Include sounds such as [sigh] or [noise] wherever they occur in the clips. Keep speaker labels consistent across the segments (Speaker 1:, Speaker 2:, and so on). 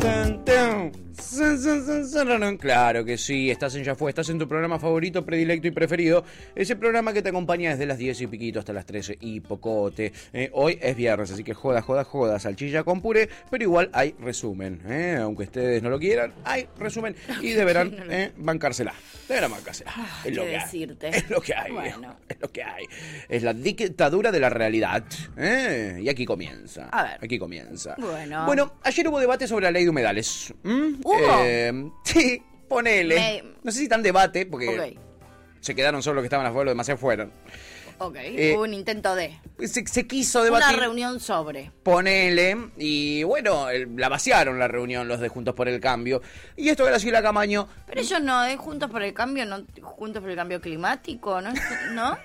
Speaker 1: Tan, tan, san, san, san, sararán. Claro que sí, estás en Ya Fue, estás en tu programa favorito, predilecto y preferido. Ese programa que te acompaña desde las 10 y piquito hasta las 13 y pocote. Eh, hoy es viernes, así que joda, joda, joda, salchilla con puré, pero igual hay resumen. eh, Aunque ustedes no lo quieran, hay resumen y deberán eh, bancársela. Deberán bancársela. Es lo
Speaker 2: qué
Speaker 1: que hay.
Speaker 2: Ah, decirte.
Speaker 1: Es lo que hay.
Speaker 2: Bueno.
Speaker 1: Es lo que hay. Es la dictadura de la realidad. eh, Y aquí comienza.
Speaker 2: A ver.
Speaker 1: Aquí comienza.
Speaker 2: Bueno.
Speaker 1: Bueno, ayer hubo debate sobre la ley de humedales. ¿Mm?
Speaker 2: ¿Hubo?
Speaker 1: Eh, sí, ponele.
Speaker 2: Me-
Speaker 1: No sé si tan debate, porque
Speaker 2: Ok,
Speaker 1: se quedaron solo los que estaban a favor, los demás se fueron.
Speaker 2: ok.
Speaker 1: eh,
Speaker 2: Hubo un intento de.
Speaker 1: Se, se quiso
Speaker 2: Una
Speaker 1: debatir.
Speaker 2: reunión sobre.
Speaker 1: Ponele, y bueno, el- la vaciaron la reunión los de Juntos por el Cambio. Y esto Graciela Camaño, [laughs]
Speaker 2: Pero ellos no, ¿eh? Juntos por el cambio, no Juntos por el cambio climático, ¿no? ¿No?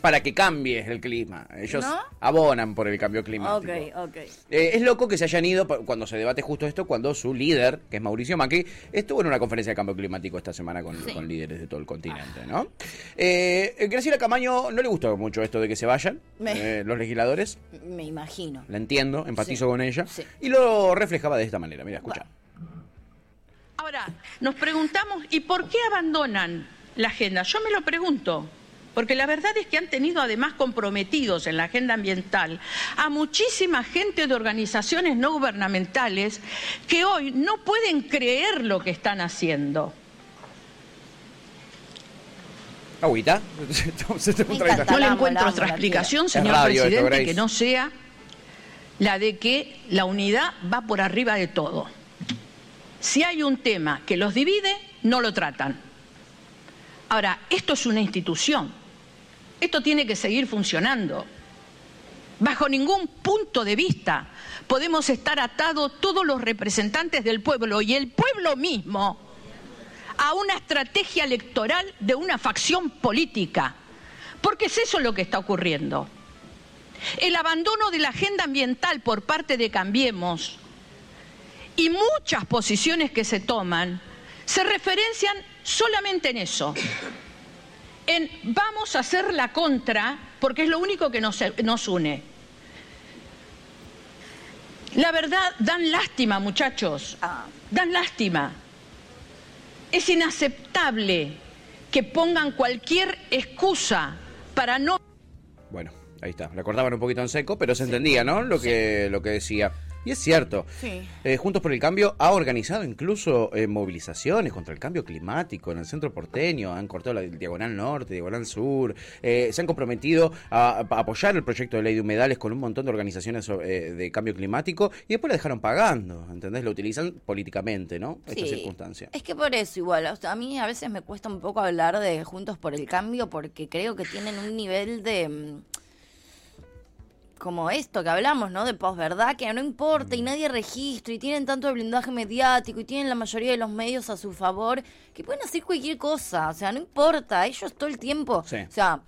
Speaker 1: para que cambie el clima. Ellos
Speaker 2: ¿No?
Speaker 1: abonan por el cambio [laughs] climático.
Speaker 2: Ok, ok.
Speaker 1: Eh, es loco que se hayan ido pa- cuando se debate justo esto, cuando su líder, que es Mauricio Macri, estuvo en una conferencia de cambio climático esta semana con,
Speaker 2: Sí. Ah.
Speaker 1: con líderes de todo el continente, ¿no? Eh, eh, Graciela Camaño no le gustó mucho esto de que se vayan
Speaker 2: Me-
Speaker 1: eh, los legisladores,
Speaker 2: Me imagino.
Speaker 1: la entiendo, empatizo
Speaker 2: Sí,
Speaker 1: con ella,
Speaker 2: sí.
Speaker 1: y lo reflejaba de esta manera, mira, escucha.
Speaker 3: Ahora, nos preguntamos, ¿y por qué abandonan la agenda? Yo me lo pregunto, porque la verdad es que han tenido además comprometidos en la agenda ambiental a muchísima gente de organizaciones no gubernamentales que hoy no pueden creer lo que están haciendo.
Speaker 1: Agüita. [laughs] Se te fue un
Speaker 2: Me
Speaker 1: traguito.
Speaker 2: encanta.
Speaker 3: No le
Speaker 2: Vamos,
Speaker 3: encuentro
Speaker 2: vamos,
Speaker 3: otra
Speaker 2: la
Speaker 3: explicación,
Speaker 1: tira.
Speaker 3: señor
Speaker 1: Es radio esto,
Speaker 3: presidente,
Speaker 1: Grace.
Speaker 3: que no sea la de que la unidad va por arriba de todo. Si hay un tema que los divide, no lo tratan. Ahora, esto es una institución. Esto tiene que seguir funcionando. Bajo ningún punto de vista podemos estar atados todos los representantes del pueblo y el pueblo mismo a una estrategia electoral de una facción política. Porque es eso lo que está ocurriendo. El abandono de la agenda ambiental por parte de Cambiemos y muchas posiciones que se toman se referencian solamente en eso. En vamos a hacer la contra porque es lo único que nos, nos une. La verdad, dan lástima, muchachos.
Speaker 2: Ah.
Speaker 3: Dan lástima. Es inaceptable que pongan cualquier excusa para no...
Speaker 1: Bueno, ahí está. La cortaban un poquito en seco, pero se entendía, ¿no? Lo que, lo que decía. Y es cierto.
Speaker 2: Sí.
Speaker 1: Eh, Juntos por el Cambio ha organizado incluso eh, movilizaciones contra el cambio climático en el centro porteño. Han cortado la diagonal norte, diagonal sur. Eh, se han comprometido a, a apoyar el proyecto de ley de humedales con un montón de organizaciones eh, de cambio climático y después la dejaron pagando. ¿Entendés? Lo utilizan políticamente, ¿no? Esta
Speaker 2: Sí.
Speaker 1: circunstancia.
Speaker 2: Es que por eso igual, o sea, a mí a veces me cuesta un poco hablar de Juntos por el Cambio porque creo que tienen un nivel de... mm, Como esto que hablamos, ¿no? De posverdad, que no importa
Speaker 1: Mm.
Speaker 2: y nadie registra y tienen tanto blindaje mediático y tienen la mayoría de los medios a su favor que pueden hacer cualquier cosa, o sea, no importa, ellos todo el tiempo,
Speaker 1: Sí.
Speaker 2: o sea,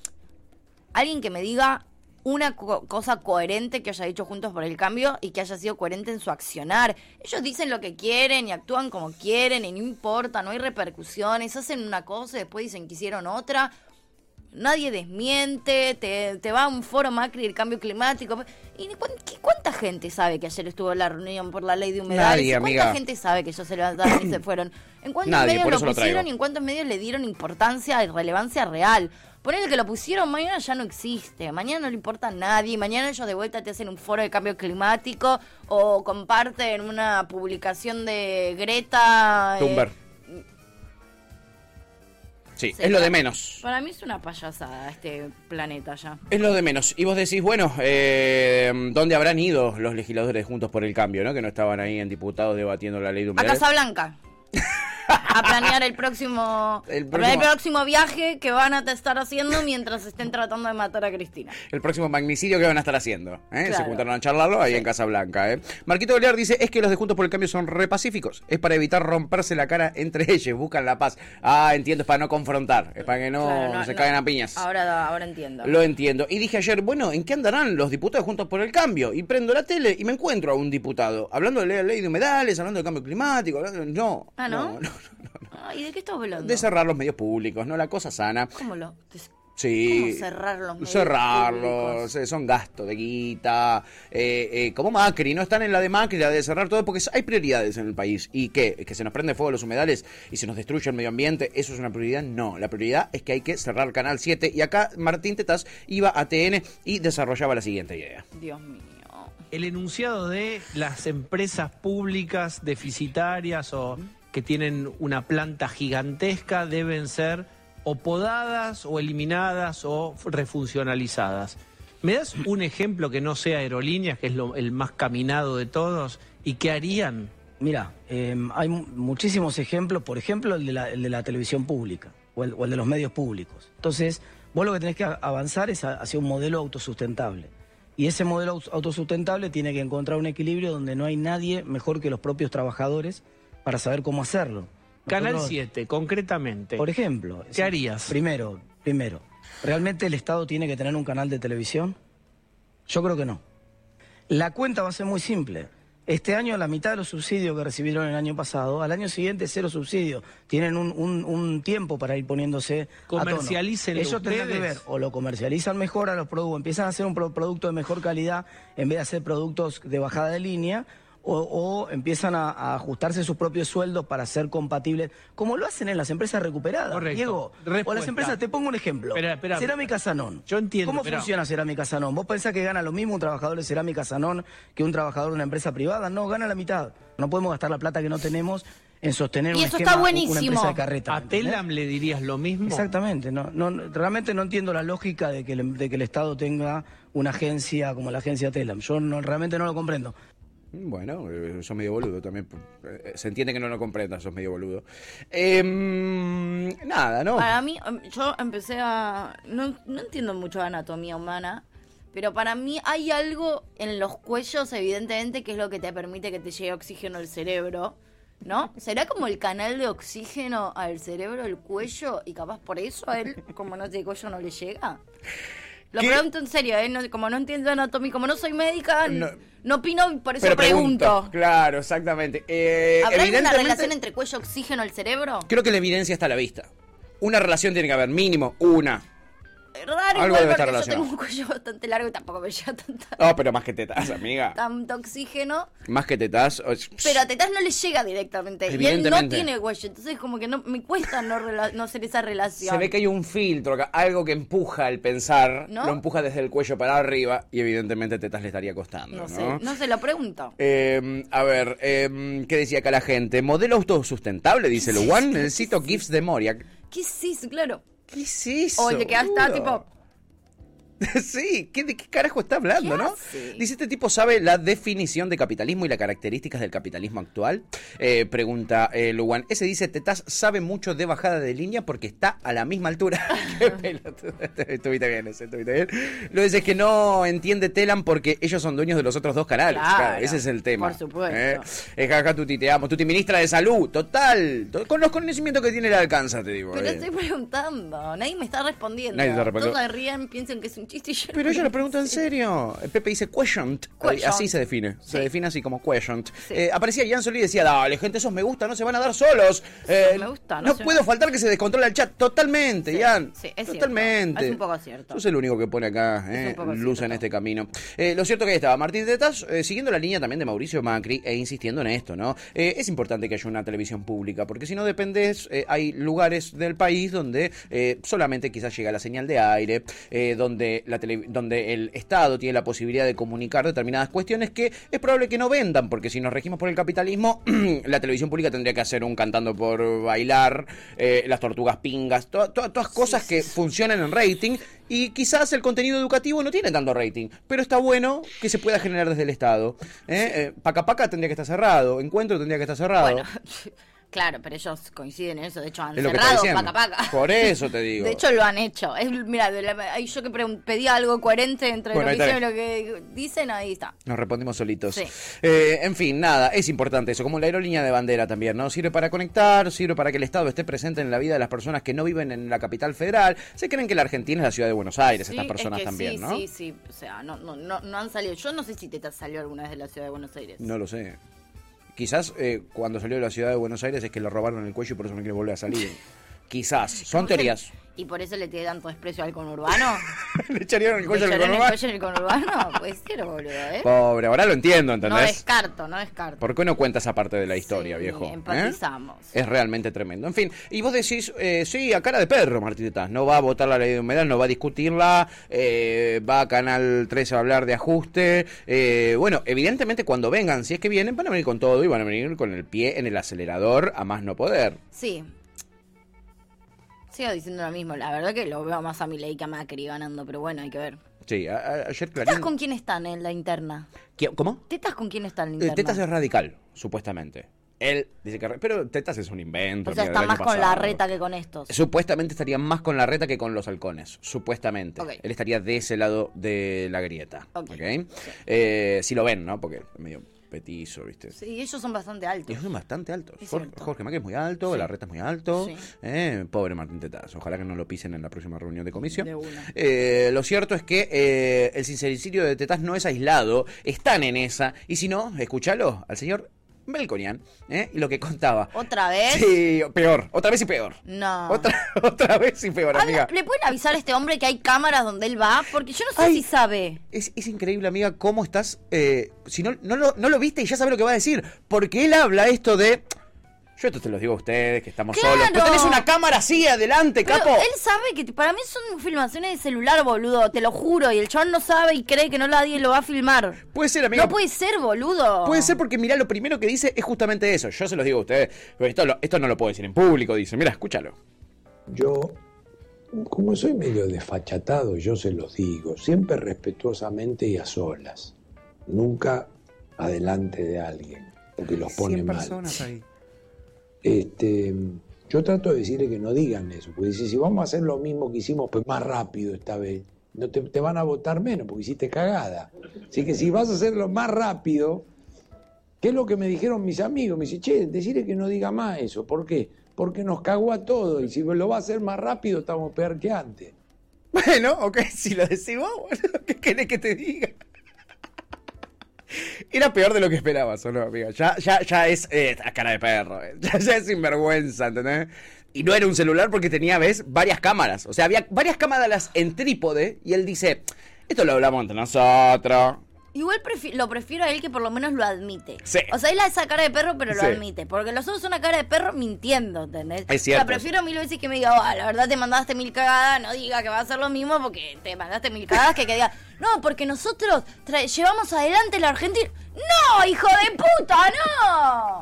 Speaker 2: alguien que me diga una co- cosa coherente que haya dicho Juntos por el Cambio y que haya sido coherente en su accionar. Ellos dicen lo que quieren y actúan como quieren y no importa, no hay repercusiones, hacen una cosa y después dicen que hicieron otra. Nadie desmiente, te, te va a un foro Macri del cambio climático. ¿Y ni cuán- qué- cuánta gente sabe que ayer estuvo la reunión por la ley de humedales?
Speaker 1: Nadie,
Speaker 2: ¿Y ¿Cuánta
Speaker 1: amiga.
Speaker 2: gente sabe que ellos se levantaron y se fueron? ¿En cuántos
Speaker 1: Nadie, por
Speaker 2: medios
Speaker 1: eso
Speaker 2: lo
Speaker 1: lo traigo.
Speaker 2: pusieron y en cuántos medios le dieron importancia y relevancia real. Ponele que lo pusieron, mañana ya no existe. Mañana no le importa a nadie. Mañana ellos de vuelta te hacen un foro de cambio climático o comparten una publicación de Greta. eh,
Speaker 1: Tumber. Sí,
Speaker 2: se
Speaker 1: es lo de
Speaker 2: trata-
Speaker 1: menos.
Speaker 2: Para mí es una payasada este planeta ya.
Speaker 1: Es lo de menos. Y vos decís, bueno, eh, ¿dónde habrán ido los legisladores juntos por el cambio, no? Que no estaban ahí en diputados debatiendo la ley de
Speaker 2: A
Speaker 1: humedales.
Speaker 2: Casa Blanca. A planear el próximo,
Speaker 1: [laughs] El
Speaker 2: a planear el
Speaker 1: próximo-
Speaker 2: próximo viaje que van a estar haciendo mientras estén tratando de matar a Cristina.
Speaker 1: El próximo magnicidio que van a estar haciendo. ¿eh? Se
Speaker 2: Claro.
Speaker 1: juntaron a charlarlo ahí en Casa Blanca. ¿eh? Marquito Beliar dice, es que los de Juntos por el Cambio son repacíficos. Es para evitar romperse la cara entre [laughs] ellos. Buscan la paz. Ah, entiendo, es para no confrontar. Es para que no,
Speaker 2: Claro, Ah,
Speaker 1: no se caguen a piñas.
Speaker 2: Ahora, ahora entiendo.
Speaker 1: Lo entiendo. Y dije ayer, bueno, ¿en qué andarán los diputados juntos por el cambio? Y prendo la tele y me encuentro a un diputado hablando de la ley de humedales, hablando del cambio climático, hablando de- No.
Speaker 2: Ah, ¿no? [laughs]
Speaker 1: no, no,
Speaker 2: Ah, ¿Y de qué estás hablando?
Speaker 1: de cerrar los medios públicos, ¿no? La cosa sana.
Speaker 2: ¿Cómo lo? des-
Speaker 1: Sí.
Speaker 2: ¿Cómo cerrar los medios
Speaker 1: Cerrarlos,
Speaker 2: públicos?
Speaker 1: eh, son gastos de guita. eh, eh, como Macri, no están en la de Macri, la de cerrar todo, porque hay prioridades en el país. ¿Y qué? ¿Que se nos prende fuego los humedales y se nos destruye el medio ambiente? ¿Eso es una prioridad? No. La prioridad es que hay que cerrar Canal 7. Y acá Martín Tetaz iba a TN y desarrollaba la siguiente idea.
Speaker 2: Dios mío.
Speaker 4: el enunciado de las empresas públicas deficitarias o que tienen una planta gigantesca deben ser o podadas o eliminadas o refuncionalizadas. ¿Me das un ejemplo que no sea aerolíneas, que es lo- el más caminado de todos? ¿Y qué harían?
Speaker 5: Mira, eh, hay mu- muchísimos ejemplos, por ejemplo, el de la, el de la televisión pública o el, o el de los medios públicos. Entonces, vos lo que tenés que a- avanzar es a- hacia un modelo autosustentable. Y ese modelo aus- autosustentable tiene que encontrar un equilibrio donde no hay nadie mejor que los propios trabajadores para saber cómo hacerlo.
Speaker 4: Canal
Speaker 5: Nosotros-
Speaker 4: 7, concretamente.
Speaker 5: por ejemplo.
Speaker 4: ¿Qué
Speaker 5: sí.
Speaker 4: harías?
Speaker 5: Primero, primero, ¿realmente el Estado tiene que tener un canal de televisión? Yo creo que no. La cuenta va a ser muy simple. Este año la mitad de los subsidios que recibieron el año pasado, al año siguiente cero subsidios. Tienen un, un- un tiempo para ir poniéndose
Speaker 4: Comercialícenlo
Speaker 5: a tono. Ellos tendrán que
Speaker 4: ustedes.
Speaker 5: ver o lo comercializan mejor a los productos, empiezan a hacer un pro- producto de mejor calidad en vez de hacer productos de bajada de línea, o, o empiezan a, a ajustarse sus propios sueldos para ser compatibles, como lo hacen en las empresas recuperadas.
Speaker 4: Correcto.
Speaker 5: Diego, o
Speaker 4: Respuesta.
Speaker 5: las empresas, te pongo un ejemplo.
Speaker 4: Espera, espera.
Speaker 5: Cerámica Sanón.
Speaker 4: Yo entiendo,
Speaker 5: ¿Cómo
Speaker 4: espera.
Speaker 5: funciona Cerámica Sanón? ¿Vos pensás que gana lo mismo un trabajador de Cerámica Sanón que un trabajador de una empresa privada? No, gana la mitad. No podemos gastar la plata que no tenemos en sostener
Speaker 2: Y
Speaker 5: un
Speaker 2: eso
Speaker 5: esquema,
Speaker 2: está
Speaker 5: u-
Speaker 2: buenísimo.
Speaker 5: una empresa de carreta.
Speaker 4: ¿A
Speaker 5: ¿me entendés?
Speaker 4: Telam le dirías lo mismo?
Speaker 5: Exactamente, no, no, no, realmente no entiendo la lógica de que, el, de que el Estado tenga una agencia como la agencia Telam. Yo no, realmente no lo comprendo.
Speaker 1: Bueno, eh, sos medio boludo también. eh, Se entiende que no lo comprendas, sos medio boludo. Em, nada, ¿no?
Speaker 2: Para mí, em, yo empecé a. No, no entiendo mucho de anatomía humana, pero para mí hay algo en los cuellos, evidentemente, que es lo que te permite que te llegue oxígeno al cerebro, ¿no? ¿Será como el canal de oxígeno al cerebro, el cuello, y capaz por eso a él, como no tiene cuello, no le llega? Lo
Speaker 1: ¿Qué?
Speaker 2: pregunto en serio, ¿eh? No- como no entiendo anatomía, como no soy médica,
Speaker 1: No.
Speaker 2: no, opino y por eso
Speaker 1: Pero
Speaker 2: pregunto.
Speaker 1: Claro, exactamente. Eh,
Speaker 2: ¿Habrá alguna
Speaker 1: evidentemente-
Speaker 2: relación entre cuello, oxígeno al cerebro?
Speaker 1: Creo que la evidencia está a la vista. Una relación tiene que haber, mínimo, una.
Speaker 2: Raro
Speaker 1: Algo
Speaker 2: igual porque
Speaker 1: debe estar
Speaker 2: yo tengo
Speaker 1: relacionado.
Speaker 2: un cuello bastante largo y tampoco me llega tanta-
Speaker 1: No, pero más que tetas, amiga.
Speaker 2: tanto oxígeno.
Speaker 1: Más que tetas. o-
Speaker 2: Pero a Tetás no le llega directamente. Y él no
Speaker 1: Evidentemente.
Speaker 2: tiene cuello. Entonces como que no me cuesta no, rela- no hacer esa relación.
Speaker 1: Se ve que hay un filtro, acá, algo que empuja el pensar,
Speaker 2: ¿No?
Speaker 1: lo empuja desde el cuello para arriba y evidentemente tetas le estaría costando.
Speaker 2: No
Speaker 1: No,
Speaker 2: sé, no se lo pregunto.
Speaker 1: Eh, a ver, eh, ¿qué decía acá la gente? Modelo autosustentable, dice Luan. Necesito GIFs de Moria.
Speaker 2: ¿Qué es eso? Claro.
Speaker 1: ¿Qué es eso?
Speaker 2: O el que queda está
Speaker 1: boludo?
Speaker 2: tipo...
Speaker 1: [laughs] Sí, ¿qué- ¿de qué carajo está hablando,
Speaker 2: ¿Qué
Speaker 1: no?
Speaker 2: hace?
Speaker 1: Dice, ¿este tipo sabe la definición de capitalismo y las características del capitalismo actual? Eh, pregunta eh, Luan. Ese dice, Tetaz sabe mucho de bajada de línea porque está a la misma altura. [laughs] Qué pelotudo. Estuviste bien, ese, estuviste bien. Lo dice que no entiende Telam porque ellos son dueños de los otros dos canales.
Speaker 2: Claro,
Speaker 1: ese es el tema.
Speaker 2: por supuesto.
Speaker 1: ¿eh? Eh, jaja, Tuti, te amo. Tuti, ministra de Salud. Total. To- Con los conocimientos que tiene le alcanza, te digo.
Speaker 2: Pero
Speaker 1: eh.
Speaker 2: estoy preguntando. Nadie me está respondiendo.
Speaker 1: Nadie está respondiendo.
Speaker 2: Todos se ríen, piensan que es un chiste y yo...
Speaker 1: Pero yo
Speaker 2: yo
Speaker 1: lo pregunto en serio. Pepe dice questioned. Eh,
Speaker 2: Questioned.
Speaker 1: Así se define.
Speaker 2: Sí.
Speaker 1: Se define así como questioned.
Speaker 2: Sí.
Speaker 1: Eh, aparecía Jansoli y decía, dale, gente, esos me gusta, no se van a dar solos. Eh,
Speaker 2: me gusta, no
Speaker 1: no
Speaker 2: se-
Speaker 1: puedo faltar que se descontrola el chat. Totalmente,
Speaker 2: Sí,
Speaker 1: Jan.
Speaker 2: sí, es cierto.
Speaker 1: Totalmente.
Speaker 2: Es un poco cierto.
Speaker 1: Sos el único que pone acá
Speaker 2: Es
Speaker 1: eh,
Speaker 2: un poco
Speaker 1: luz
Speaker 2: cierto.
Speaker 1: en este camino. Eh, lo cierto que ahí estaba Martín Tetas eh, siguiendo la línea también de Mauricio Macri e insistiendo en esto, ¿no? Eh, es importante que haya una televisión pública, porque si no dependés, eh, hay lugares del país donde eh, solamente quizás llega la señal de aire, eh, donde, la tele- donde el Estado tiene la posibilidad de comunicar determinadas cuestiones que es probable que no vendan, porque si nos regimos por el capitalismo, [clears throat] la televisión pública tendría que hacer un cantando por bailar, eh, las tortugas pingas, to- to- todas cosas que funcionan en rating y quizás el contenido educativo no tiene tanto rating, pero está bueno que se pueda generar desde el Estado. ¿eh? Eh, Paca Paca tendría que estar cerrado, Encuentro tendría que estar cerrado.
Speaker 2: Bueno, claro, pero ellos coinciden en eso. De hecho, han
Speaker 1: Es lo que está
Speaker 2: cerrado
Speaker 1: diciendo.
Speaker 2: paca paca.
Speaker 1: Por eso te digo.
Speaker 2: De hecho, lo han hecho. Es, mira, de la- ahí yo que pre- pedía algo coherente entre
Speaker 1: Bueno,
Speaker 2: lo
Speaker 1: ahí
Speaker 2: que
Speaker 1: está
Speaker 2: hicieron y lo que dicen, ahí está.
Speaker 1: Nos respondimos solitos.
Speaker 2: Sí.
Speaker 1: Eh, en fin, nada, es importante eso, como la aerolínea de bandera también, ¿no? Sirve para conectar, sirve para que el Estado esté presente en la vida de las personas que no viven en la capital federal. Se creen que la Argentina es la ciudad de Buenos Aires,
Speaker 2: Sí,
Speaker 1: estas personas
Speaker 2: es que
Speaker 1: también,
Speaker 2: sí,
Speaker 1: ¿no?
Speaker 2: Sí, sí, o sea, no, no, no, no han salido. Yo no sé si Teta salió alguna vez de la ciudad de Buenos Aires.
Speaker 1: No lo sé. Quizás eh,
Speaker 2: [laughs]
Speaker 1: cuando salió de la ciudad de Buenos Aires es que le robaron el cuello y por eso no quiere volver a salir. Quizás. Son
Speaker 2: Como que-
Speaker 1: teorías. [laughs]
Speaker 2: y por eso le tiene tanto desprecio al conurbano.
Speaker 1: Le echarían el
Speaker 2: ¿Le
Speaker 1: cuello al
Speaker 2: lloró en el
Speaker 1: conurbano.
Speaker 2: cuello en el conurbano? Puede ser, boludo, ¿eh?
Speaker 1: Pobre, ahora lo
Speaker 2: No
Speaker 1: entiendo, ¿entendés?
Speaker 2: descarto, no descarto.
Speaker 1: ¿Por qué no cuenta esa parte de la historia,
Speaker 2: Sí,
Speaker 1: viejo? ¿Eh?
Speaker 2: empatizamos.
Speaker 1: Es realmente tremendo. En fin, y vos decís, eh, sí, a cara de perro, Martita. No va a votar la ley de humedad, no va a discutirla, eh, va a Canal 13 a hablar de ajuste. eh, bueno, evidentemente cuando vengan, si es que vienen, van a venir con todo y van a venir con el pie en el acelerador a más no poder.
Speaker 2: Sí. Sigo diciendo lo mismo. La verdad que lo veo más a Milei que a Macri ganando, pero bueno, hay que ver.
Speaker 1: Sí, a- a- ayer
Speaker 2: ¿Tetas
Speaker 1: Clarín...
Speaker 2: con quién están en la interna?
Speaker 1: ¿Qui- ¿Cómo?
Speaker 2: ¿Tetas con quién están en la
Speaker 1: Eh,
Speaker 2: interna?
Speaker 1: Tetas es radical, supuestamente. Él dice que... re- Pero Tetas es un invento.
Speaker 2: o sea,
Speaker 1: mira,
Speaker 2: está
Speaker 1: del
Speaker 2: más
Speaker 1: año
Speaker 2: con la
Speaker 1: pasado.
Speaker 2: reta que con estos.
Speaker 1: Supuestamente estaría más con la reta que con los halcones. Supuestamente.
Speaker 2: Ok.
Speaker 1: Él estaría de ese lado de la grieta.
Speaker 2: Ok.
Speaker 1: ¿ok? Eh, si lo ven, ¿no? Porque es medio petizo, ¿viste?
Speaker 2: Sí, ellos son bastante altos.
Speaker 1: Es bastante alto.
Speaker 2: Es
Speaker 1: Jorge,
Speaker 2: cierto.
Speaker 1: Jorge Macri es muy alto,
Speaker 2: Sí.
Speaker 1: la reta es muy alto.
Speaker 2: Sí.
Speaker 1: Eh, pobre Martín Tetaz. Ojalá que no lo pisen en la próxima reunión de comisión.
Speaker 2: De una.
Speaker 1: Eh, lo cierto es que eh, el sincericidio de Tetaz no es aislado. Están en esa. Y si no, escúchalo al señor Belconian. ¿eh? Y lo que contaba.
Speaker 2: ¿Otra vez?
Speaker 1: Sí, peor. Otra vez y peor.
Speaker 2: No.
Speaker 1: Otra, [laughs] otra vez y peor,
Speaker 2: Habla-
Speaker 1: amiga.
Speaker 2: ¿Le pueden avisar a este hombre que hay cámaras donde él va? Porque yo no sé
Speaker 1: Ay.
Speaker 2: si sabe.
Speaker 1: Es, es increíble, amiga, cómo estás. eh, si no, no, lo, no lo viste y ya sabes lo que va a decir. Porque él habla esto de. Yo esto te lo digo a ustedes, que estamos
Speaker 2: ¡Claro!
Speaker 1: solos. Pero tenés una cámara así adelante,
Speaker 2: Pero
Speaker 1: capo.
Speaker 2: él sabe que para mí son filmaciones de celular, boludo, te lo juro. Y el chabón no sabe y cree que no nadie lo va a filmar.
Speaker 1: Puede ser, amiga.
Speaker 2: No puede ser, boludo.
Speaker 1: Puede ser porque, mirá, lo primero que dice es justamente eso. Yo se los digo a ustedes. pero Esto, lo- esto no lo puedo decir en público, dice. Mira, escúchalo.
Speaker 6: Yo, como soy medio desfachatado, yo se los digo, siempre respetuosamente y a solas. Nunca adelante de alguien, porque los pone mal.
Speaker 1: ahí.
Speaker 6: Este, yo trato de decirle que no digan eso, porque dice, si vamos a hacer lo mismo que hicimos, pues más rápido esta vez. No te, te van a votar menos porque hiciste cagada. Así que si vas a hacerlo más rápido, ¿qué es lo que me dijeron mis amigos? Me dice, che, decirle que no diga más eso. ¿Por qué? Porque nos cagó a todos y si lo va a hacer más rápido estamos peor que antes.
Speaker 1: [laughs] Bueno, ok, si lo decís vos, boludo, [laughs] ¿qué querés que te diga? [laughs] Era peor de lo que esperabas, ¿o no, amiga? Ya, ya, ya es eh, a cara de perro, eh. [laughs] ya, ya es sinvergüenza, ¿entendés? Y no era un celular porque tenía, ¿ves? Varias cámaras. O sea, había varias cámaras en trípode y él dice, esto lo hablamos entre nosotros. [laughs]
Speaker 2: Igual prefi- lo prefiero a él que por lo menos lo admite.
Speaker 1: Sí.
Speaker 2: O sea, él a esa cara de perro, pero lo
Speaker 1: Sí.
Speaker 2: admite. Porque los otros son una cara de perro mintiendo, ¿entendés?
Speaker 1: Es cierto.
Speaker 2: O sea, prefiero mil veces que me diga, "Oh, la verdad te mandaste mil cagadas, no diga que va a hacer lo mismo porque te mandaste mil cagadas, que, que diga, no, porque nosotros tra- llevamos adelante la Argentina. ¡No, hijo de puta, no!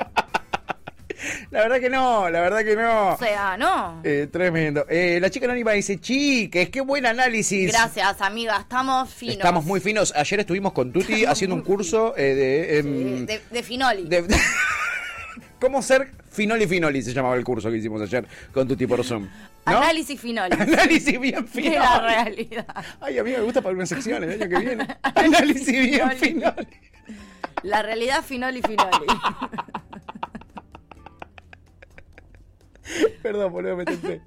Speaker 1: La verdad que no, la verdad que no.
Speaker 2: O sea, no.
Speaker 1: Eh, tremendo. Eh, la chica anónima dice, chiques, qué buen análisis.
Speaker 2: Gracias, amiga, estamos finos. Eh,
Speaker 1: Estamos muy finos. Ayer estuvimos con Tuti haciendo un curso eh, de... em,
Speaker 2: Eh, De, de Finoli.
Speaker 1: De- [laughs] ¿Cómo ser Finoli Finoli? Se llamaba el curso que hicimos ayer con Tuti por Zoom. ¿No?
Speaker 2: Análisis Finoli.
Speaker 1: [laughs]
Speaker 2: [laughs]
Speaker 1: Análisis
Speaker 2: de
Speaker 1: bien
Speaker 2: la
Speaker 1: Finoli.
Speaker 2: realidad.
Speaker 1: Ay, a mí me gusta para una sección el año
Speaker 2: [laughs]
Speaker 1: que viene. Análisis bien
Speaker 2: Finoli.
Speaker 1: Finoli.
Speaker 2: La realidad Finoli Finoli.
Speaker 1: Perdón, boludo,
Speaker 2: [laughs]
Speaker 1: me tenté.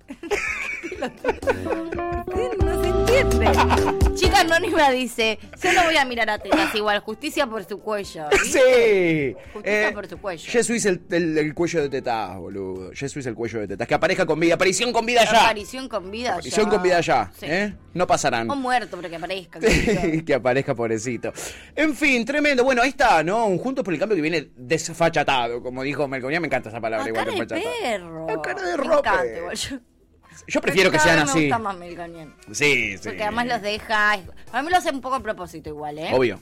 Speaker 2: No se entiende. [laughs] Chica anónima dice, yo no voy a mirar a tetas igual, justicia por su cuello.
Speaker 1: [laughs] Sí.
Speaker 2: Justicia por tu cuello.
Speaker 1: Jesús es el, el- el cuello de tetas, boludo. Jesús es el cuello de tetas. Que aparezca con vida. Aparición con vida ya.
Speaker 2: Aparición con vida. ya.
Speaker 1: Aparición con vida ya.
Speaker 2: Sí.
Speaker 1: ¿eh? No pasarán.
Speaker 2: O muerto, pero que aparezca. qué
Speaker 1: [laughs]
Speaker 2: sé yo.
Speaker 1: que aparezca pobrecito. En fin, tremendo. Bueno, ahí está, ¿no? Un Juntos por el Cambio que viene desfachatado, como dijo Melconian. Me encanta esa palabra.
Speaker 2: A
Speaker 1: igual,
Speaker 2: cara de
Speaker 1: desfachatado.
Speaker 2: perro.
Speaker 1: A cara de
Speaker 2: Me
Speaker 1: rope.
Speaker 2: encanta igual, yo-
Speaker 1: Yo prefiero que
Speaker 2: Cada vez
Speaker 1: sean
Speaker 2: Me
Speaker 1: así.
Speaker 2: gusta más Melconian.
Speaker 1: Sí, sí.
Speaker 2: Porque además los deja. Para mí lo hace un poco a propósito igual, ¿eh?
Speaker 1: Obvio,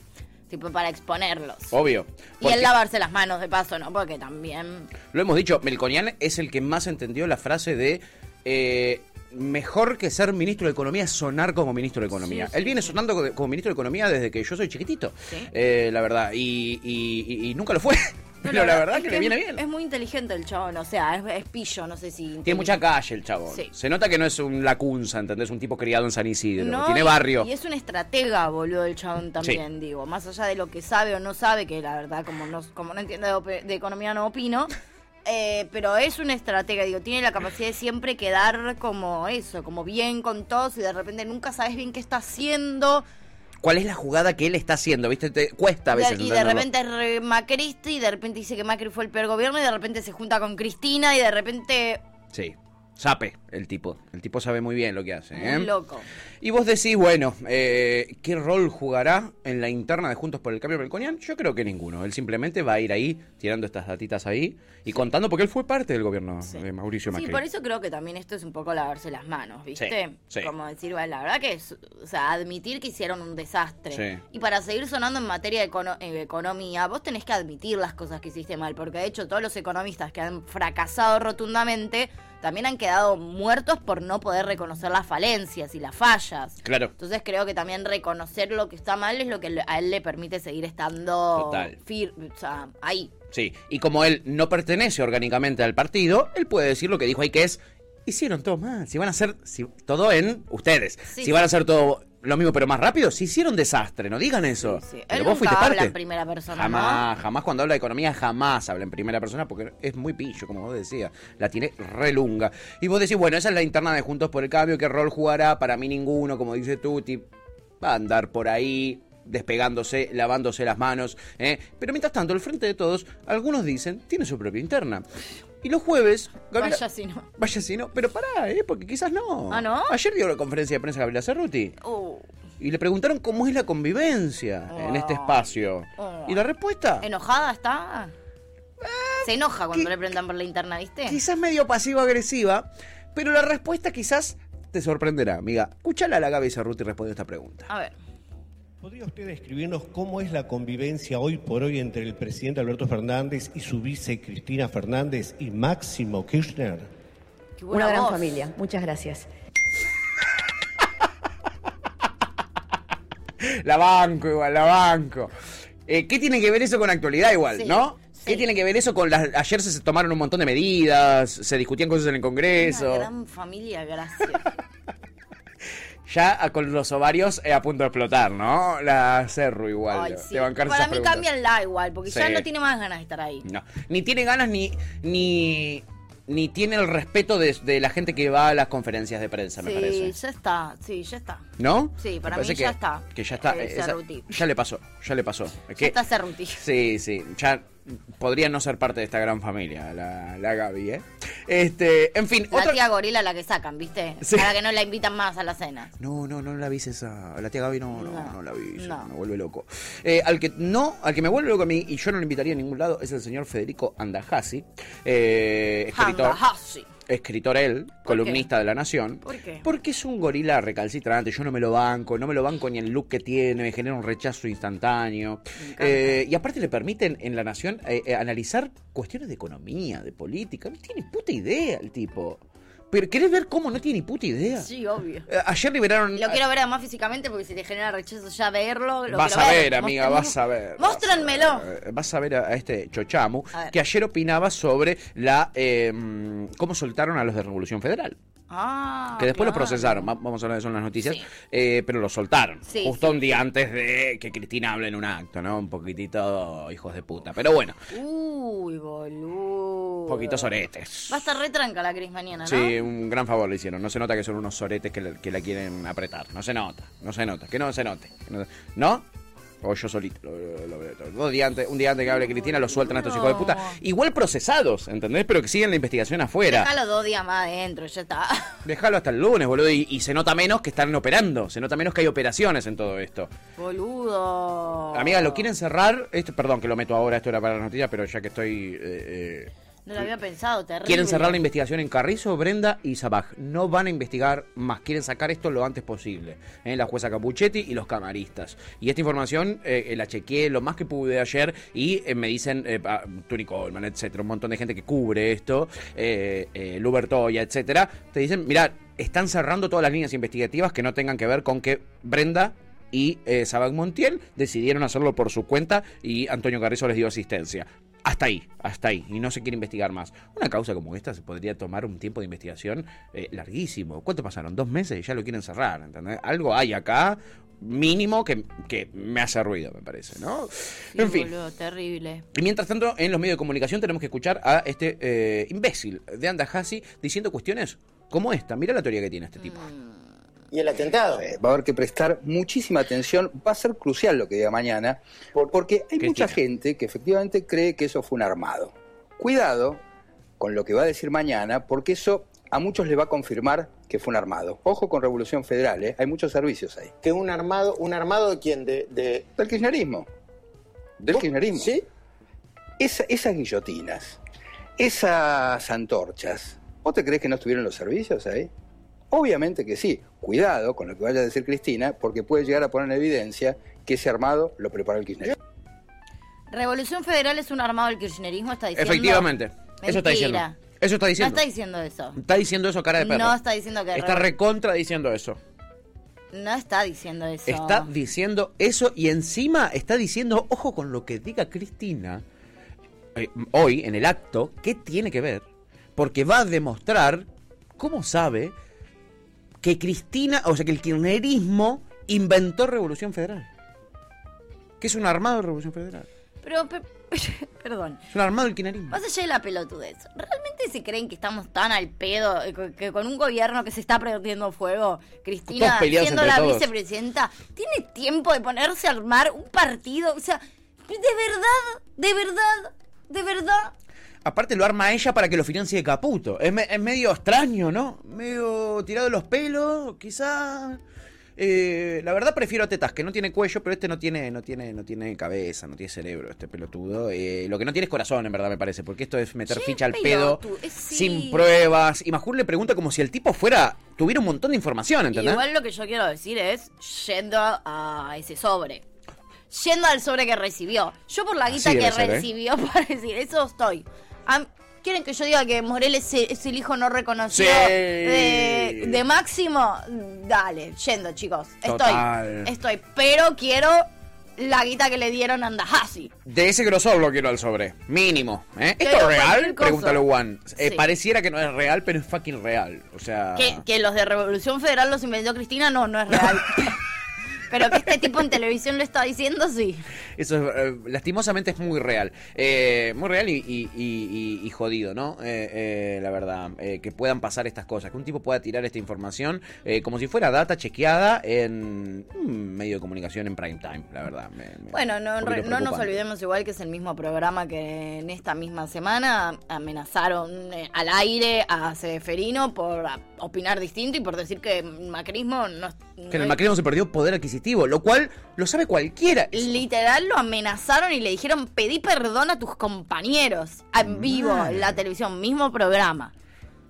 Speaker 2: Tipo para exponerlos.
Speaker 1: obvio.
Speaker 2: Y
Speaker 1: Porque
Speaker 2: el lavarse las manos de paso, ¿no? Porque
Speaker 1: [laughs]
Speaker 2: también.
Speaker 1: Lo hemos dicho, Melconian es el que más entendió la frase de. eh, Mejor que ser ministro de Economía es sonar como ministro de Economía.
Speaker 2: Sí, sí,
Speaker 1: Él viene sonando co- como ministro de Economía desde que yo soy chiquitito,
Speaker 2: Sí.
Speaker 1: eh, la verdad, y, y- y- y nunca lo fue. [laughs] Pero la, verdad
Speaker 2: es
Speaker 1: que le viene
Speaker 2: es-
Speaker 1: bien.
Speaker 2: Es muy inteligente el chabón, o sea, es, es pillo, no sé si.
Speaker 1: Tiene mucha calle el chabón.
Speaker 2: Sí.
Speaker 1: Se nota que no es un lacunza, ¿entendés? Un tipo criado en San Isidro.
Speaker 2: No,
Speaker 1: Tiene
Speaker 2: y-
Speaker 1: barrio.
Speaker 2: Y es un estratega, boludo, el chabón también, digo. Más allá de lo que sabe o no sabe, que la verdad, como no, como no entiendo de, op- de economía, no
Speaker 1: [laughs]
Speaker 2: opino. eh, pero es un estratega, digo, tiene la capacidad de siempre quedar como eso, como bien con todos y de repente nunca sabes bien qué está haciendo.
Speaker 1: ¿Cuál es la jugada que él está haciendo? ¿Viste? Te cuesta a veces.
Speaker 2: y de
Speaker 1: entenderlo.
Speaker 2: repente es re macrista y de repente dice que Macri fue el peor gobierno y de repente se junta con Cristina y de repente
Speaker 1: Sí. Sape el tipo. El tipo sabe muy bien lo que hace. ¿eh?
Speaker 2: Muy loco.
Speaker 1: Y vos decís, bueno, eh, ¿qué rol jugará en la interna de Juntos por el Cambio Melconian? Yo creo que ninguno. Él simplemente va a ir ahí, tirando estas datitas ahí y contando, porque él fue parte del gobierno de Mauricio Macri.
Speaker 2: Sí, por eso creo que también esto es un poco lavarse las manos, ¿viste?
Speaker 1: Sí, sí.
Speaker 2: Como decir, bueno, la verdad que es, o sea, admitir que hicieron un desastre.
Speaker 1: Sí.
Speaker 2: Y para seguir sonando en materia de econo- eh, economía, vos tenés que admitir las cosas que hiciste mal, porque de hecho todos los economistas que han fracasado rotundamente también han quedado muertos por no poder reconocer las falencias y las fallas.
Speaker 1: Claro.
Speaker 2: Entonces creo que también reconocer lo que está mal es lo que le- a él le permite seguir estando
Speaker 1: Total.
Speaker 2: fir- o sea, ahí.
Speaker 1: Sí, y como él no pertenece orgánicamente al partido, él puede decir lo que dijo ahí que es, hicieron todo mal, si van a hacer si- todo en ustedes,
Speaker 2: Sí,
Speaker 1: si
Speaker 2: sí.
Speaker 1: van a hacer todo lo mismo pero más rápido, si hicieron desastre, no digan eso.
Speaker 2: Sí, sí. Él
Speaker 1: Pero vos
Speaker 2: nunca
Speaker 1: fuiste
Speaker 2: habla
Speaker 1: parte.
Speaker 2: en primera persona,
Speaker 1: Jamás, jamás cuando habla de economía, jamás habla en primera persona porque es muy pillo, como vos decías, la tiene relunga. Y vos decís, bueno, esa es la interna de Juntos por el Cambio, ¿qué rol jugará? Para mí ninguno, como dice Tuti, va a andar por ahí despegándose, lavándose las manos. ¿eh? Pero mientras tanto, el frente de todos, algunos dicen, tiene su propia interna. Y los jueves, Gabriela-
Speaker 2: Vaya si no.
Speaker 1: Vaya si no, pero pará, ¿eh? porque quizás no.
Speaker 2: Ah, ¿no?
Speaker 1: Ayer dio la conferencia de prensa Gabriela Cerruti.
Speaker 2: Uh,
Speaker 1: Y le preguntaron cómo es la convivencia en este espacio.
Speaker 2: Oh.
Speaker 1: Y la respuesta,
Speaker 2: ¿Enojada está? Se enoja cuando le preguntan por la interna, ¿viste?
Speaker 1: quizás medio pasivo-agresiva, pero la respuesta quizás te sorprenderá, amiga. Escúchala a la Gaby Cerruti respondió esta pregunta.
Speaker 2: A ver.
Speaker 7: ¿Podría usted describirnos cómo es la convivencia hoy por hoy entre el presidente Alberto Fernández y su vice Cristina Fernández y Máximo Kirchner?
Speaker 2: Qué buena
Speaker 8: Una gran
Speaker 2: voz.
Speaker 8: familia. Muchas gracias.
Speaker 1: La banco igual, la banco. Eh, ¿Qué tiene que ver eso con actualidad igual,
Speaker 2: Sí,
Speaker 1: no?
Speaker 2: sí.
Speaker 1: ¿Qué tiene que ver eso con las... Ayer se tomaron un montón de medidas, se discutían cosas en el
Speaker 2: Una
Speaker 1: Congreso,
Speaker 2: gran familia, gracias.
Speaker 1: [laughs] ya ah, con los ovarios eh, a punto de explotar, ¿no? La Cerro igual,
Speaker 2: Ay,
Speaker 1: de
Speaker 2: sí.
Speaker 1: bancarse
Speaker 2: Para
Speaker 1: esas
Speaker 2: mí
Speaker 1: preguntas.
Speaker 2: cambianla igual, porque ya
Speaker 1: Sí.
Speaker 2: no tiene más ganas de estar ahí.
Speaker 1: No. Ni tiene ganas ni. ni. ni tiene el respeto de, de la gente que va a las conferencias de prensa, me
Speaker 2: sí,
Speaker 1: parece.
Speaker 2: ya está, sí, ya está.
Speaker 1: ¿No?
Speaker 2: Sí,
Speaker 1: Me
Speaker 2: para mí
Speaker 1: parece
Speaker 2: ya
Speaker 1: que-
Speaker 2: está.
Speaker 1: Que ya está.
Speaker 2: Eh,
Speaker 1: eh, esa-
Speaker 2: Cerruti.
Speaker 1: ya le pasó, ya le pasó. Es
Speaker 2: Ya
Speaker 1: que-
Speaker 2: está Cerruti.
Speaker 1: Sí, sí. Ya podría no ser parte de esta gran familia, la, la Gaby, ¿eh? Este, en fin,
Speaker 2: La
Speaker 1: otra.
Speaker 2: tía gorila la que sacan, ¿viste?
Speaker 1: Sí.
Speaker 2: Para que no la invitan más a la cena.
Speaker 1: No, no, no la avises a la tía Gaby, no, no, no,
Speaker 2: No,
Speaker 1: la avises,
Speaker 2: no.
Speaker 1: me vuelve loco. Eh, al que no, al que me vuelve loco a mí y yo no lo invitaría a ningún lado es el señor Federico Andajasi, eh, escritor.
Speaker 2: Hambahashi.
Speaker 1: escritor él, columnista de La Nación.
Speaker 2: ¿Por qué?
Speaker 1: Porque es un gorila recalcitrante, yo no me lo banco, no me lo banco ni el look que tiene, me genera un rechazo instantáneo.
Speaker 2: encanta.
Speaker 1: Eh, y aparte le permiten en La Nación eh, eh, analizar cuestiones de economía, de política, no tiene puta idea el tipo. Pero ¿querés ver cómo no tiene ni puta idea?
Speaker 2: Sí, obvio.
Speaker 1: Eh, Ayer liberaron...
Speaker 2: Lo quiero ver además físicamente porque si te genera rechazo ya verlo. Lo
Speaker 1: vas
Speaker 2: quiero
Speaker 1: a ver, amiga,
Speaker 2: Mostrame-
Speaker 1: vas a ver.
Speaker 2: Móstranmelo.
Speaker 1: Vas a ver, Vas a ver a, a este Chochamu,
Speaker 2: A ver.
Speaker 1: que ayer opinaba sobre la eh, mm, cómo soltaron a los de Revolución Federal.
Speaker 2: Ah,
Speaker 1: que después los
Speaker 2: claro.
Speaker 1: procesaron, va- vamos a hablar de eso en las noticias,
Speaker 2: Sí.
Speaker 1: eh, pero los soltaron.
Speaker 2: Sí,
Speaker 1: justo
Speaker 2: sí,
Speaker 1: un día antes de que Cristina hable en un acto, ¿no? Un poquitito hijos de puta. Pero bueno,
Speaker 2: Uy, boludo.
Speaker 1: un poquito soretes.
Speaker 2: Va a estar retranca la Cris mañana, ¿no?
Speaker 1: Sí, un gran favor le hicieron. No se nota que son unos soretes que, le- que la quieren apretar. No se nota, no se nota, que no se note. que no- ¿No? O yo solito. lo- lo- lo veo todo. Dos días antes- un día antes que hable Cristina lo sueltan a estos hijos de puta. Igual procesados, ¿entendés? Pero que siguen la investigación afuera.
Speaker 2: Déjalo dos días más adentro, ya está. [laughs]
Speaker 1: Dejalo hasta el lunes, boludo. Y, y se nota menos que están operando. Se nota menos que hay operaciones en todo esto.
Speaker 2: Boludo.
Speaker 1: Amiga, lo quieren cerrar. Esto, perdón que lo meto ahora, esto era para la noticia, pero ya que estoy. eh, eh,
Speaker 2: No lo había pensado, terrible.
Speaker 1: Quieren cerrar la investigación en Carrizo, Brenda y Sabaj. No van a investigar más. Quieren sacar esto lo antes posible. ¿eh? La jueza Capuchetti y los camaristas. Y esta información eh, eh, la chequeé lo más que pude ayer y eh, me dicen eh, ah, Tony Coleman, etcétera, un montón de gente que cubre esto, eh, eh, Lubertoya, etcétera. Te dicen, mirá, están cerrando todas las líneas investigativas que no tengan que ver con que Brenda y eh, Sabac Montiel decidieron hacerlo por su cuenta y Antonio Carrizo les dio asistencia. Hasta ahí, hasta ahí, y no se quiere investigar más. Una causa como esta se podría tomar un tiempo de investigación eh, larguísimo. ¿Cuánto pasaron? Dos meses y ya lo quieren cerrar, ¿entendés? Algo hay acá mínimo que, que me hace ruido, me parece, ¿no?
Speaker 2: Sí,
Speaker 1: En fin.
Speaker 2: Boludo, terrible.
Speaker 1: Y mientras tanto, en los medios de comunicación tenemos que escuchar a este eh, imbécil de Andajasi diciendo cuestiones como esta. Mira la teoría que tiene este tipo.
Speaker 2: Mm.
Speaker 9: y el atentado. va a haber que prestar muchísima atención, va a ser crucial lo que diga mañana, porque hay
Speaker 1: Cristina.
Speaker 9: mucha gente que efectivamente cree que eso fue un armado. Cuidado con lo que va a decir mañana, porque eso a muchos les va a confirmar que fue un armado. Ojo con Revolución Federal, ¿eh? hay muchos servicios ahí.
Speaker 8: Que un armado, un armado de quién, de... de...
Speaker 9: Del kirchnerismo. Del kirchnerismo.
Speaker 8: ¿Sí?
Speaker 9: Esa- esas guillotinas, esas antorchas, ¿vos te crees que no estuvieron los servicios ahí? Obviamente que sí. Cuidado con lo que vaya a decir Cristina, porque puede llegar a poner en evidencia que ese armado lo preparó el kirchnerismo.
Speaker 2: Revolución Federal es un armado del kirchnerismo, está diciendo.
Speaker 1: Efectivamente. Eso está diciendo.
Speaker 2: Mentira.
Speaker 1: Eso está
Speaker 2: No
Speaker 1: diciendo.
Speaker 2: está diciendo eso.
Speaker 1: Está diciendo eso, cara de perro.
Speaker 2: No está diciendo que-
Speaker 1: Está recontra diciendo eso.
Speaker 2: No está diciendo eso.
Speaker 1: Está diciendo eso y encima está diciendo, ojo con lo que diga Cristina eh, hoy en el acto, ¿qué tiene que ver? Porque va a demostrar, ¿cómo sabe? Que Cristina, o sea, que el kirchnerismo inventó Revolución Federal. Que es un armado de Revolución Federal.
Speaker 2: Pero, pe- [laughs] perdón.
Speaker 1: Es un armado del kirchnerismo.
Speaker 2: Más allá de la pelotudez, ¿realmente se creen que estamos tan al pedo eh, co- que con un gobierno que se está perdiendo fuego, Cristina,
Speaker 1: Todos peleados
Speaker 2: siendo
Speaker 1: entre
Speaker 2: la
Speaker 1: todos.
Speaker 2: vicepresidenta, tiene tiempo de ponerse a armar un partido? O sea, de verdad, de verdad, de verdad.
Speaker 1: Aparte lo arma ella para que lo financie Caputo. Es, me- es medio extraño, ¿no? Medio tirado de los pelos, quizá. Eh, la verdad prefiero a Tetas, que no tiene cuello, pero este no tiene, no tiene, no tiene cabeza, no tiene cerebro, este pelotudo. Eh, lo que no tiene es corazón, en verdad, me parece, porque esto es meter
Speaker 2: Sí,
Speaker 1: ficha al pedo
Speaker 2: pelotudo, es- eh, sí.
Speaker 1: sin pruebas. Y Majul le pregunta como si el tipo fuera, tuviera un montón de información, ¿entendés?
Speaker 2: Igual lo que yo quiero decir es yendo a ese sobre. Yendo al sobre que recibió. Yo por la
Speaker 1: Así
Speaker 2: guita
Speaker 1: debe
Speaker 2: que
Speaker 1: ser, ¿eh?
Speaker 2: recibió, [laughs] para decir, eso estoy. Am- ¿Quieren que yo diga que Morel es, e- es el hijo no reconocido
Speaker 1: Sí.
Speaker 2: de, de Máximo? Dale, yendo, chicos. Estoy.
Speaker 1: Total.
Speaker 2: Estoy. Pero quiero la guita que le dieron a Andahasi.
Speaker 1: De ese grosor lo quiero al sobre, mínimo. ¿eh? ¿Esto es
Speaker 2: Pero
Speaker 1: real?
Speaker 2: cualquier cosa.
Speaker 1: Pregúntalo, Juan. Eh,
Speaker 2: Sí.
Speaker 1: Pareciera que no es real, pero es fucking real. O sea...
Speaker 2: Que, que los de Revolución Federal los inventó Cristina, no, no es real.
Speaker 1: [laughs]
Speaker 2: Pero que este tipo en televisión lo está diciendo, sí.
Speaker 1: Eso es, eh, lastimosamente es muy real. Eh, muy real y, y- y- y- y jodido, ¿no? Eh, eh, la verdad. eh, que puedan pasar estas cosas. Que un tipo pueda tirar esta información eh, como si fuera data chequeada en un medio de comunicación en prime time, la verdad. Me- me-
Speaker 2: Bueno, no,
Speaker 1: un poquito
Speaker 2: no nos
Speaker 1: preocupante.
Speaker 2: olvidemos igual que es el mismo programa que en esta misma semana amenazaron eh, al aire a Seferino por ah, opinar distinto y por decir que el macrismo no,
Speaker 1: Que en
Speaker 2: no-
Speaker 1: el macrismo se perdió poder adquisitivo, lo cual lo sabe cualquiera.
Speaker 2: Literal lo amenazaron y le dijeron pedí perdón a tus compañeros en vivo en la televisión, mismo programa.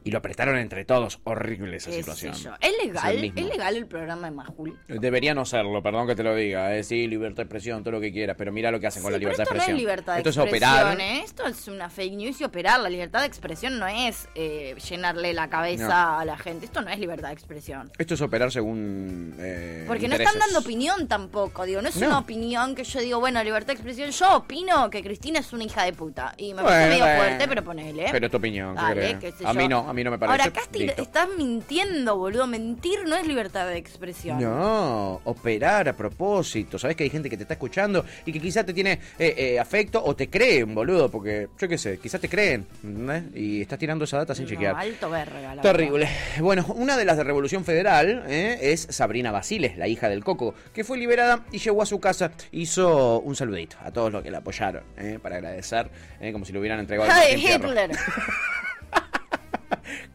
Speaker 1: Y lo apretaron entre todos. Horrible esa
Speaker 2: Qué
Speaker 1: situación.
Speaker 2: sé yo. ¿Es legal?
Speaker 1: el
Speaker 2: Es,
Speaker 1: mismo.
Speaker 2: legal el programa de Majul?
Speaker 1: Debería no serlo, perdón que te lo diga. eh, Sí, libertad de expresión, todo lo que quieras, pero mira lo que hacen con
Speaker 2: Sí,
Speaker 1: la libertad
Speaker 2: pero
Speaker 1: de
Speaker 2: esto
Speaker 1: expresión.
Speaker 2: no es libertad de
Speaker 1: Esto es
Speaker 2: expresión,
Speaker 1: operar.
Speaker 2: ¿eh? Esto es una fake news y operar. La libertad de expresión no es eh, llenarle la cabeza
Speaker 1: No.
Speaker 2: a la gente. Esto no es libertad de expresión.
Speaker 1: Esto es operar según. eh,
Speaker 2: Porque no
Speaker 1: intereses.
Speaker 2: están dando opinión tampoco, digo, no es
Speaker 1: No.
Speaker 2: una opinión que yo digo, bueno, libertad de expresión, yo opino que Cristina es una hija de puta. Y me
Speaker 1: Bueno,
Speaker 2: parece medio
Speaker 1: bueno.
Speaker 2: fuerte, pero ponele.
Speaker 1: Pero es tu opinión, ¿qué
Speaker 2: Dale,
Speaker 1: querés?
Speaker 2: qué sé
Speaker 1: A
Speaker 2: yo.
Speaker 1: mí no, a mí no me parece.
Speaker 2: Ahora, Casti,
Speaker 1: Listo.
Speaker 2: estás mintiendo, boludo. Mentir no es libertad de expresión.
Speaker 1: No, operar a propósito. Sabes que hay gente que te está escuchando y que quizás te tiene eh, eh, afecto o te creen, boludo, porque yo qué sé, quizás te creen. ¿entendés? Y estás tirando esa data sin
Speaker 2: No,
Speaker 1: chequear.
Speaker 2: alto verga, la
Speaker 1: Terrible. Bueno, una de las de Revolución Federal ¿eh? es Sabrina Basiles, la hija del Coco, que fue liberada y llegó a su casa. Hizo un saludito a todos los que la apoyaron, ¿eh? para agradecer, ¿eh? como si le hubieran entregado
Speaker 2: verdad.
Speaker 1: el
Speaker 2: Hija
Speaker 1: Martín
Speaker 2: de
Speaker 1: Fierro.
Speaker 2: Hitler.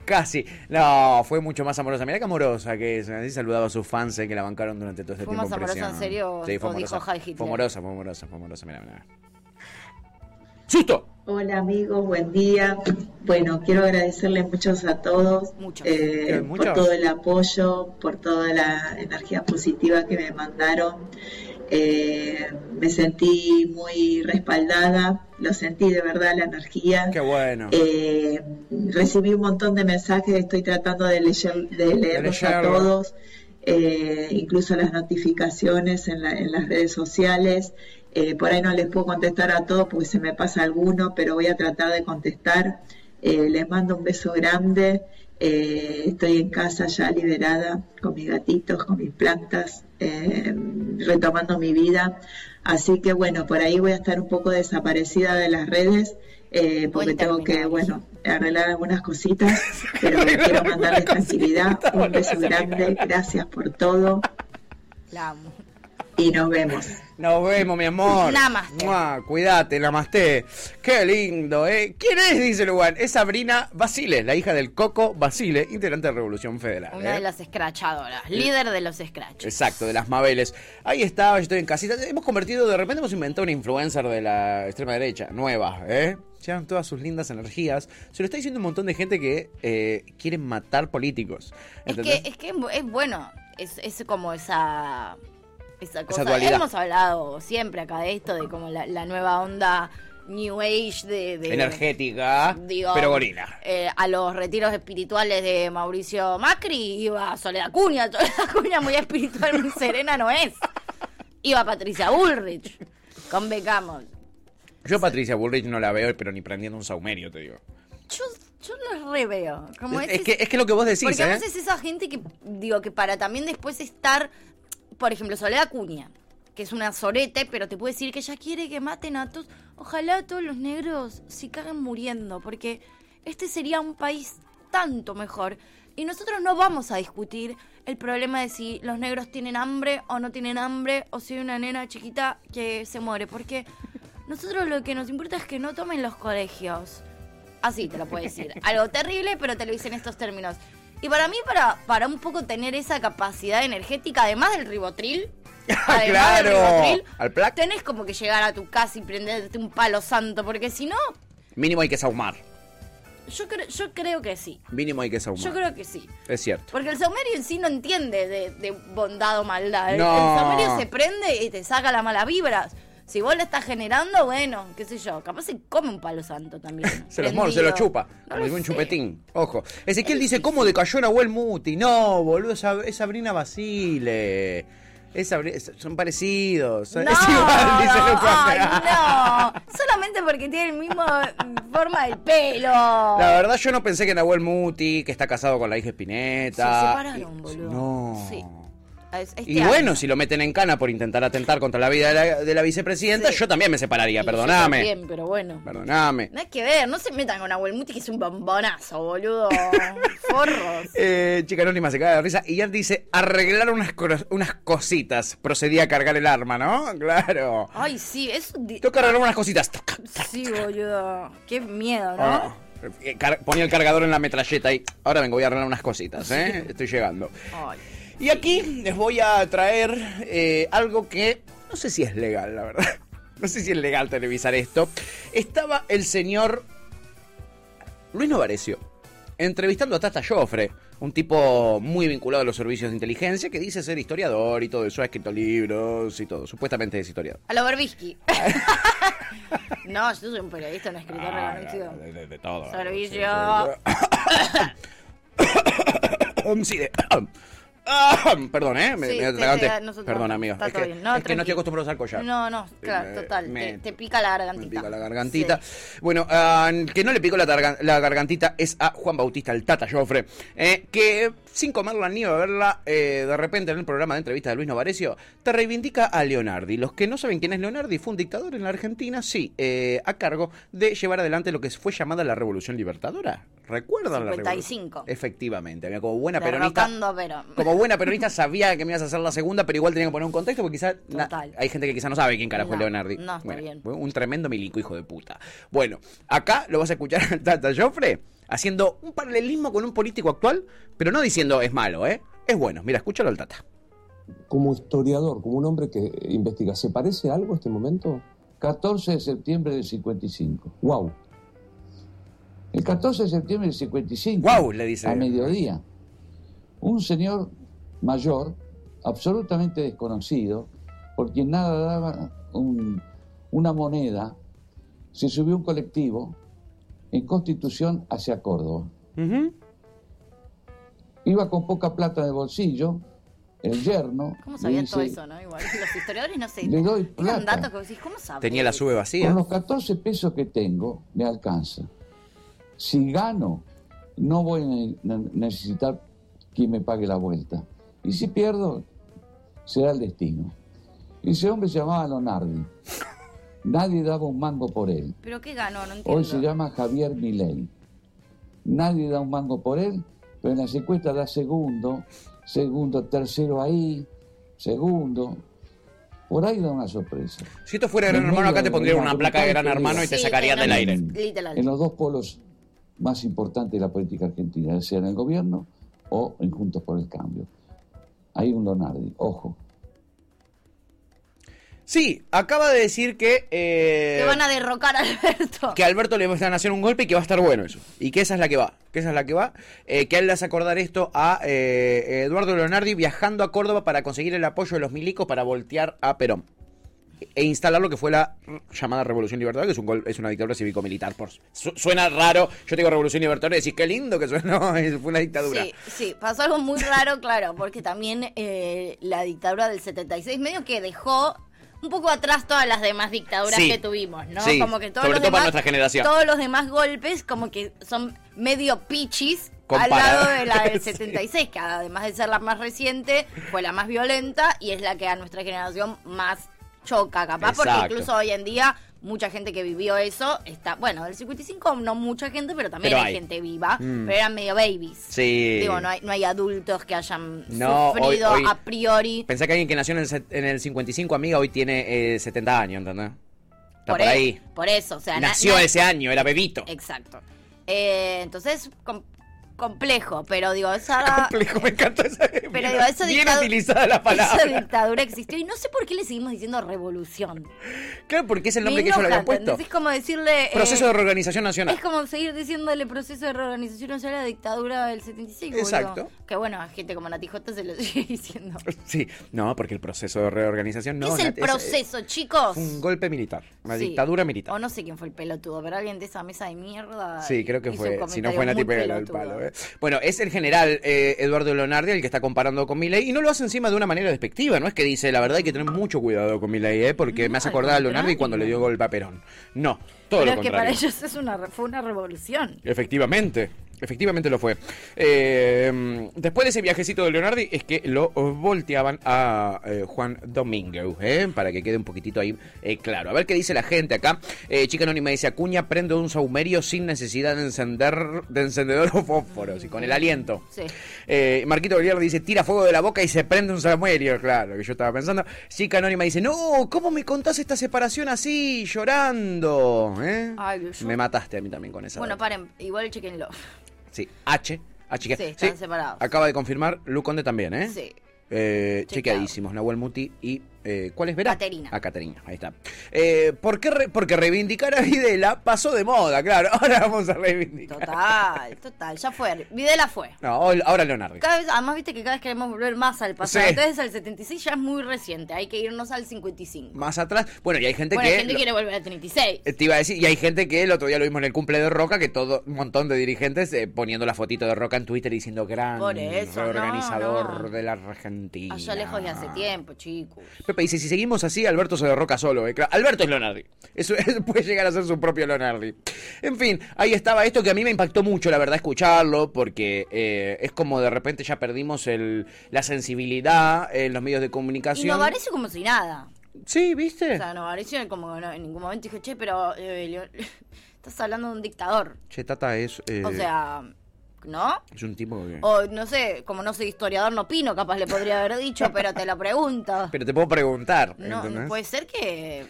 Speaker 1: Casi. No, fue mucho más amorosa. Mirá qué amorosa que es. Así saludaba a sus fans eh, que la bancaron durante todo este
Speaker 2: ¿Fue
Speaker 1: tiempo.
Speaker 2: más
Speaker 1: en
Speaker 2: amorosa
Speaker 1: prisión.
Speaker 2: en serio o-
Speaker 1: Sí, fue
Speaker 2: o dijo
Speaker 1: amorosa.
Speaker 2: Heil Hitler?
Speaker 1: Fue amorosa, fue amorosa, fue amorosa. Mirá, mirá. ¡Susto!
Speaker 10: Hola amigos, buen día. Bueno, quiero agradecerles muchos a todos
Speaker 2: Muchos.
Speaker 10: eh,
Speaker 1: Eh, muchos.
Speaker 10: por todo el apoyo, por toda la energía positiva que me mandaron. Eh, me sentí muy respaldada, lo sentí de verdad la energía.
Speaker 1: Qué bueno.
Speaker 10: Eh, recibí un montón de mensajes, estoy tratando de, leer, de leerlos a
Speaker 1: leerlo.
Speaker 10: todos, eh, incluso las notificaciones en, la- en las redes sociales. Eh, por ahí no les puedo contestar a todos porque se me pasa alguno, pero voy a tratar de contestar. Eh, les mando un beso grande. Eh, estoy en casa ya liberada con mis gatitos, con mis plantas, eh, retomando mi vida. Así que bueno, por ahí voy a estar un poco desaparecida de las redes eh, porque
Speaker 2: Buen
Speaker 10: tengo que,
Speaker 2: término,
Speaker 10: bueno, arreglar algunas cositas, pero quiero mandarles tranquilidad. Un beso grande. Gracias por todo.
Speaker 2: La amo.
Speaker 10: y nos vemos.
Speaker 1: Nos vemos, mi amor.
Speaker 2: Namaste.
Speaker 1: Mua, cuídate, namaste. Qué lindo, ¿eh? ¿Quién es? Dice Luan. Es Sabrina Basile, la hija del Coco Basile, integrante de Revolución Federal.
Speaker 2: Una
Speaker 1: ¿eh?
Speaker 2: de las escrachadoras, líder de los escrachos.
Speaker 1: Exacto, de las Mabeles. Ahí estaba, yo estoy en casita. Hemos convertido, de repente hemos inventado una influencer de la extrema derecha, nueva, ¿eh? Llevan todas sus lindas energías. Se lo está diciendo un montón de gente que eh, quieren matar políticos.
Speaker 2: Es
Speaker 1: ¿entendés?
Speaker 2: que, es que es bueno, es, es como esa, esa cosa.
Speaker 1: dualidad.
Speaker 2: Hemos hablado siempre acá de esto, de como la, la nueva onda New Age de... de-
Speaker 1: Energética,
Speaker 2: digo,
Speaker 1: pero gorila.
Speaker 2: eh, a los retiros espirituales de Mauricio Macri iba Soledad Cunha, Soledad Cunha muy espiritual, muy serena no es. Iba Patricia Bullrich, convengamos.
Speaker 1: Yo a Patricia Bullrich no la veo, pero ni prendiendo un saumerio, te digo.
Speaker 2: Yo, yo los reveo. Como
Speaker 1: Es,
Speaker 2: ese-
Speaker 1: que, es que lo que vos decís,
Speaker 2: Porque a
Speaker 1: ¿eh?
Speaker 2: veces esa gente que, digo, que para también después estar, por ejemplo, Soledad Cuña, que es una sorete, pero te puede decir que ella quiere que maten a todos. Ojalá todos los negros se caguen muriendo, porque este sería un país tanto mejor. Y nosotros no vamos a discutir el problema de si los negros tienen hambre o no tienen hambre, o si hay una nena chiquita que se muere, porque nosotros lo que nos importa es que no tomen los colegios. Así te lo puedo decir. Algo terrible, pero te lo hice en estos términos. Y para mí, para, para un poco tener esa capacidad energética, además del
Speaker 1: [laughs]
Speaker 2: ribotril, además del
Speaker 1: Ah, claro.
Speaker 2: ribotril,
Speaker 1: Al plac,
Speaker 2: tenés como que llegar a tu casa y prenderte un palo santo, porque si no,
Speaker 1: mínimo hay que saumar.
Speaker 2: yo, creo yo creo que sí.
Speaker 1: Mínimo hay que saumar.
Speaker 2: Yo creo que sí.
Speaker 1: Es cierto.
Speaker 2: Porque el saumerio en sí no entiende de, de bondad o maldad. El-
Speaker 1: No.
Speaker 2: El saumerio se prende y te saca las malas vibras. Si vos la estás generando, bueno, qué sé yo, capaz se come un palo santo también.
Speaker 1: [laughs] Se los morde, se los
Speaker 2: prendido.
Speaker 1: chupa.
Speaker 2: No
Speaker 1: como
Speaker 2: lo
Speaker 1: un
Speaker 2: sé.
Speaker 1: chupetín. Ojo. Ezequiel dice, ¿cómo decayó Nahuel Muti? No, boludo, es, Sab- es Sabrina Basile. Es Sabri- es- son parecidos.
Speaker 2: No,
Speaker 1: es igual, dice
Speaker 2: no,
Speaker 1: Lucas.
Speaker 2: ay, no. Solamente porque tiene el mismo mm, forma del pelo.
Speaker 1: La verdad, yo no pensé que Nahuel Muti, que está casado con la hija
Speaker 2: Se
Speaker 1: Espineta.
Speaker 2: separaron, boludo.
Speaker 1: eh, No.
Speaker 2: Sí. Es- este
Speaker 1: Y
Speaker 2: año.
Speaker 1: bueno, si lo meten en cana por intentar atentar contra la vida de la, de la vicepresidenta,
Speaker 2: Sí.
Speaker 1: yo también me separaría,
Speaker 2: Y
Speaker 1: perdoname.
Speaker 2: yo también, pero bueno.
Speaker 1: Perdoname.
Speaker 2: Nada que ver, no se metan con Abuel Muti, que es un bombonazo,
Speaker 1: [laughs]
Speaker 2: boludo. Forros.
Speaker 1: Eh, chica anónima se cae de risa. Y él dice, arreglar unas, cro- unas cositas. Procedí a cargar el arma, ¿no? Claro.
Speaker 2: Ay, sí, eso. di-
Speaker 1: Tengo que arreglar unas cositas. Toc.
Speaker 2: Sí, boludo. Qué miedo, ¿no?
Speaker 1: Ah. Eh, car- Ponía el cargador en la metralleta y ahora vengo, voy a arreglar unas cositas, ¿eh? Estoy llegando.
Speaker 2: Ay.
Speaker 1: Y aquí les voy a traer eh, algo que no sé si es legal, la verdad. [laughs] No sé si es legal televisar esto. Estaba el señor Luis Novarecio entrevistando a Tata Joffre, un tipo muy vinculado a los servicios de inteligencia que dice ser historiador y todo eso, ha escrito libros y todo, supuestamente es historiador.
Speaker 2: A lo
Speaker 1: [laughs]
Speaker 2: Berbisky. [laughs] no, yo soy un periodista, un escritor reconocido.
Speaker 1: Ah, de, de- de todo.
Speaker 2: Servicio.
Speaker 1: Um, sí, de- Perdón, ¿eh? Me,
Speaker 2: Sí,
Speaker 1: me
Speaker 2: sí,
Speaker 1: atraganté.
Speaker 2: sí, nosotros-
Speaker 1: Perdón, amigo.
Speaker 2: está
Speaker 1: es que,
Speaker 2: todo bien. No,
Speaker 1: es que no estoy
Speaker 2: tranqui.
Speaker 1: acostumbrado a usar collar.
Speaker 2: No, no, claro,
Speaker 1: Me-
Speaker 2: total.
Speaker 1: me-
Speaker 2: te, te pica la gargantita.
Speaker 1: Me pica la gargantita. Bueno, al que no le picó la, targa- la gargantita es a Juan Bautista, el Tata Joffre, eh, que sin comerla ni beberla, eh, de repente en el programa de entrevista de Luis Novarecio, te reivindica a Leonardi. Los que no saben quién es Leonardi, fue un dictador en la Argentina, sí, eh, a cargo de llevar adelante lo que fue llamada la Revolución Libertadora. ¿Recuerdan la Revolución?
Speaker 2: 55.
Speaker 1: Efectivamente, había como buena peronista.
Speaker 2: Derrocando, pero.
Speaker 1: Como buena peronista sabía que me ibas a hacer la segunda, pero igual tenía que poner un contexto porque quizás
Speaker 2: Total.
Speaker 1: hay gente que quizás no sabe quién carajo es
Speaker 2: No,
Speaker 1: Leonardi.
Speaker 2: no, está
Speaker 1: Bueno,
Speaker 2: bien.
Speaker 1: Un tremendo milico, hijo de puta. Bueno, acá lo vas a escuchar al Tata Joffre haciendo un paralelismo con un político actual, pero no diciendo es malo, ¿eh? Es bueno. Mira, escúchalo al Tata.
Speaker 11: como historiador, como un hombre que investiga, ¿se parece algo este momento? 14 de septiembre del 55. ¡Wow! El 14 de septiembre del 55.
Speaker 1: ¡Guau! Le dice.
Speaker 11: A mediodía. Un señor mayor, absolutamente desconocido, por quien nada daba un- una moneda, se subió a un colectivo en Constitución hacia Córdoba.
Speaker 1: Ujú.
Speaker 11: Iba con poca plata de bolsillo, el yerno.
Speaker 2: ¿Cómo
Speaker 11: le
Speaker 2: sabían todo
Speaker 11: dice,
Speaker 2: eso, no? Igual. Los historiadores no sé.
Speaker 11: Le doy
Speaker 2: Tienen
Speaker 11: plata.
Speaker 2: datos que vos decís, ¿cómo sabés?
Speaker 1: Tenía la sube
Speaker 11: Con
Speaker 1: vacía.
Speaker 11: los 14 pesos que tengo, me alcanza. Si gano, no voy a ne- ne- necesitar quien me pague la vuelta. Y si pierdo, será el destino. Ese hombre se llamaba Leonardi. Nadie daba un mango por él.
Speaker 2: ¿Pero qué ganó? No entiendo.
Speaker 11: Hoy se llama Javier Milei. Nadie da un mango por él, pero en la secuestra da segundo, segundo, tercero ahí, segundo. Por ahí da una sorpresa.
Speaker 1: Si esto fuera Gran Hermano, acá te pondrían una placa de Gran Hermano y te sacarían del aire.
Speaker 2: Literal.
Speaker 11: En los dos polos más importantes de la política argentina, ya sea en el gobierno o en Juntos por el Cambio. Hay un Lonardi, ojo.
Speaker 1: Sí, acaba de decir que. eh,
Speaker 2: Te van a derrocar, [laughs] Alberto.
Speaker 1: que a Alberto le van a hacer un golpe y que va a estar bueno eso. Y que esa es la que va, que esa es la que va. Eh, que a él le hace acordar esto a eh, Eduardo Leonardi viajando a Córdoba para conseguir el apoyo de los milicos para voltear a Perón. E instalar lo que fue la r- llamada Revolución Libertadora, que es, un gol- es una dictadura cívico-militar. Por, su- suena raro, yo te digo Revolución Libertadora y decís, qué lindo que suena, [laughs] no, es- fue una dictadura.
Speaker 2: Sí, sí, pasó algo muy raro, [laughs] claro, porque también eh, la dictadura del 76 medio que dejó un poco atrás todas las demás dictaduras
Speaker 1: Sí.
Speaker 2: que tuvimos, ¿no?
Speaker 1: Sí,
Speaker 2: Como que todos
Speaker 1: sobre
Speaker 2: los
Speaker 1: todo para
Speaker 2: demás,
Speaker 1: nuestra generación.
Speaker 2: Todos los demás golpes como que son medio pichis
Speaker 1: Comparado.
Speaker 2: al lado de la del
Speaker 1: [laughs] Sí.
Speaker 2: 76, que además de ser la más reciente, fue la más violenta y es la que a nuestra generación más choca, capaz, porque
Speaker 1: Exacto.
Speaker 2: incluso hoy en día mucha gente que vivió eso está, bueno, del 55 no mucha gente, pero también
Speaker 1: Pero
Speaker 2: hay,
Speaker 1: hay.
Speaker 2: gente viva,
Speaker 1: Mm.
Speaker 2: pero eran medio babies.
Speaker 1: Sí.
Speaker 2: Digo, no hay, no hay adultos que hayan
Speaker 1: No, hoy-
Speaker 2: sufrido
Speaker 1: hoy-
Speaker 2: a priori.
Speaker 1: Pensá que alguien que nació en el, set- en el 55, amiga, hoy tiene eh, 70 años, ¿entendés? Está por,
Speaker 2: e-
Speaker 1: ahí.
Speaker 2: Por eso, o sea, na-
Speaker 1: Nació
Speaker 2: na-
Speaker 1: ese año, era bebito.
Speaker 2: Exacto. Eh, entonces, com- complejo, pero digo, esa.
Speaker 1: [laughs] Complejo, me encanta esa.
Speaker 2: Pero digo, esa
Speaker 1: Bien
Speaker 2: dictadu-
Speaker 1: utilizada la palabra.
Speaker 2: [laughs] Esa dictadura existió y no sé por qué le seguimos diciendo revolución.
Speaker 1: Claro, porque es el nombre
Speaker 2: Me
Speaker 1: que yo le había
Speaker 2: enoja, ¿entendés?
Speaker 1: puesto.
Speaker 2: Es como decirle. eh,
Speaker 1: Proceso de reorganización nacional.
Speaker 2: Es como seguir diciéndole proceso de reorganización nacional a la dictadura del 76. boludo.
Speaker 1: Exacto.
Speaker 2: Que bueno, a gente como Natijota se lo [laughs] sigue diciendo.
Speaker 1: [laughs] Sí, no, porque el proceso de reorganización no.
Speaker 2: ¿Qué es el
Speaker 1: Nat,
Speaker 2: proceso, chicos?
Speaker 1: fue un golpe militar, una
Speaker 2: Sí.
Speaker 1: dictadura militar.
Speaker 2: O no sé quién fue el pelotudo, pero alguien de esa mesa de mierda.
Speaker 1: Sí, creo que
Speaker 2: hizo
Speaker 1: fue.
Speaker 2: un
Speaker 1: Si no fue Nati
Speaker 2: comentario muy
Speaker 1: Pérez, el
Speaker 2: pelotudo.
Speaker 1: palo. ¿eh? Bueno, es el general eh, Eduardo Leonardi el que está comparando con Milei y no lo hace encima de una manera despectiva, ¿no? Es que dice, la verdad hay que tener mucho cuidado con Milei, ¿eh? Porque me hace
Speaker 2: al
Speaker 1: acordar a
Speaker 2: contrario.
Speaker 1: Leonardi cuando le dio golpe a Perón. No, todo
Speaker 2: pero es
Speaker 1: lo
Speaker 2: que
Speaker 1: contrario.
Speaker 2: para ellos es una, re- fue una revolución.
Speaker 1: Efectivamente, efectivamente lo fue. Eh, después de ese viajecito de Leonardi es que lo volteaban a eh, Juan Domingo, ¿eh? para que quede un poquitito ahí eh, claro. A ver qué dice la gente acá. Eh, Chica Anónima dice, Acuña prende un saumerio sin necesidad de encender de encendedor [laughs] o fósforos y con el aliento.
Speaker 2: Sí.
Speaker 1: Eh, Marquito Bolívar dice, tira fuego de la boca y se prende un saumerio, claro, que yo estaba pensando. Chica Anónima dice, no, ¿cómo me contás esta separación así, llorando? ¿eh?
Speaker 2: Ay, yo-
Speaker 1: Me mataste a mí también con esa.
Speaker 2: Bueno,
Speaker 1: data.
Speaker 2: paren, igual
Speaker 1: [laughs]
Speaker 2: chequenlo.
Speaker 1: Sí, H. H que,
Speaker 2: Sí, están separados.
Speaker 1: Acaba de confirmar Lu Conde también, ¿eh?
Speaker 2: Sí.
Speaker 1: Eh,
Speaker 2: Chequeado.
Speaker 1: chequeadísimos, Nahuel Muti y. eh, ¿Cuál es Vera?
Speaker 2: Caterina.
Speaker 1: A Caterina, ahí está. Eh, ¿por qué re- porque reivindicar a Videla pasó de moda, claro. [laughs] Ahora vamos a reivindicar.
Speaker 2: Total, total, ya fue. Videla fue.
Speaker 1: No, hoy- ahora Leonardo.
Speaker 2: Cada vez, además, viste que cada vez queremos volver más al pasado.
Speaker 1: Sí.
Speaker 2: Entonces, el 76 ya es muy reciente. Hay que irnos al 55.
Speaker 1: Más atrás. Bueno, y hay gente
Speaker 2: bueno,
Speaker 1: que.
Speaker 2: la gente
Speaker 1: lo- eh,
Speaker 2: quiere volver al 36.
Speaker 1: Te iba a decir, y hay gente que el otro día lo vimos en el cumple de Roca, que todo un montón de dirigentes eh, poniendo la fotito de Roca en Twitter y diciendo gran
Speaker 2: Por eso, no,
Speaker 1: reorganizador
Speaker 2: no.
Speaker 1: de la Argentina.
Speaker 2: Allá lejos de hace tiempo, chicos.
Speaker 1: Pepe dice, si seguimos así, Alberto se derroca solo. eh. Claro, Alberto es Leonardi. Eso es- [laughs] puede llegar a ser su propio Leonardi. En fin, ahí estaba esto que a mí me impactó mucho, la verdad, escucharlo, porque eh, es como de repente ya perdimos el, la sensibilidad en los medios de
Speaker 2: Y
Speaker 1: comunicación.
Speaker 2: no pareció como si nada.
Speaker 1: Sí, ¿viste?
Speaker 2: O sea, no pareció como que no- en ningún momento dije, che, pero eh, Leo- [laughs] estás hablando de un dictador.
Speaker 1: Che, Tata es, eh,
Speaker 2: O sea, ¿no?
Speaker 1: es un tipo que...
Speaker 2: O no sé, como no soy historiador, no opino, capaz le podría haber dicho, pero te lo pregunto.
Speaker 1: [laughs] Pero te puedo preguntar,
Speaker 2: No,
Speaker 1: ¿entendés?
Speaker 2: puede ser que.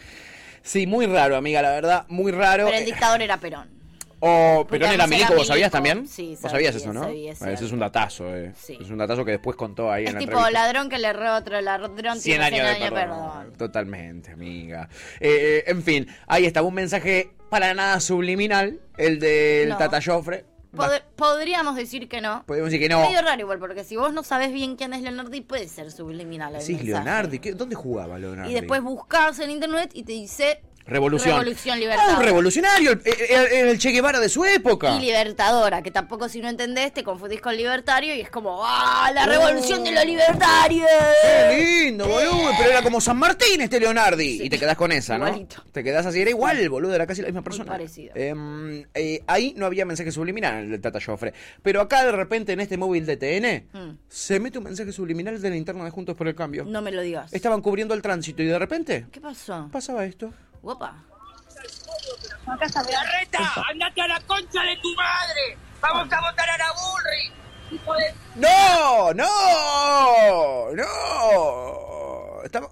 Speaker 1: Sí, muy raro, amiga, la verdad, muy raro.
Speaker 2: Pero el dictador era
Speaker 1: [laughs]
Speaker 2: Perón.
Speaker 1: O
Speaker 2: Porque
Speaker 1: Perón era
Speaker 2: además era
Speaker 1: milico, ¿vos
Speaker 2: milico.
Speaker 1: sabías también?
Speaker 2: Sí,
Speaker 1: ¿Vos sabías
Speaker 2: sabía,
Speaker 1: eso, no?
Speaker 2: sabía,
Speaker 1: Bueno, eso
Speaker 2: sabía.
Speaker 1: es un datazo, eh.
Speaker 2: Sí.
Speaker 1: Es un datazo que después contó ahí en
Speaker 2: Es
Speaker 1: la
Speaker 2: tipo
Speaker 1: entrevista.
Speaker 2: ladrón que le roba otro ladrón.
Speaker 1: 100
Speaker 2: tiene
Speaker 1: años de
Speaker 2: años,
Speaker 1: perdón. Totalmente, amiga. Eh, eh, en fin, ahí estaba un mensaje para nada subliminal, el del
Speaker 2: No.
Speaker 1: Tata Joffre.
Speaker 2: Pod- podríamos decir que no.
Speaker 1: Podemos decir que Pues, no.
Speaker 2: Medio raro igual, porque si vos no sabés bien quién es Leonardi, puede ser subliminal. el
Speaker 1: Sí,
Speaker 2: mensaje.
Speaker 1: Leonardi. ¿qué- ¿Dónde jugaba Leonardi?
Speaker 2: Y después buscás en internet y te dice.
Speaker 1: Revolución.
Speaker 2: Revolución
Speaker 1: Ah, un
Speaker 2: libertadora.
Speaker 1: revolucionario, el, el- el Che Guevara de su época.
Speaker 2: Y libertadora, que tampoco si no entendés te confundís con libertario y es como ¡Ah! ¡La revolución de los libertarios!
Speaker 1: Uh. ¡Qué lindo, boludo! Pero era como San Martín este Leonardi. Y te quedás con esa, ¿no?
Speaker 2: Igualito.
Speaker 1: Te quedás así, era igual, boludo, era casi la misma persona.
Speaker 2: parecido.
Speaker 1: Em, eh, ahí no había mensaje subliminal del Tata Joffre. Pero acá de repente en este móvil de TN
Speaker 2: Mm.
Speaker 1: se mete un mensaje subliminal de la interna de Juntos por el Cambio.
Speaker 2: No me lo digas.
Speaker 1: Estaban cubriendo el tránsito y de repente
Speaker 2: ¿Qué pasó?
Speaker 1: pasaba esto.
Speaker 2: Guapa. [laughs]
Speaker 12: ¡Reta! ¡Andate a la concha de tu madre! ¡Vamos a votar a la Burri! ¡Hijo de...
Speaker 1: ¡No! ¡No! ¡No! Estaba...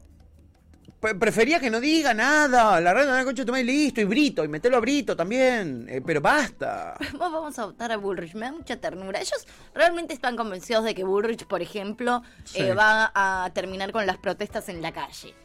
Speaker 1: Pre- Prefería que no diga nada. La radio de la concha de tu madre y listo. Y Brito. Y metelo a Brito también. Eh, pero basta.
Speaker 2: Vos vamos a votar a Bullrich, me da mucha ternura. Ellos realmente están convencidos de que Bullrich, por ejemplo,
Speaker 1: Sí.
Speaker 2: eh, va a terminar con las protestas en la calle.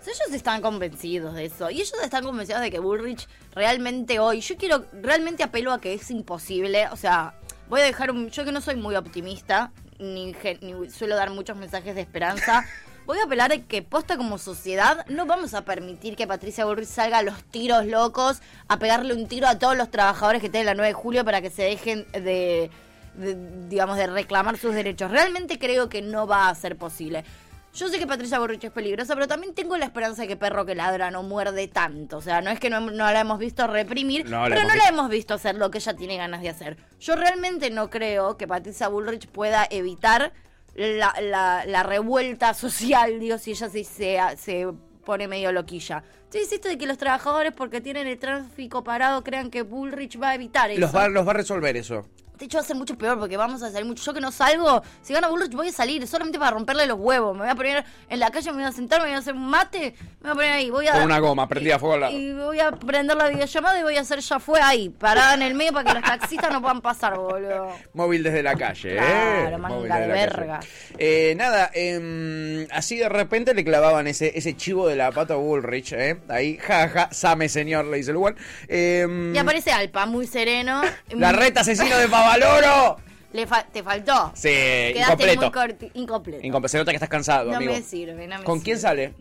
Speaker 2: O sea, ellos están convencidos de eso. Y ellos están convencidos de que Bullrich realmente hoy. Yo quiero. Realmente apelo a que es imposible. O sea, voy a dejar un. Yo que no soy muy optimista, ni, ge- ni suelo dar muchos mensajes de esperanza. Voy a apelar a que posta como sociedad no vamos a permitir que Patricia Bullrich salga a los tiros locos, a pegarle un tiro a todos los trabajadores que tienen la 9 de julio para que se dejen de, de- digamos, de reclamar sus derechos. Realmente creo que no va a ser posible. Yo sé que Patricia Burrich es peligrosa, pero también tengo la esperanza de que perro que ladra no muerde tanto. O sea, no es que no, no la hemos visto reprimir,
Speaker 13: No, la hemos
Speaker 2: pero no la
Speaker 13: visto.
Speaker 2: hemos visto hacer lo que ella tiene ganas de hacer. Yo realmente no creo que Patricia Bullrich pueda evitar la, la- la revuelta social, digo, si ella se, se, se pone medio loquilla. Yo insisto de que los trabajadores, porque tienen el tráfico parado, crean que Bullrich va a evitar eso.
Speaker 1: Los va, los va a resolver eso.
Speaker 2: De hecho, va a ser mucho peor porque vamos a salir mucho. Yo que no salgo, si gana Bullrich voy a salir solamente para romperle los huevos. Me voy a poner en la calle, me voy a sentar, me voy a hacer un mate, me voy a poner ahí. Voy a,
Speaker 1: Con una goma. Prendida a fuego al lado.
Speaker 2: Y voy a prender la videollamada y voy a hacer ya fue ahí, parada en el medio para que los taxistas no puedan pasar, boludo.
Speaker 1: Móvil desde la calle, ¿eh?
Speaker 2: Claro, manga
Speaker 1: Móvil desde
Speaker 2: de
Speaker 1: la calle.
Speaker 2: verga.
Speaker 1: Eh, nada, em, así de repente le clavaban ese, ese chivo de la pata a Bullrich, ¿eh? Ahí, jaja, same señor, le dice el lugar.
Speaker 2: Y aparece Alpa, muy sereno.
Speaker 1: Mm. La reta asesino de Pavaloro.
Speaker 2: Le fa- te faltó.
Speaker 1: Sí,
Speaker 2: Quedaste
Speaker 1: incompleto.
Speaker 2: muy corti- incompleto.
Speaker 1: Incomple- Se nota que estás cansado,
Speaker 2: No
Speaker 1: amigo.
Speaker 2: me sirve, no me
Speaker 1: ¿Con
Speaker 2: sirve.
Speaker 1: quién sale?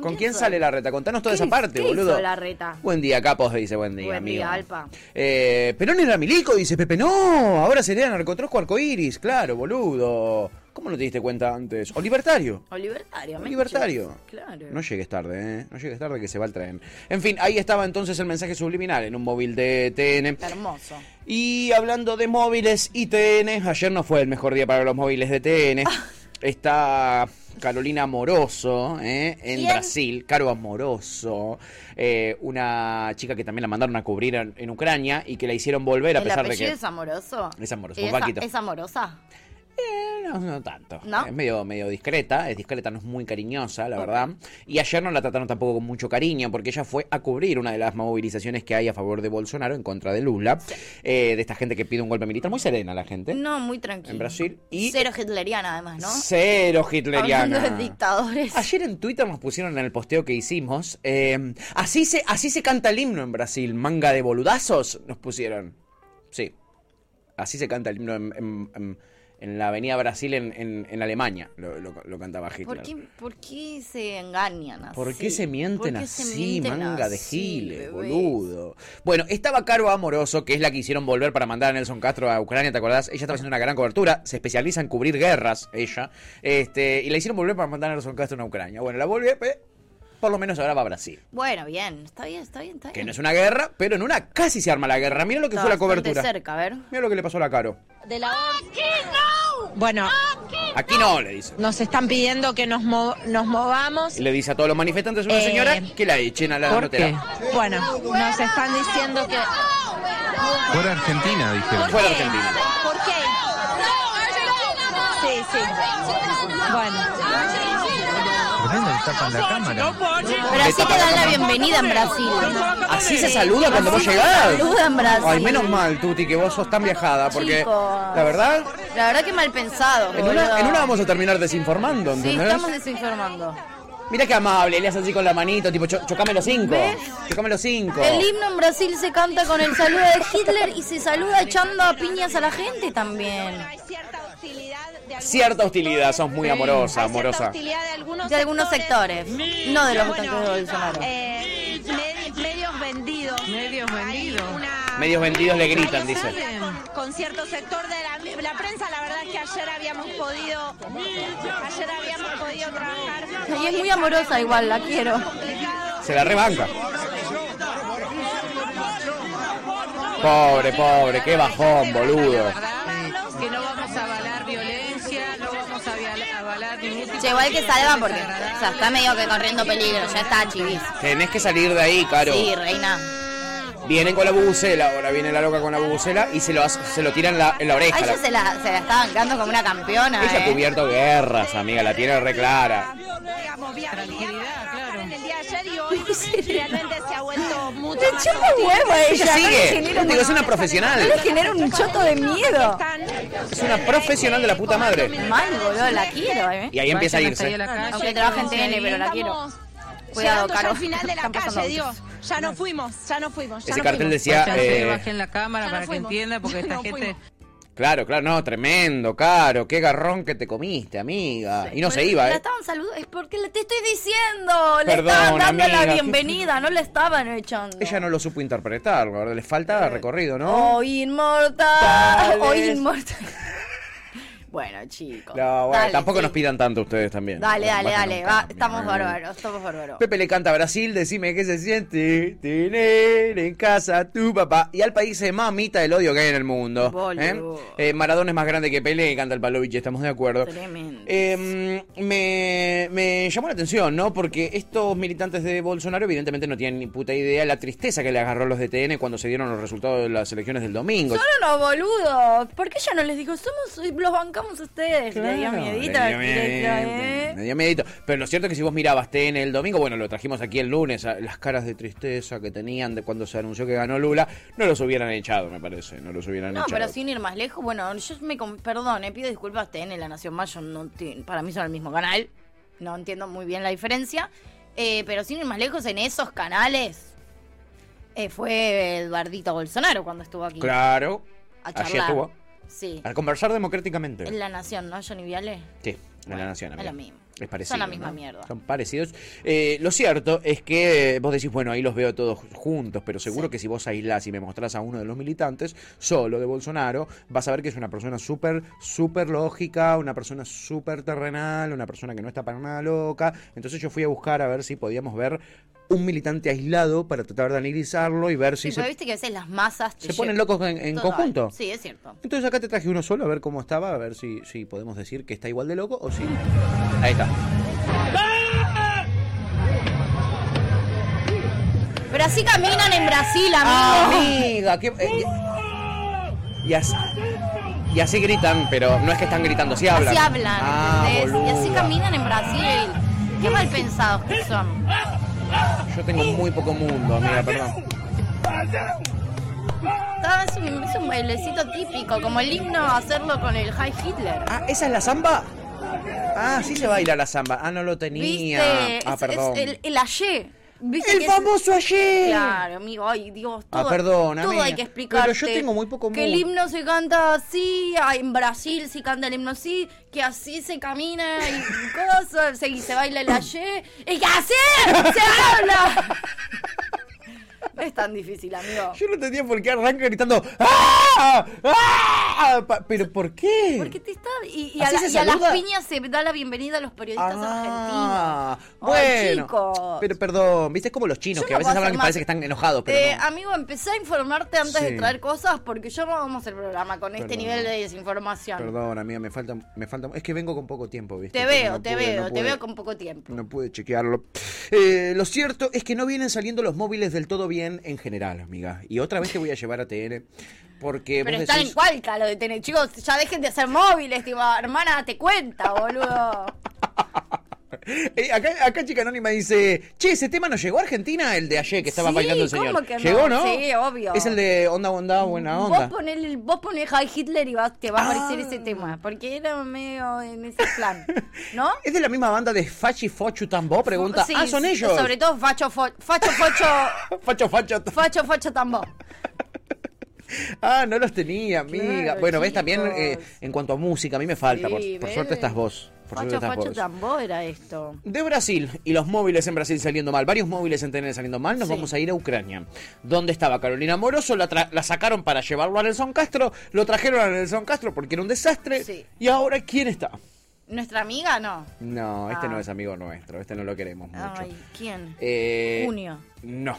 Speaker 1: ¿Con, quién sale la reta? Contanos toda esa parte,
Speaker 2: ¿Qué
Speaker 1: boludo.
Speaker 2: hizo la reta?
Speaker 1: Buen día, capos, dice. Buen día,
Speaker 2: Buen
Speaker 1: amigo.
Speaker 2: día, Alpa.
Speaker 1: Eh, Perón era milico, dice Pepe. No, ahora sería narcotrosco arcoiris. Claro, boludo. ¿Cómo no te diste cuenta antes? O libertario.
Speaker 2: O libertario, me
Speaker 1: libertario.
Speaker 2: Claro.
Speaker 1: No llegues tarde, ¿eh? No llegues tarde que se va el tren. En fin, ahí estaba entonces el mensaje subliminal en un móvil de TN.
Speaker 2: Hermoso.
Speaker 1: Y hablando de móviles y TN, ayer no fue el mejor día para los móviles de TN.
Speaker 2: Ah.
Speaker 1: Está Carolina Moroso ¿eh? en
Speaker 2: ¿Quién?
Speaker 1: Brasil, Caro Amoroso, eh, una chica que también la mandaron a cubrir en, en Ucrania y que la hicieron volver a
Speaker 2: ¿El
Speaker 1: pesar de
Speaker 2: apellido
Speaker 1: que...
Speaker 2: es amoroso?
Speaker 1: Es amoroso,
Speaker 2: ¿Es,
Speaker 1: Paquito.
Speaker 2: es amorosa?
Speaker 1: No, no tanto.
Speaker 2: ¿No?
Speaker 1: Es medio, medio discreta, es discreta, no es muy cariñosa, la verdad. Y ayer no la trataron tampoco con mucho cariño, porque ella fue a cubrir una de las movilizaciones que hay a favor de Bolsonaro, en contra de Lula, eh, de esta gente que pide un golpe militar. Muy serena la gente.
Speaker 2: No, muy tranquila.
Speaker 1: En Brasil. Y
Speaker 2: Cero hitleriana, además, ¿no?
Speaker 1: cero
Speaker 2: Hablando de
Speaker 1: hitleriana.
Speaker 2: dictadores.
Speaker 1: Ayer en Twitter nos pusieron en el posteo que hicimos. eh, así, se, así se canta el himno en Brasil, manga de boludazos, nos pusieron. Sí. Así se canta el himno en, en- en- en la Avenida Brasil en, en- en Alemania. Lo, lo- lo cantaba Hitler.
Speaker 2: ¿Por qué, por qué se engañan así?
Speaker 1: ¿Por qué se mienten
Speaker 2: Ah, ¿Por qué se
Speaker 1: así,
Speaker 2: mienten
Speaker 1: manga de
Speaker 2: así,
Speaker 1: giles,
Speaker 2: bebés?
Speaker 1: boludo? Bueno, estaba Caro Amoroso, que es la que hicieron volver para mandar a Nelson Castro a Ucrania, ¿te acordás? Ella estaba haciendo una gran cobertura, se especializa en cubrir guerras, ella, este, y la hicieron volver para mandar a Nelson Castro a Ucrania. Bueno, la volvió, eh, por lo menos ahora va a Brasil.
Speaker 2: Bueno, bien, está bien, está bien, está bien.
Speaker 1: Que no es una guerra, pero en una casi se arma la guerra. Mira lo que
Speaker 2: Está
Speaker 1: fue la
Speaker 2: bastante
Speaker 1: cobertura.
Speaker 2: cerca, a ver.
Speaker 1: Mira lo que le pasó a la Caro.
Speaker 14: de la no! Bueno,
Speaker 1: Aquí no, le dice.
Speaker 14: nos están pidiendo que nos, mo- nos movamos.
Speaker 1: Y le dice a todos los manifestantes una
Speaker 14: Eh,
Speaker 1: señora que la echen a la
Speaker 14: ¿por
Speaker 1: notera.
Speaker 14: Bueno, nos están diciendo que...
Speaker 15: Fuera Argentina, dijeron.
Speaker 1: Fuera Argentina.
Speaker 14: ¿Por qué? Sí, sí. Bueno.
Speaker 15: ¿Por qué no le tapan la cámara?
Speaker 2: Pero así te dan la bienvenida en Brasil.
Speaker 1: Así se saluda cuando vos
Speaker 2: Así se
Speaker 1: llegás.
Speaker 2: saluda en Brasil.
Speaker 1: Ay, menos mal, Tuti, que vos sos tan viajada, porque
Speaker 2: Chicos.
Speaker 1: la verdad,
Speaker 2: La verdad que mal pensado,
Speaker 1: en una,
Speaker 2: boludo.
Speaker 1: en una vamos a ¿eh? terminar desinformando,
Speaker 2: Sí,
Speaker 1: ¿entendés?
Speaker 2: estamos desinformando.
Speaker 1: Mira qué amable, le hace así con la manito, tipo, cho- chocame los cinco. Chocame los cinco.
Speaker 2: El himno en Brasil se canta con el saludo de Hitler y se saluda echando a piñas a la gente también.
Speaker 1: Cierta hostilidad, sos muy amorosa, amorosa.
Speaker 14: Hostilidad de algunos,
Speaker 2: De algunos sectores, no de los votantes de Bolsonaro.
Speaker 14: eh, med- medios vendidos. Medios vendidos.
Speaker 1: Medios vendidos le gritan, dice.
Speaker 14: con cierto sector de la, la prensa, la verdad es que ayer habíamos podido, ayer habíamos podido trabajar.
Speaker 2: Y es muy amorosa igual, la quiero.
Speaker 1: Se la rebanca. Pobre, pobre, qué bajón, boludo.
Speaker 3: Que no vamos a avalar violencia, no vamos a avala- avalar ningún tipo
Speaker 2: Che, igual que
Speaker 3: de-
Speaker 2: salva porque, o sea, está medio que corriendo peligro, ya está, chivis.
Speaker 1: Tenés que salir de ahí, Caro.
Speaker 2: Sí, reina.
Speaker 1: Vienen con la bubucela, ahora viene la loca con la bubucela y se lo, hace- se lo tiran la, en la oreja.
Speaker 2: A ella
Speaker 1: La-
Speaker 2: se la, se la está bancando como una campeona.
Speaker 1: Ella ha
Speaker 2: ¿eh?
Speaker 1: cubierto guerras, amiga, la tiene re clara.
Speaker 14: En el día de ayer
Speaker 2: [laughs]
Speaker 14: y hoy realmente se ha vuelto mucho
Speaker 2: Le
Speaker 14: más
Speaker 2: chupa
Speaker 14: útil.
Speaker 2: huevo a ella, no le
Speaker 1: sigue.
Speaker 2: genera
Speaker 1: Digo, es una
Speaker 2: ningún-
Speaker 1: profesional.
Speaker 2: No le genera un choto de miedo.
Speaker 1: Es una profesional de la puta madre.
Speaker 2: Mal, boludo, la quiero, ¿eh?
Speaker 1: Y ahí empieza a irse.
Speaker 2: Aunque trabaje en TN, pero la quiero. Cuidado,
Speaker 14: Llegando ya
Speaker 2: Caro.
Speaker 14: al final de la
Speaker 2: Están pasando
Speaker 14: calle, Dios.
Speaker 2: autos.
Speaker 14: Ya no fuimos, ya no fuimos. Ya
Speaker 1: Ese
Speaker 14: no
Speaker 1: cartel
Speaker 14: fuimos.
Speaker 1: decía,
Speaker 14: Ya
Speaker 1: eh,
Speaker 14: sé,
Speaker 13: en la cámara
Speaker 14: Ya
Speaker 13: para
Speaker 14: [laughs] nos
Speaker 13: que
Speaker 14: fuimos.
Speaker 13: entienda, porque esta
Speaker 14: No
Speaker 13: gente.
Speaker 1: Claro, claro, no, tremendo, caro. Qué garrón que te comiste, amiga. Y no se
Speaker 2: Porque
Speaker 1: iba,
Speaker 2: La
Speaker 1: ¿eh?
Speaker 2: estaban saludando. Es porque le te estoy diciendo. Le
Speaker 1: Perdón,
Speaker 2: estaban dando la
Speaker 1: amiga.
Speaker 2: bienvenida. No le estaban echando.
Speaker 1: Ella no lo supo interpretar, la verdad. Le faltaba recorrido, ¿no?
Speaker 2: Oh, inmortal. [laughs] Oh, inmortal. Bueno, chicos.
Speaker 1: No, bueno,
Speaker 2: Dale,
Speaker 1: tampoco
Speaker 2: sí.
Speaker 1: nos pidan tanto ustedes también.
Speaker 2: Dale, dale,
Speaker 1: Basta,
Speaker 2: dale.
Speaker 1: no.
Speaker 2: va, estamos bárbaros, estamos bárbaros.
Speaker 1: Pepe le canta a Brasil, decime qué se siente tener en casa a tu papá. Y al país es mamita del odio que hay en el mundo.
Speaker 2: Boludo.
Speaker 1: ¿eh? Eh, Maradona es más grande que Pele y canta el Palovich, estamos de acuerdo.
Speaker 2: Tremendo.
Speaker 1: Eh, me, me llamó la atención, ¿no? Porque estos militantes de Bolsonaro evidentemente no tienen ni puta idea la tristeza que le agarró los de TN cuando se dieron los resultados de las elecciones del domingo.
Speaker 2: Son unos boludos. ¿Por qué yo no les digo, somos, los bancamos a ustedes? Le dio
Speaker 1: Claro,
Speaker 2: miedito.
Speaker 1: le
Speaker 2: directo,
Speaker 1: dio miedito,
Speaker 2: ¿eh?
Speaker 1: le dio miedito. Pero lo cierto es que si vos mirabas TN el domingo, bueno, lo trajimos aquí el lunes, a- las caras de tristeza que tenían de cuando se anunció que ganó Lula, no los hubieran echado, me parece, no los hubieran
Speaker 2: No,
Speaker 1: echado.
Speaker 2: pero sin ir más lejos, bueno, yo me... con- Perdón, eh, pido disculpas, TN, La Nación Mayo, no ti- para mí son el mismo canal, no entiendo muy bien la diferencia, eh, pero sin ir más lejos, en esos canales eh, fue Eduardito Bolsonaro cuando estuvo aquí.
Speaker 1: Claro,
Speaker 2: A
Speaker 1: allí
Speaker 2: charlar.
Speaker 1: estuvo. Ah,
Speaker 2: Sí.
Speaker 1: A conversar democráticamente.
Speaker 2: En La Nación, ¿no? Johnny Viale.
Speaker 1: Sí, en la Nación.
Speaker 2: es
Speaker 1: amiga.
Speaker 2: lo mismo.
Speaker 1: Es parecido,
Speaker 2: Son la misma
Speaker 1: ¿no?
Speaker 2: mierda.
Speaker 1: Son parecidos. Eh, lo cierto es que eh, vos decís, bueno, ahí los veo todos juntos, pero seguro que si vos aislás y me mostrás a uno de los militantes, solo de Bolsonaro, vas a ver que es una persona súper, súper lógica, una persona súper terrenal, una persona que no está para nada loca. Entonces yo fui a buscar a ver si podíamos ver un militante aislado para tratar de analizarlo y ver
Speaker 2: Sí,
Speaker 1: si
Speaker 2: pero
Speaker 1: se...
Speaker 2: viste que a veces las masas... te
Speaker 1: se ponen
Speaker 2: lle-
Speaker 1: locos en- en
Speaker 2: Total.
Speaker 1: conjunto.
Speaker 2: Sí, es cierto.
Speaker 1: Entonces acá te traje uno solo a ver cómo estaba, a ver si, si podemos decir que está igual de loco o si... Ahí está.
Speaker 2: Pero así caminan en Brasil, amigo.
Speaker 1: Amiga, qué- eh, Y así, y así gritan, pero no es que están gritando, así
Speaker 2: Así
Speaker 1: hablan.
Speaker 2: hablan,
Speaker 1: Ah,
Speaker 2: ¿entendés? Y así
Speaker 1: boluda.
Speaker 2: caminan en Brasil. Qué mal pensados que son.
Speaker 1: Yo tengo muy poco mundo, amiga, perdón.
Speaker 2: Estaba- Es un, es un bailecito típico, como el himno hacerlo con el High Hitler.
Speaker 1: Ah, ¿esa es la samba? Ah, sí se baila la samba. Ah, no lo tenía.
Speaker 2: ¿Viste?
Speaker 1: Ah,
Speaker 2: Es-
Speaker 1: perdón.
Speaker 2: Es, el, el ayer. ¿Viste
Speaker 1: El
Speaker 2: que es-
Speaker 1: famoso ayer.
Speaker 2: Claro, amigo, ay, Dios,
Speaker 1: Ah,
Speaker 2: todo,
Speaker 1: perdón,
Speaker 2: todo
Speaker 1: amiga.
Speaker 2: hay que explicar.
Speaker 1: Pero yo tengo muy poco
Speaker 2: Que el
Speaker 1: mundo.
Speaker 2: himno se canta así, ah, en Brasil se canta el himno así, que así se camina y cosas, se, y se baila el ayer, y que así se habla. No es tan difícil, amigo.
Speaker 1: Yo no entendía por qué arranca gritando. ¡Ah! ¡Ah! Pa- ¿Pero por qué?
Speaker 2: Porque te está. Y, y a,
Speaker 1: ¿Así
Speaker 2: la-
Speaker 1: se
Speaker 2: y a las
Speaker 1: saluda?
Speaker 2: piñas se da la bienvenida a los periodistas
Speaker 1: Ah,
Speaker 2: argentinos. Ay,
Speaker 1: bueno.
Speaker 2: chicos.
Speaker 1: Pero perdón, ¿viste? Es como los chinos,
Speaker 2: Yo
Speaker 1: que
Speaker 2: no
Speaker 1: a veces
Speaker 2: puedo
Speaker 1: hablan
Speaker 2: hacer
Speaker 1: que
Speaker 2: más.
Speaker 1: parece que están enojados, pero
Speaker 2: Eh,
Speaker 1: no.
Speaker 2: amigo, empecé a informarte antes de
Speaker 1: Sí.
Speaker 2: traer cosas porque yo no vamos el programa con este
Speaker 1: Perdón.
Speaker 2: nivel de desinformación.
Speaker 1: Perdón, amiga, me falta, me falta. Es que vengo con poco tiempo, ¿viste?
Speaker 2: Te
Speaker 1: Entonces
Speaker 2: veo,
Speaker 1: no
Speaker 2: te
Speaker 1: pude,
Speaker 2: veo,
Speaker 1: no
Speaker 2: te
Speaker 1: pude.
Speaker 2: veo con poco tiempo.
Speaker 1: No pude chequearlo. Eh, lo cierto es que no vienen saliendo los móviles del todo bien en general, amiga. Y otra vez te voy a llevar a TN. Porque
Speaker 2: Pero
Speaker 1: Eh, vos
Speaker 2: están
Speaker 1: decís-
Speaker 2: en Cualca lo de tener. Chicos, ya dejen de hacer móviles, tipo, hermana, te cuenta, boludo.
Speaker 1: Eh, acá, acá Chica Anónima dice: Che, ese tema no llegó a Argentina, el de ayer que estaba
Speaker 2: Sí,
Speaker 1: bailando el
Speaker 2: ¿cómo
Speaker 1: señor.
Speaker 2: que no?
Speaker 1: ¿Llegó, no?
Speaker 2: Sí, obvio.
Speaker 1: Es el de Onda, Onda, Buena
Speaker 2: Vos
Speaker 1: Onda. Ah.
Speaker 2: ponés, el- vos ponés High Hitler y vas- te va a aparecer ese tema. Porque era medio en ese
Speaker 1: [laughs]
Speaker 2: plan. ¿No?
Speaker 1: ¿Es de la misma banda de Fachi Fochu Tambó? Pregunta.
Speaker 2: Sí,
Speaker 1: ah, son
Speaker 2: sí,
Speaker 1: ellos.
Speaker 2: Sobre todo Facho Fo- Facho Focho.
Speaker 1: Facho Facho.
Speaker 2: Facho Focho Tambó.
Speaker 1: Ah, no los tenía, amiga.
Speaker 2: Claro,
Speaker 1: bueno, ves
Speaker 2: chicos.
Speaker 1: también eh, en cuanto a música, a mí me falta.
Speaker 2: Sí,
Speaker 1: por- por,
Speaker 2: ves.
Speaker 1: suerte estás vos. Por suerte
Speaker 2: Facho
Speaker 1: estás
Speaker 2: Focho
Speaker 1: vos.
Speaker 2: Tambó era esto.
Speaker 1: De Brasil y los móviles en Brasil saliendo mal, varios móviles en TN saliendo mal, nos vamos a ir a Ucrania. Donde estaba Carolina Moroso, la, tra- la sacaron para llevarlo a Nelson Castro, lo trajeron a Nelson Castro porque era un desastre.
Speaker 2: Sí.
Speaker 1: Y ahora, ¿quién está?
Speaker 2: ¿Nuestra amiga? No.
Speaker 1: No, este
Speaker 2: Ah.
Speaker 1: no es amigo nuestro, este no lo queremos mucho.
Speaker 2: Ay, ¿quién?
Speaker 1: Eh,
Speaker 2: Junio.
Speaker 1: No.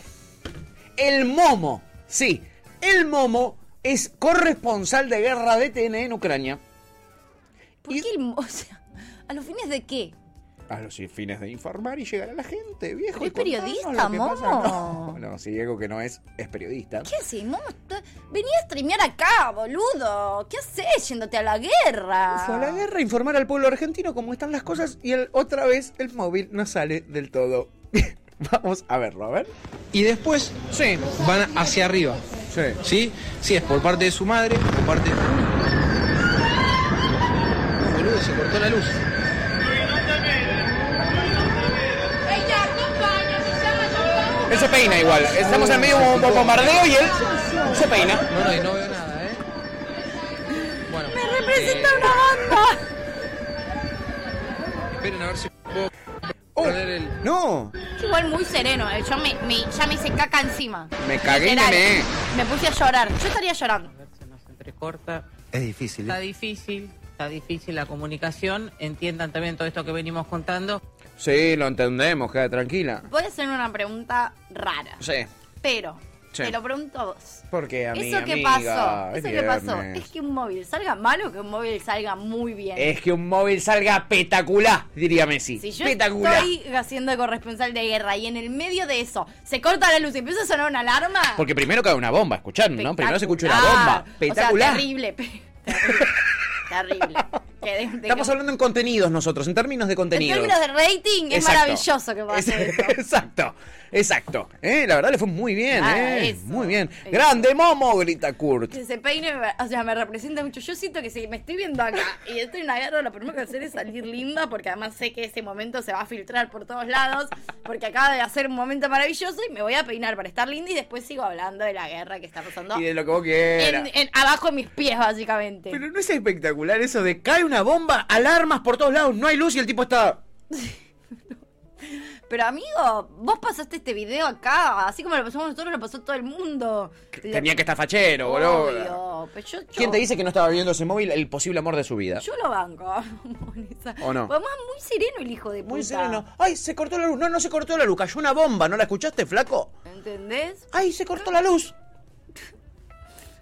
Speaker 1: El Momo, sí, el Momo es corresponsal de guerra de TN en Ucrania.
Speaker 2: [laughs] ¿Por qué el mo- o sea, ¿A los fines de qué?
Speaker 1: a los fines de informar y llegar a la gente, viejo.
Speaker 2: Es
Speaker 1: y contarnos
Speaker 2: periodista,
Speaker 1: lo que pasa. No,
Speaker 2: momo.
Speaker 1: no, si Diego que no es, es periodista.
Speaker 2: ¿Qué hacés, momo? Estoy- Vení a streamear acá, boludo. ¿Qué haces yéndote a la guerra?
Speaker 1: Fue a la guerra informar al pueblo argentino cómo están las cosas y el- otra vez el móvil no sale del todo. [laughs] Vamos a verlo, a ver.
Speaker 13: y después van hacia arriba. Sí. sí. Si es por parte de su madre, por parte. No, boludo, se cortó la luz.
Speaker 1: Él se peina igual. Estamos en medio de un bombardeo y él se peina.
Speaker 13: No, no, y no veo nada, ¿eh? Bueno.
Speaker 2: Me representa una banda.
Speaker 13: Esperen a ver si puedo perder el.
Speaker 1: ¡No!
Speaker 2: Es igual muy sereno. eh. Yo me, me- ya me hice caca encima.
Speaker 1: Me cagué y
Speaker 2: Literal.
Speaker 1: mené.
Speaker 2: Me puse a llorar. Yo estaría llorando.
Speaker 16: entrecorta.
Speaker 15: Es
Speaker 1: ¿eh?
Speaker 15: difícil.
Speaker 16: Está difícil, está difícil la comunicación. Entiendan también todo esto que venimos contando.
Speaker 1: Sí, lo entendemos, queda tranquila.
Speaker 2: Voy a hacer una pregunta rara.
Speaker 1: Sí.
Speaker 2: Pero,
Speaker 1: Sí.
Speaker 2: te lo pregunto a vos.
Speaker 1: Porque a mí,
Speaker 2: Eso que
Speaker 1: amiga,
Speaker 2: pasó,
Speaker 1: es
Speaker 2: eso que pasó,
Speaker 1: viernes.
Speaker 2: es que un móvil salga mal o que un móvil salga muy bien.
Speaker 1: Es que un móvil salga espectacular, diría Messi.
Speaker 2: Si yo
Speaker 1: espectacular.
Speaker 2: estoy haciendo de corresponsal de guerra y en el medio de eso se corta la luz y empieza a sonar una alarma.
Speaker 1: Porque primero cae una bomba, escucharon, ¿no? Primero se escucha una
Speaker 2: espectacular.
Speaker 1: bomba. Espectacular.
Speaker 2: O sea, terrible. pe- [laughs] Terrible. terrible. Que de- de-
Speaker 1: Estamos hablando en contenidos nosotros, en términos de
Speaker 2: en
Speaker 1: contenidos.
Speaker 2: términos de rating es
Speaker 1: Exacto.
Speaker 2: maravilloso que pase eso.
Speaker 1: [laughs] Exacto, exacto. Eh, La verdad le fue muy bien,
Speaker 2: Ah,
Speaker 1: ¿eh?
Speaker 2: eso.
Speaker 1: Muy bien. ¡Grande Momo! grita Kurt.
Speaker 2: Que se peine, me- o sea, me representa mucho. Yo siento que si me estoy viendo acá y estoy en una guerra, lo primero que voy a hacer es salir linda, porque además sé que ese momento se va a filtrar por todos lados, porque acaba de hacer un momento maravilloso y me voy a peinar para estar linda y después sigo hablando de la guerra que está pasando
Speaker 1: Y de lo que vos
Speaker 2: en,
Speaker 1: quieras.
Speaker 2: en- abajo de mis pies, básicamente.
Speaker 1: Pero no es espectacular eso de cae una bomba, alarmas por todos lados, no hay luz y el tipo está.
Speaker 2: Pero amigo, vos pasaste este video acá, así como lo pasamos nosotros, lo pasó todo el mundo.
Speaker 1: Tenía que estar fachero, boludo.
Speaker 2: Obvio, pero yo, yo-
Speaker 1: ¿Quién te dice que no estaba viendo ese móvil el posible amor de su vida?
Speaker 2: Yo lo banco. [laughs] en esa-
Speaker 1: ¿O no?
Speaker 2: Además, muy sereno el hijo de puta.
Speaker 1: Muy sereno. Ay, se cortó la luz. No, no se cortó la luz. Cayó una bomba. ¿No la escuchaste, flaco?
Speaker 2: ¿Entendés?
Speaker 1: ¡Ay, se cortó la luz!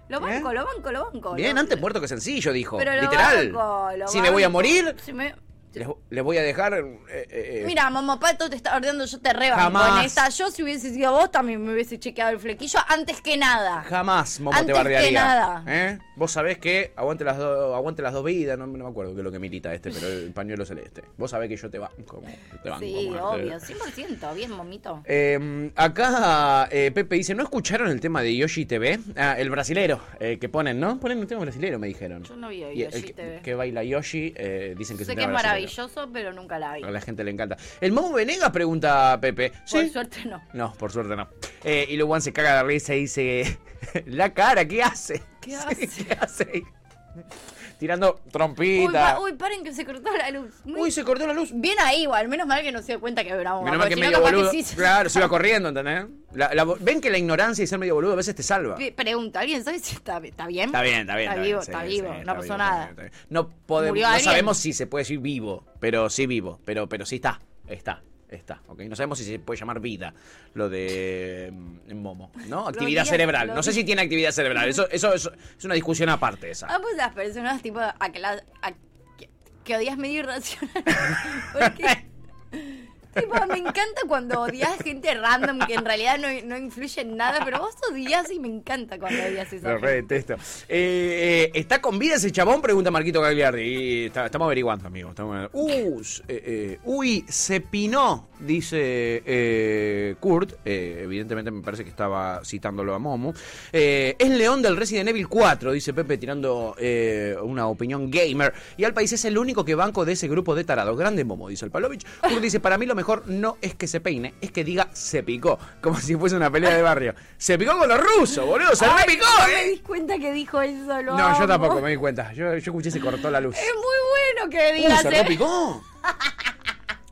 Speaker 2: Lo banco, lo banco, lo banco.
Speaker 1: ¿Eh? Bien,
Speaker 2: lo-
Speaker 1: antes muerto que sencillo, dijo.
Speaker 2: Pero lo
Speaker 1: Literal.
Speaker 2: banco, lo
Speaker 1: si me voy a
Speaker 2: banco.
Speaker 1: morir,
Speaker 2: Si me-
Speaker 1: les, les voy a dejar. eh, eh, eh,
Speaker 2: Mira, mamá, pato te está ordenando, yo te rebanco
Speaker 1: Jamás.
Speaker 2: en esta. Yo si hubiese sido vos también me hubiese chequeado el flequillo antes que nada.
Speaker 1: Jamás Momo te
Speaker 2: Antes que
Speaker 1: bardearía.
Speaker 2: nada.
Speaker 1: ¿Eh? Vos sabés que aguante las, dos aguante las dos vidas. No, no me acuerdo qué es lo que milita este, pero el pañuelo celeste. Vos sabés que yo te banco. Te banco
Speaker 2: sí,
Speaker 1: muerte.
Speaker 2: obvio, 100%, bien, momito.
Speaker 1: Eh, acá eh, Pepe dice, ¿no escucharon el tema de Yoshi TV? Ah, el brasilero eh, que ponen, ¿no? Ponen un tema brasilero, me dijeron.
Speaker 2: Yo no vi hoy
Speaker 1: Y el
Speaker 2: Yoshi
Speaker 1: que-
Speaker 2: TV.
Speaker 1: Que baila Yoshi, eh, dicen que es
Speaker 2: sé
Speaker 1: un
Speaker 2: que es
Speaker 1: tema brasilero.
Speaker 2: maravilloso, pero nunca la vi.
Speaker 1: A la gente le encanta. El Momo Venegas pregunta a Pepe.
Speaker 2: Por suerte no.
Speaker 1: No, por suerte no. Eh, y luego Juan se caga de risa y dice, [laughs] la cara, ¿qué hace? [laughs]
Speaker 2: ¿Qué hace?
Speaker 1: ¿Qué hace? Tirando
Speaker 2: Uy,
Speaker 1: trompita.
Speaker 2: pa- uy, paren que se cortó la luz.
Speaker 1: Uy, se cortó la luz.
Speaker 2: Bien ahí, igual. Menos mal que no se dio cuenta que era una bomba,
Speaker 1: Menos mal
Speaker 2: porque
Speaker 1: que
Speaker 2: si no,
Speaker 1: medio
Speaker 2: capaz que
Speaker 1: boludo.
Speaker 2: sí se- [laughs]
Speaker 1: Claro, se iba corriendo, ¿entendés? La- la- ven que la ignorancia y ser medio boludo a veces te salva.
Speaker 2: Pe- Pregunta, ¿alguien sabe si está, está bien?
Speaker 1: Está bien, está bien.
Speaker 2: Está,
Speaker 1: bien,
Speaker 2: vivo,
Speaker 1: sí,
Speaker 2: está
Speaker 1: sí,
Speaker 2: vivo.
Speaker 1: está
Speaker 2: no pasó
Speaker 1: vivo,
Speaker 2: nada.
Speaker 1: está bien, está bien. No, podemos,
Speaker 2: ¿Murió
Speaker 1: no
Speaker 2: alguien?
Speaker 1: sabemos si se puede decir vivo, pero sí vivo, pero, pero sí está, está, está. ¿ok? No sabemos si se puede llamar vida lo de mm, Momo, ¿no? Actividad
Speaker 2: días-
Speaker 1: cerebral.
Speaker 2: los
Speaker 1: No sé si
Speaker 2: días-
Speaker 1: tiene actividad cerebral. Eso, eso, eso es una discusión aparte esa.
Speaker 2: Ambos Ah, pues las personas tipo a que, las- a- que, que odias medio irracional. [laughs] Porque tipo, me encanta cuando odias gente random que en realidad no, no influye en nada, pero vos odias y me encanta cuando odias eso.
Speaker 1: Lo re detesto. Eh, eh, ¿Está con vida ese chabón? Pregunta Marquito Gagliardi. Y está- estamos averiguando, amigo. estamos- Uh, s- eh, eh, uy, se pinó, dice eh, Kurt. Eh, evidentemente me parece que estaba citándolo a Momo. Eh, es León del Resident Evil 4, dice Pepe, tirando eh, una opinión gamer. Y al país es el único que banco de ese grupo de tarados. Grande Momo, dice el Palovich. Kurt dice, para mí lo mejor no es que se peine, es que diga se picó. Como si fuese una pelea de barrio. Se picó con los rusos, boludo. Se
Speaker 2: Ay,
Speaker 1: re picó,
Speaker 2: no
Speaker 1: ¿eh?
Speaker 2: me di cuenta que dijo eso. lo
Speaker 1: No, yo
Speaker 2: amo.
Speaker 1: tampoco me Uh, di cuenta. Yo, yo escuché se cortó la luz.
Speaker 2: Es muy bueno que
Speaker 1: Uh,
Speaker 2: [laughs] digas.
Speaker 1: se
Speaker 2: ¿eh?
Speaker 1: repicó.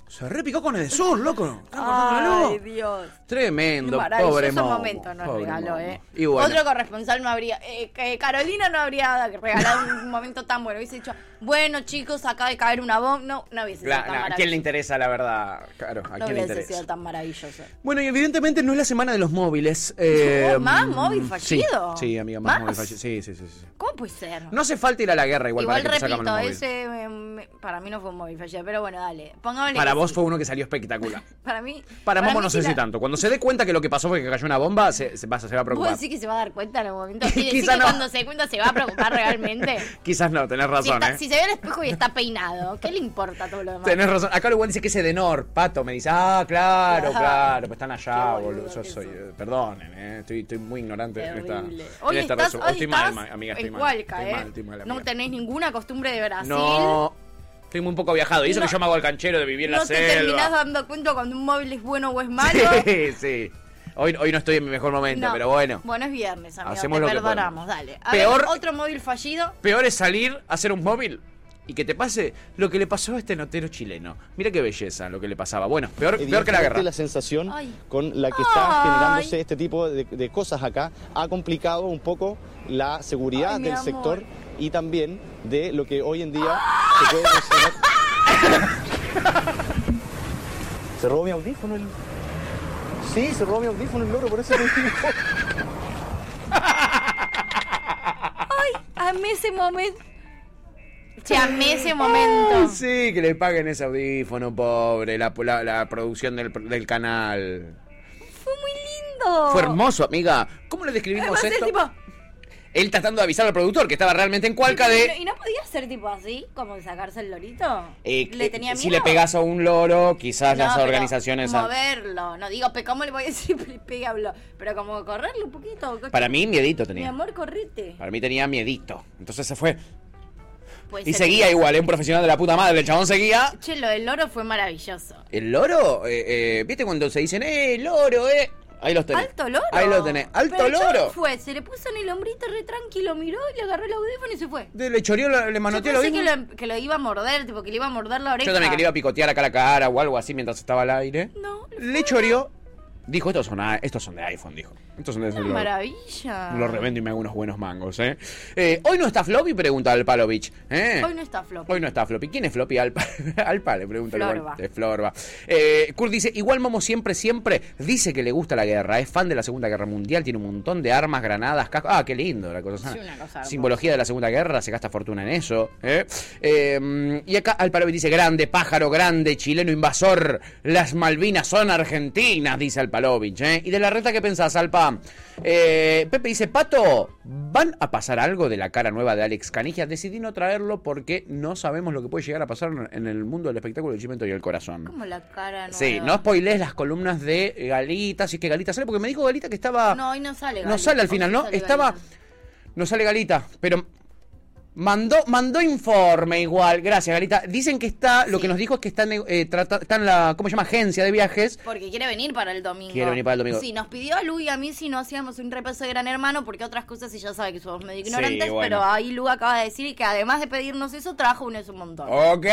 Speaker 1: Se repicó con Edesur, loco.
Speaker 2: Ay, Dios.
Speaker 1: Tremendo,
Speaker 2: Maravilloso
Speaker 1: pobre Momo.
Speaker 2: momento nos
Speaker 1: pobre
Speaker 2: regaló,
Speaker 1: Momo.
Speaker 2: ¿eh?
Speaker 1: Y bueno.
Speaker 2: Otro corresponsal no habría. eh, que Carolina no habría regalado un [laughs] momento tan bueno. Hubiese dicho, bueno, chicos, acaba de caer una bomba. No, no hubiese
Speaker 1: La-
Speaker 2: sido tan
Speaker 1: na, ¿A
Speaker 2: maravilloso.
Speaker 1: quién le interesa la verdad? Claro,
Speaker 2: no
Speaker 1: ¿a quién le
Speaker 2: hubiese
Speaker 1: interesa?
Speaker 2: sido tan maravilloso.
Speaker 1: Bueno, y evidentemente no es la semana de los móviles. eh,
Speaker 2: más
Speaker 1: mm,
Speaker 2: móvil
Speaker 1: sí,
Speaker 2: fallido.
Speaker 1: Sí, amiga, más,
Speaker 2: ¿Más?
Speaker 1: móvil fallido. Sí, sí, sí, sí.
Speaker 2: ¿Cómo puede ser?
Speaker 1: No hace falta ir a la guerra igual,
Speaker 2: Igual,
Speaker 1: para que te sacan
Speaker 2: repito,
Speaker 1: los móviles.
Speaker 2: ese eh, me- para mí no fue un móvil fallido, pero bueno, dale. Pongámosle.
Speaker 1: Para
Speaker 2: que
Speaker 1: vos
Speaker 2: sí.
Speaker 1: fue uno que salió espectacular.
Speaker 2: Para mí.
Speaker 1: Para, Momo
Speaker 2: mí
Speaker 1: no sé
Speaker 2: sí
Speaker 1: si
Speaker 2: la-
Speaker 1: tanto. Cuando se dé cuenta que lo que pasó fue que cayó una bomba, se, se va, se va a
Speaker 2: ¿Vos
Speaker 1: preocupar.
Speaker 2: decís que se va a dar cuenta en algún
Speaker 1: [laughs]
Speaker 2: momento? ¿Y decís
Speaker 1: Quizá
Speaker 2: que
Speaker 1: no.
Speaker 2: cuando se dé cuenta se va a preocupar realmente?
Speaker 1: [laughs] Quizás no, tenés razón,
Speaker 2: si, está-
Speaker 1: ¿eh?
Speaker 2: si se ve al espejo y está peinado, ¿qué le importa todo lo demás?
Speaker 1: Tenés razón. Acá lo igual dice que ese Denor, pato, me dice, ah, claro,
Speaker 2: Claro.
Speaker 1: claro, pues están allá, boludo. Yo soy, eh, perdonen, eh, estoy, estoy muy ignorante en esta,
Speaker 2: Terrible.
Speaker 1: en
Speaker 2: Hoy
Speaker 1: esta
Speaker 2: estás,
Speaker 1: resu-
Speaker 2: hoy
Speaker 1: Estoy
Speaker 2: estás
Speaker 1: mal, ma- amiga, estoy
Speaker 2: en
Speaker 1: mal.
Speaker 2: Cualca,
Speaker 1: estoy
Speaker 2: ¿eh?
Speaker 1: mal, estoy mal,
Speaker 2: no
Speaker 1: amiga.
Speaker 2: tenés ninguna costumbre de Brasil.
Speaker 1: No, estoy muy un poco viajado. Y eso
Speaker 2: No.
Speaker 1: que yo me hago el canchero de vivir en la
Speaker 2: no te
Speaker 1: selva.
Speaker 2: terminás dando cuenta cuando un móvil es bueno o es malo.
Speaker 1: [laughs] sí, sí. Hoy, hoy no estoy en mi mejor momento,
Speaker 2: No.
Speaker 1: pero bueno.
Speaker 2: Bueno, es viernes, amigo.
Speaker 1: Hacemos
Speaker 2: te
Speaker 1: lo que
Speaker 2: perdonamos, dale. A
Speaker 1: Peor-
Speaker 2: ver, otro móvil fallido.
Speaker 1: Peor es salir a hacer un móvil y que te pase lo que le pasó a este notero chileno. Mira qué belleza lo que le pasaba. Bueno, peor, peor que la guerra.
Speaker 17: Evidentemente, la sensación
Speaker 2: Ay.
Speaker 17: con la que está
Speaker 2: Ay.
Speaker 17: generándose este tipo de, de cosas acá ha complicado un poco la seguridad
Speaker 2: Ay, mi
Speaker 17: del
Speaker 2: amor.
Speaker 17: sector y también de lo que hoy en día se puede considerar. [laughs] se robó mi audífono el. Sí, se robó mi audífono el loro, por
Speaker 2: [laughs]
Speaker 17: eso lo digo.
Speaker 2: Ay, amé ese momento. Che, amé ese momento.
Speaker 1: Ay, sí, que le paguen ese audífono, pobre, la, la- la producción del, del canal.
Speaker 2: Lindo.
Speaker 1: Fue hermoso, amiga. ¿Cómo le describimos
Speaker 2: Además, el
Speaker 1: esto?
Speaker 2: tipo-
Speaker 1: Él tratando de avisar al productor que estaba realmente en cualca
Speaker 2: ¿Y no-
Speaker 1: de...
Speaker 2: ¿Y no podía ser tipo así? ¿Como de sacarse el lorito?
Speaker 1: eh,
Speaker 2: ¿Le
Speaker 1: eh,
Speaker 2: tenía miedo?
Speaker 1: si le pegas a un loro, quizás
Speaker 2: No,
Speaker 1: las
Speaker 2: pero
Speaker 1: organizaciones... han-
Speaker 2: Moverlo. No digo, pe- ¿cómo le voy a [laughs] decir pe- pegarlo? Pero como correrlo un poquito. coche.
Speaker 1: Para mí, miedito
Speaker 2: Mi
Speaker 1: tenía.
Speaker 2: amor, correte.
Speaker 1: Para mí tenía miedito. Entonces se fue.
Speaker 2: Puede
Speaker 1: Y
Speaker 2: ser
Speaker 1: seguía
Speaker 2: Pues que-
Speaker 1: igual, ¿eh? un profesional de la puta madre. El chabón seguía.
Speaker 2: Che, lo del loro fue maravilloso.
Speaker 1: El loro, eh, eh, ¿viste cuando se dicen, eh, loro, eh? Ahí los tenés.
Speaker 2: Alto loro.
Speaker 1: Ahí lo tenés. Alto
Speaker 2: Pero el chabón
Speaker 1: loro.
Speaker 2: fue? Se le puso en el hombrito re tranquilo, miró y le agarró el audífono y se fue.
Speaker 1: De- Le choreó, la- le
Speaker 2: Yo
Speaker 1: manoteó lo
Speaker 2: pensé que
Speaker 1: mismo.
Speaker 2: lo, em, que lo iba a morder, tipo que le iba a morder la oreja.
Speaker 1: Yo también quería picotear acá la cara o algo así mientras estaba al aire.
Speaker 2: No,
Speaker 1: Le choreó. Dijo, estos son, a- estos son de iPhone, dijo. Estos son de
Speaker 2: una
Speaker 1: celular.
Speaker 2: maravilla.
Speaker 1: Lo revendo y me hago unos buenos mangos, ¿eh? Eh, hoy no está Floppy, pregunta al Palovich. ¿eh?
Speaker 2: Hoy no está flop.
Speaker 1: Hoy no está Floppy. ¿Quién es Floppy? [laughs] Alpa, Alpa le pregunta
Speaker 2: Florba.
Speaker 1: igual. Es Florba. Eh, Kurt dice, igual Momo siempre, siempre dice que le gusta la guerra. Es fan de la Segunda Guerra Mundial, tiene un montón de armas, granadas, cascos. Ah, qué lindo la cosa.
Speaker 2: Sí, una cosa hermosa.
Speaker 1: Simbología de la Segunda Guerra, se gasta fortuna en eso. ¿eh? Eh, y acá Alparovich dice, grande, pájaro, grande, chileno invasor. Las Malvinas son argentinas, dice Alpalovich. ¿eh? Y de la reta, ¿qué pensás, Alpa? Eh, Pepe dice, Pato, ¿van a pasar algo de la cara nueva de Alex Canija? Decidí no traerlo porque no sabemos lo que puede llegar a pasar en el mundo del espectáculo del chimento y el corazón.
Speaker 2: Como la cara nueva.
Speaker 1: Sí, no spoilees las columnas de Galita, si es que Galita sale, porque me dijo Galita que estaba...
Speaker 2: No, hoy no sale.
Speaker 1: Ah, No
Speaker 2: Gali.
Speaker 1: sale al final,
Speaker 2: Hoy
Speaker 1: ¿no?
Speaker 2: sale
Speaker 1: Estaba.
Speaker 2: Gali.
Speaker 1: No sale Galita, pero. Mandó, mandó informe igual, gracias Galita. Dicen que está, lo que nos dijo es que está, en, eh, trata- está en la, ¿cómo se llama? Agencia de viajes.
Speaker 2: Porque quiere venir para el domingo.
Speaker 1: Quiere venir para el domingo.
Speaker 2: Sí, nos pidió a Lu y a mí si no hacíamos un repaso de Gran Hermano, porque otras cosas ella sabe que somos medio
Speaker 1: Sí,
Speaker 2: ignorantes,
Speaker 1: bueno.
Speaker 2: pero ahí Lu acaba de decir que además de pedirnos eso, trajo uno es un montón.
Speaker 1: Ok,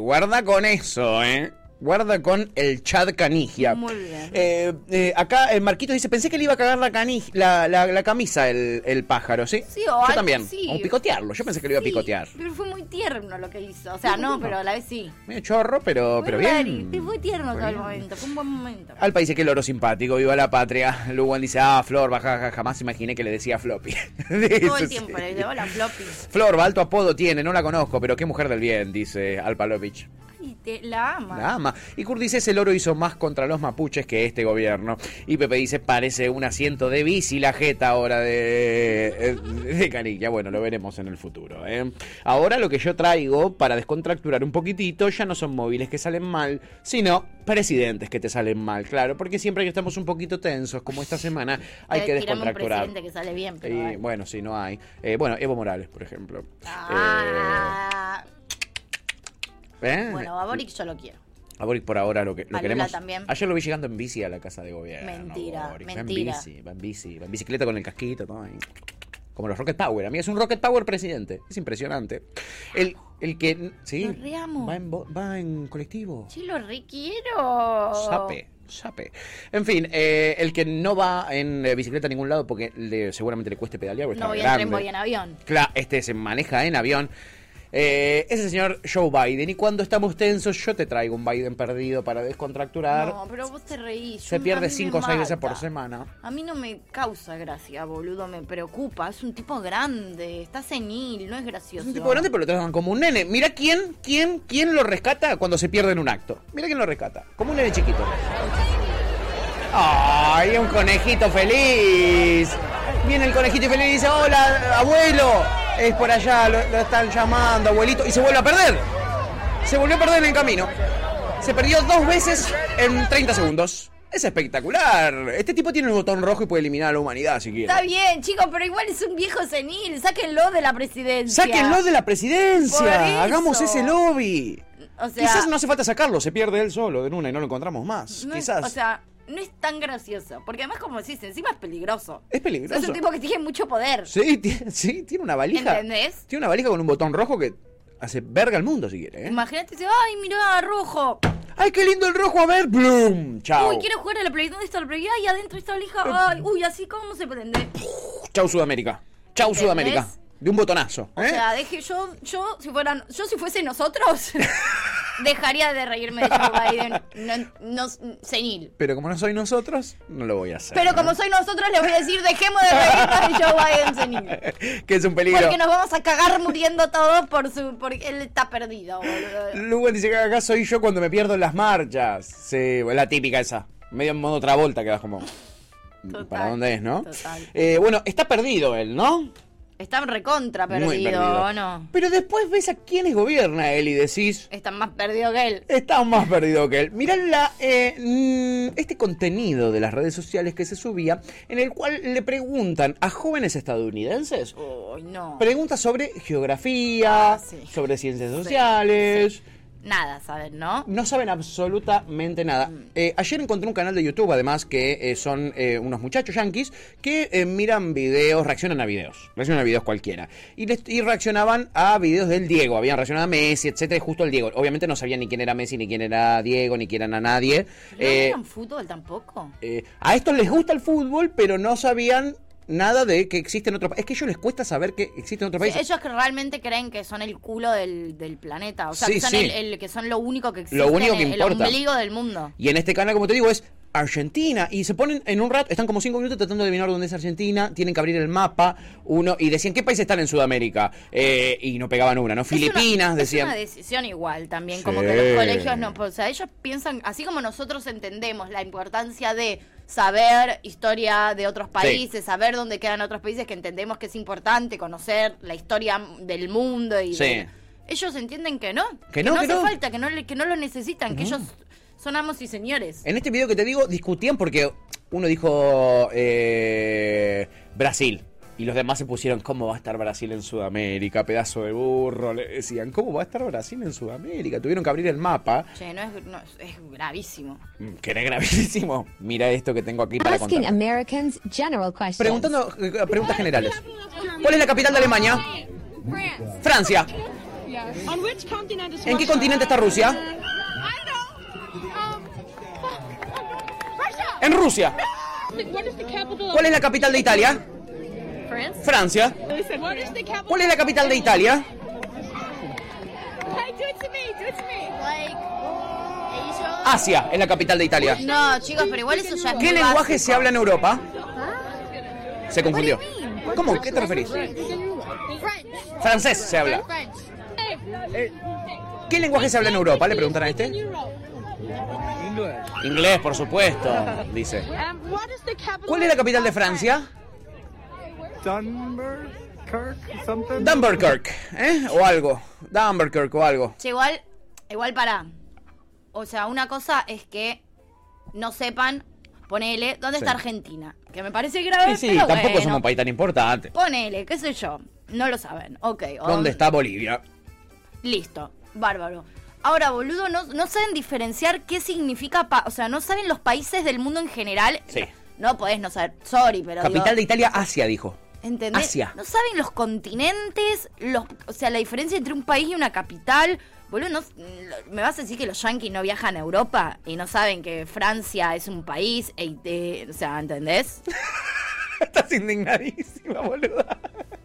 Speaker 1: guarda con eso, ¿eh? Guarda con el Chad Canigia.
Speaker 2: Muy bien.
Speaker 1: Eh, eh, acá el Marquito dice, pensé que le iba a cagar la, cani- la, la- la camisa el, el pájaro, ¿sí?
Speaker 2: Sí, o
Speaker 1: Yo
Speaker 2: algo
Speaker 1: también.
Speaker 2: así.
Speaker 1: O picotearlo, yo pensé que lo iba a picotear.
Speaker 2: Pero fue muy tierno lo que hizo. O sea, no, pero a la vez sí.
Speaker 1: Medio chorro, pero,
Speaker 2: Fue
Speaker 1: Oh, pero
Speaker 2: rari,
Speaker 1: bien.
Speaker 2: sí, Fue tierno
Speaker 1: Fue
Speaker 2: todo el
Speaker 1: bien.
Speaker 2: momento. Fue un buen
Speaker 1: [laughs]
Speaker 2: momento.
Speaker 1: Alpa dice que el oro simpático, viva la patria. Luwan dice, ah, Flor, baja, ja, jamás imaginé que le decía floppy. [laughs]
Speaker 2: Todo
Speaker 1: Dice,
Speaker 2: el tiempo,
Speaker 1: sí.
Speaker 2: le digo, hola, floppy.
Speaker 1: Flor, va, alto apodo tiene, no la conozco, pero qué mujer del bien, dice Alpalovich.
Speaker 2: Y te, la ama.
Speaker 1: La ama. Y Kurt dice, ese loro hizo más contra los mapuches que este gobierno. Y Pepe dice, parece un asiento de bici la jeta ahora de, eh, de Canilla. Bueno, lo veremos en el futuro. ¿eh? Ahora lo que yo traigo para descontracturar un poquitito ya no son móviles que salen mal, sino presidentes que te salen mal, claro. Porque siempre que estamos un poquito tensos, como esta semana, hay
Speaker 2: Eh,
Speaker 1: que
Speaker 2: tirame un
Speaker 1: descontracturar.
Speaker 2: presidente que sale bien, pero.
Speaker 1: Y,
Speaker 2: dale.
Speaker 1: bueno, sí, no hay. Eh, bueno, Evo Morales, por ejemplo.
Speaker 2: Ah,
Speaker 1: Eh, ¿eh?
Speaker 2: bueno, a Boric yo lo quiero.
Speaker 1: A Boric por ahora lo que lo
Speaker 2: A Lula
Speaker 1: queremos.
Speaker 2: también.
Speaker 1: Ayer lo vi llegando en bici a la casa de gobierno.
Speaker 2: Mentira,
Speaker 1: Boric. Va en
Speaker 2: mentira.
Speaker 1: bici, va en bici, va en bicicleta con el casquito, todo ahí. Como los Rocket Power. A mí es un Rocket Power presidente. Es impresionante. El, el que. Sí.
Speaker 2: Lo reamo.
Speaker 1: Va en, bo- va en colectivo.
Speaker 2: Sí, lo requiero.
Speaker 1: Sape, sape. En fin, eh, el que no va en eh, bicicleta a ningún lado porque le- seguramente le cueste pedalear. porque
Speaker 2: No
Speaker 1: pues está
Speaker 2: voy en
Speaker 1: grande.
Speaker 2: tren, voy en avión.
Speaker 1: Claro, este se maneja en avión. Eh, es el señor Joe Biden. Y cuando estamos tensos, yo te traigo un Biden perdido para descontracturar.
Speaker 2: No, pero vos te reís.
Speaker 1: se
Speaker 2: Yo- a
Speaker 1: pierde
Speaker 2: mí me
Speaker 1: 5 o 6 veces
Speaker 2: mata.
Speaker 1: por semana.
Speaker 2: A mí no me causa gracia, boludo. Me preocupa. Es un tipo grande. Está senil. No es gracioso.
Speaker 1: Es un tipo grande, pero lo tratan como un nene. Mira quién, quién, quién lo rescata cuando se pierde en un acto. Mira quién lo rescata. Como un nene chiquito. ¡Ay, un conejito feliz! Viene el conejito feliz y dice, hola, abuelo. Es por allá, lo, lo están llamando, abuelito. Y se vuelve a perder. Se volvió a perder en el camino. Se perdió dos veces en 30 segundos. Es espectacular. Este tipo tiene el botón rojo y puede eliminar a la humanidad si quiere.
Speaker 2: Está bien, chicos, pero igual es un viejo senil. Sáquenlo de la presidencia.
Speaker 1: Sáquenlo de la
Speaker 2: Por
Speaker 1: presidencia.
Speaker 2: eso.
Speaker 1: Hagamos ese lobby.
Speaker 2: O sea,
Speaker 1: Quizás no hace falta sacarlo, se pierde él solo en una y no lo encontramos más.
Speaker 2: no es-
Speaker 1: Quizás.
Speaker 2: o sea, no es tan gracioso. Porque además, como decís, encima es peligroso.
Speaker 1: es peligroso.
Speaker 2: Es un tipo que tiene mucho poder.
Speaker 1: Sí, tiene, sí, tiene una valija.
Speaker 2: ¿Entendés?
Speaker 1: Tiene una valija con un botón rojo que hace verga al mundo si quiere. ¿eh?
Speaker 2: Imagínate, dice, ay, mirá, rojo.
Speaker 1: ¡Ay, qué lindo el rojo! A ver, ¡Bloom! ¡Chao!
Speaker 2: Uy, quiero jugar a la Play. ¿Dónde está la Play? Ay, adentro está la lija. Ay, uy, así cómo se prende.
Speaker 1: ¡Chao, Sudamérica! ¡Chao,
Speaker 2: ¿Entendés?
Speaker 1: Sudamérica! De un botonazo.
Speaker 2: O
Speaker 1: ¿eh?
Speaker 2: sea, deje yo, yo si fueran, yo si fuese
Speaker 1: [laughs]
Speaker 2: nosotros, dejaría de reírme de Joe Biden. No, no- senil.
Speaker 1: Pero como no soy nosotros, no lo voy a hacer. [laughs]
Speaker 2: Pero como soy nosotros, les voy a decir, dejemos de reírnos de Joe Biden, senil.
Speaker 1: que es un peligro.
Speaker 2: Porque nos vamos a cagar muriendo todos por su, porque él está perdido, boludo.
Speaker 1: Lugan dice que acá soy yo cuando me pierdo en las marchas. Sí, la típica esa. Medio en modo travolta quedas como. ¿Para dónde es, no?
Speaker 2: Total.
Speaker 1: Eh, bueno, está perdido él, ¿no?
Speaker 2: Están recontra
Speaker 1: Muy
Speaker 2: perdido,
Speaker 1: perdido.
Speaker 2: ¿o no?
Speaker 1: Pero después ves a quiénes gobierna él y decís.
Speaker 2: Están más perdidos que él.
Speaker 1: Está más perdido que él. Mirá la, eh, mm, este contenido de las redes sociales que se subía, en el cual le preguntan a jóvenes estadounidenses
Speaker 2: Uy, no.
Speaker 1: preguntas sobre
Speaker 2: Ah,
Speaker 1: geografía, sobre ciencias sociales,
Speaker 2: Nada, ¿saben, no?
Speaker 1: No saben absolutamente nada.
Speaker 2: Mm.
Speaker 1: Eh, ayer encontré un canal de YouTube, además, que eh, son eh, unos muchachos yanquis que eh, miran videos, reaccionan a videos. Reaccionan a videos cualquiera. Y, les- y reaccionaban a videos del Diego. Habían reaccionado a Messi, etcétera, y justo el Diego. Obviamente no sabían ni quién era Messi, ni quién era Diego, ni quién era nadie.
Speaker 2: ¿No
Speaker 1: Eh,
Speaker 2: miran fútbol tampoco?
Speaker 1: eh, a estos les gusta el fútbol, pero no sabían nada de que existe en otro país. Es que a ellos les cuesta saber que existe en otro país.
Speaker 2: Sí, ellos que realmente creen que son el culo del, del planeta. O sea,
Speaker 1: Sí,
Speaker 2: que, son
Speaker 1: sí.
Speaker 2: el, el- que son lo único que existe.
Speaker 1: Lo único que
Speaker 2: el-
Speaker 1: importa.
Speaker 2: El ombligo del mundo.
Speaker 1: Y en este canal, como te digo, es Argentina. Y se ponen en un rato, están como cinco minutos tratando de adivinar dónde es Argentina. Tienen que abrir el mapa. Uno, y decían, ¿qué países están en Sudamérica? Eh, y no pegaban una, ¿no? Filipinas, decían.
Speaker 2: Es una decisión igual también,
Speaker 1: Sí.
Speaker 2: como que los colegios no. O sea, ellos piensan, así como nosotros entendemos la importancia de saber historia de otros países, saber dónde quedan otros países, que entendemos que es importante conocer la historia del mundo y
Speaker 1: Sí.
Speaker 2: de- ellos entienden que no,
Speaker 1: Que no, que
Speaker 2: hace
Speaker 1: no.
Speaker 2: falta, que no, le- que no lo necesitan, que ellos son amos y señores.
Speaker 1: En este video que te digo, discutían porque uno dijo eh, Brasil. Y los demás se pusieron, ¿cómo va a estar Brasil en Sudamérica? Pedazo de burro. Le decían, ¿cómo va a estar Brasil en Sudamérica? Tuvieron que abrir el mapa.
Speaker 2: Che, no es, no, es gravísimo.
Speaker 1: Mm, Que era gravísimo. Mira esto que tengo aquí
Speaker 11: Ah,
Speaker 1: para
Speaker 18: Asking
Speaker 1: contar.
Speaker 18: Americans general questions.
Speaker 1: Preguntando eh, preguntas generales. ¿Cuál es la capital de Alemania? Francia. ¿En qué continente está Rusia? En Rusia. ¿Cuál es la capital de Italia? Francia. ¿Cuál es la capital de Italia? Asia es la capital de Italia.
Speaker 2: No, chicos, pero igual eso ya es
Speaker 1: ¿Qué
Speaker 2: muy
Speaker 1: lenguaje
Speaker 2: básico. ¿Ah?
Speaker 1: se habla en Europa? Se confundió. ¿Cómo? ¿Qué te referís? Francés se habla. Eh, ¿Qué lenguaje se habla en Europa? Le preguntan a este. Inglés, por supuesto, dice. ¿Cuál es la capital de Francia? Dunkerque, ¿eh? O algo. Dunkerque o algo.
Speaker 2: Che, igual, igual para. O sea, una cosa es que no sepan, ponele, ¿dónde
Speaker 1: Sí.
Speaker 2: está Argentina? Que me parece grave,
Speaker 1: Sí, sí,
Speaker 2: pero
Speaker 1: tampoco es
Speaker 2: bueno.
Speaker 1: un país tan importante.
Speaker 2: Ponele, qué sé yo. No lo saben. Ok. o
Speaker 1: ¿Dónde está Bolivia?
Speaker 2: Listo. Bárbaro. Ahora, boludo, no, no saben diferenciar qué significa... pa- o sea, no saben los países del mundo en general.
Speaker 1: Sí.
Speaker 2: No podés no saber. Sorry, pero
Speaker 1: Capital de
Speaker 2: digo,
Speaker 1: Italia, Asia, dijo.
Speaker 2: ¿Entendés?
Speaker 1: Asia.
Speaker 2: No saben los continentes, los, o sea, la diferencia entre un país y una capital. Boludo, no- ¿me vas a decir que los yanquis no viajan a Europa y no saben que Francia es un país? e- e- o sea, ¿entendés?
Speaker 1: Estás indignadísima, boluda.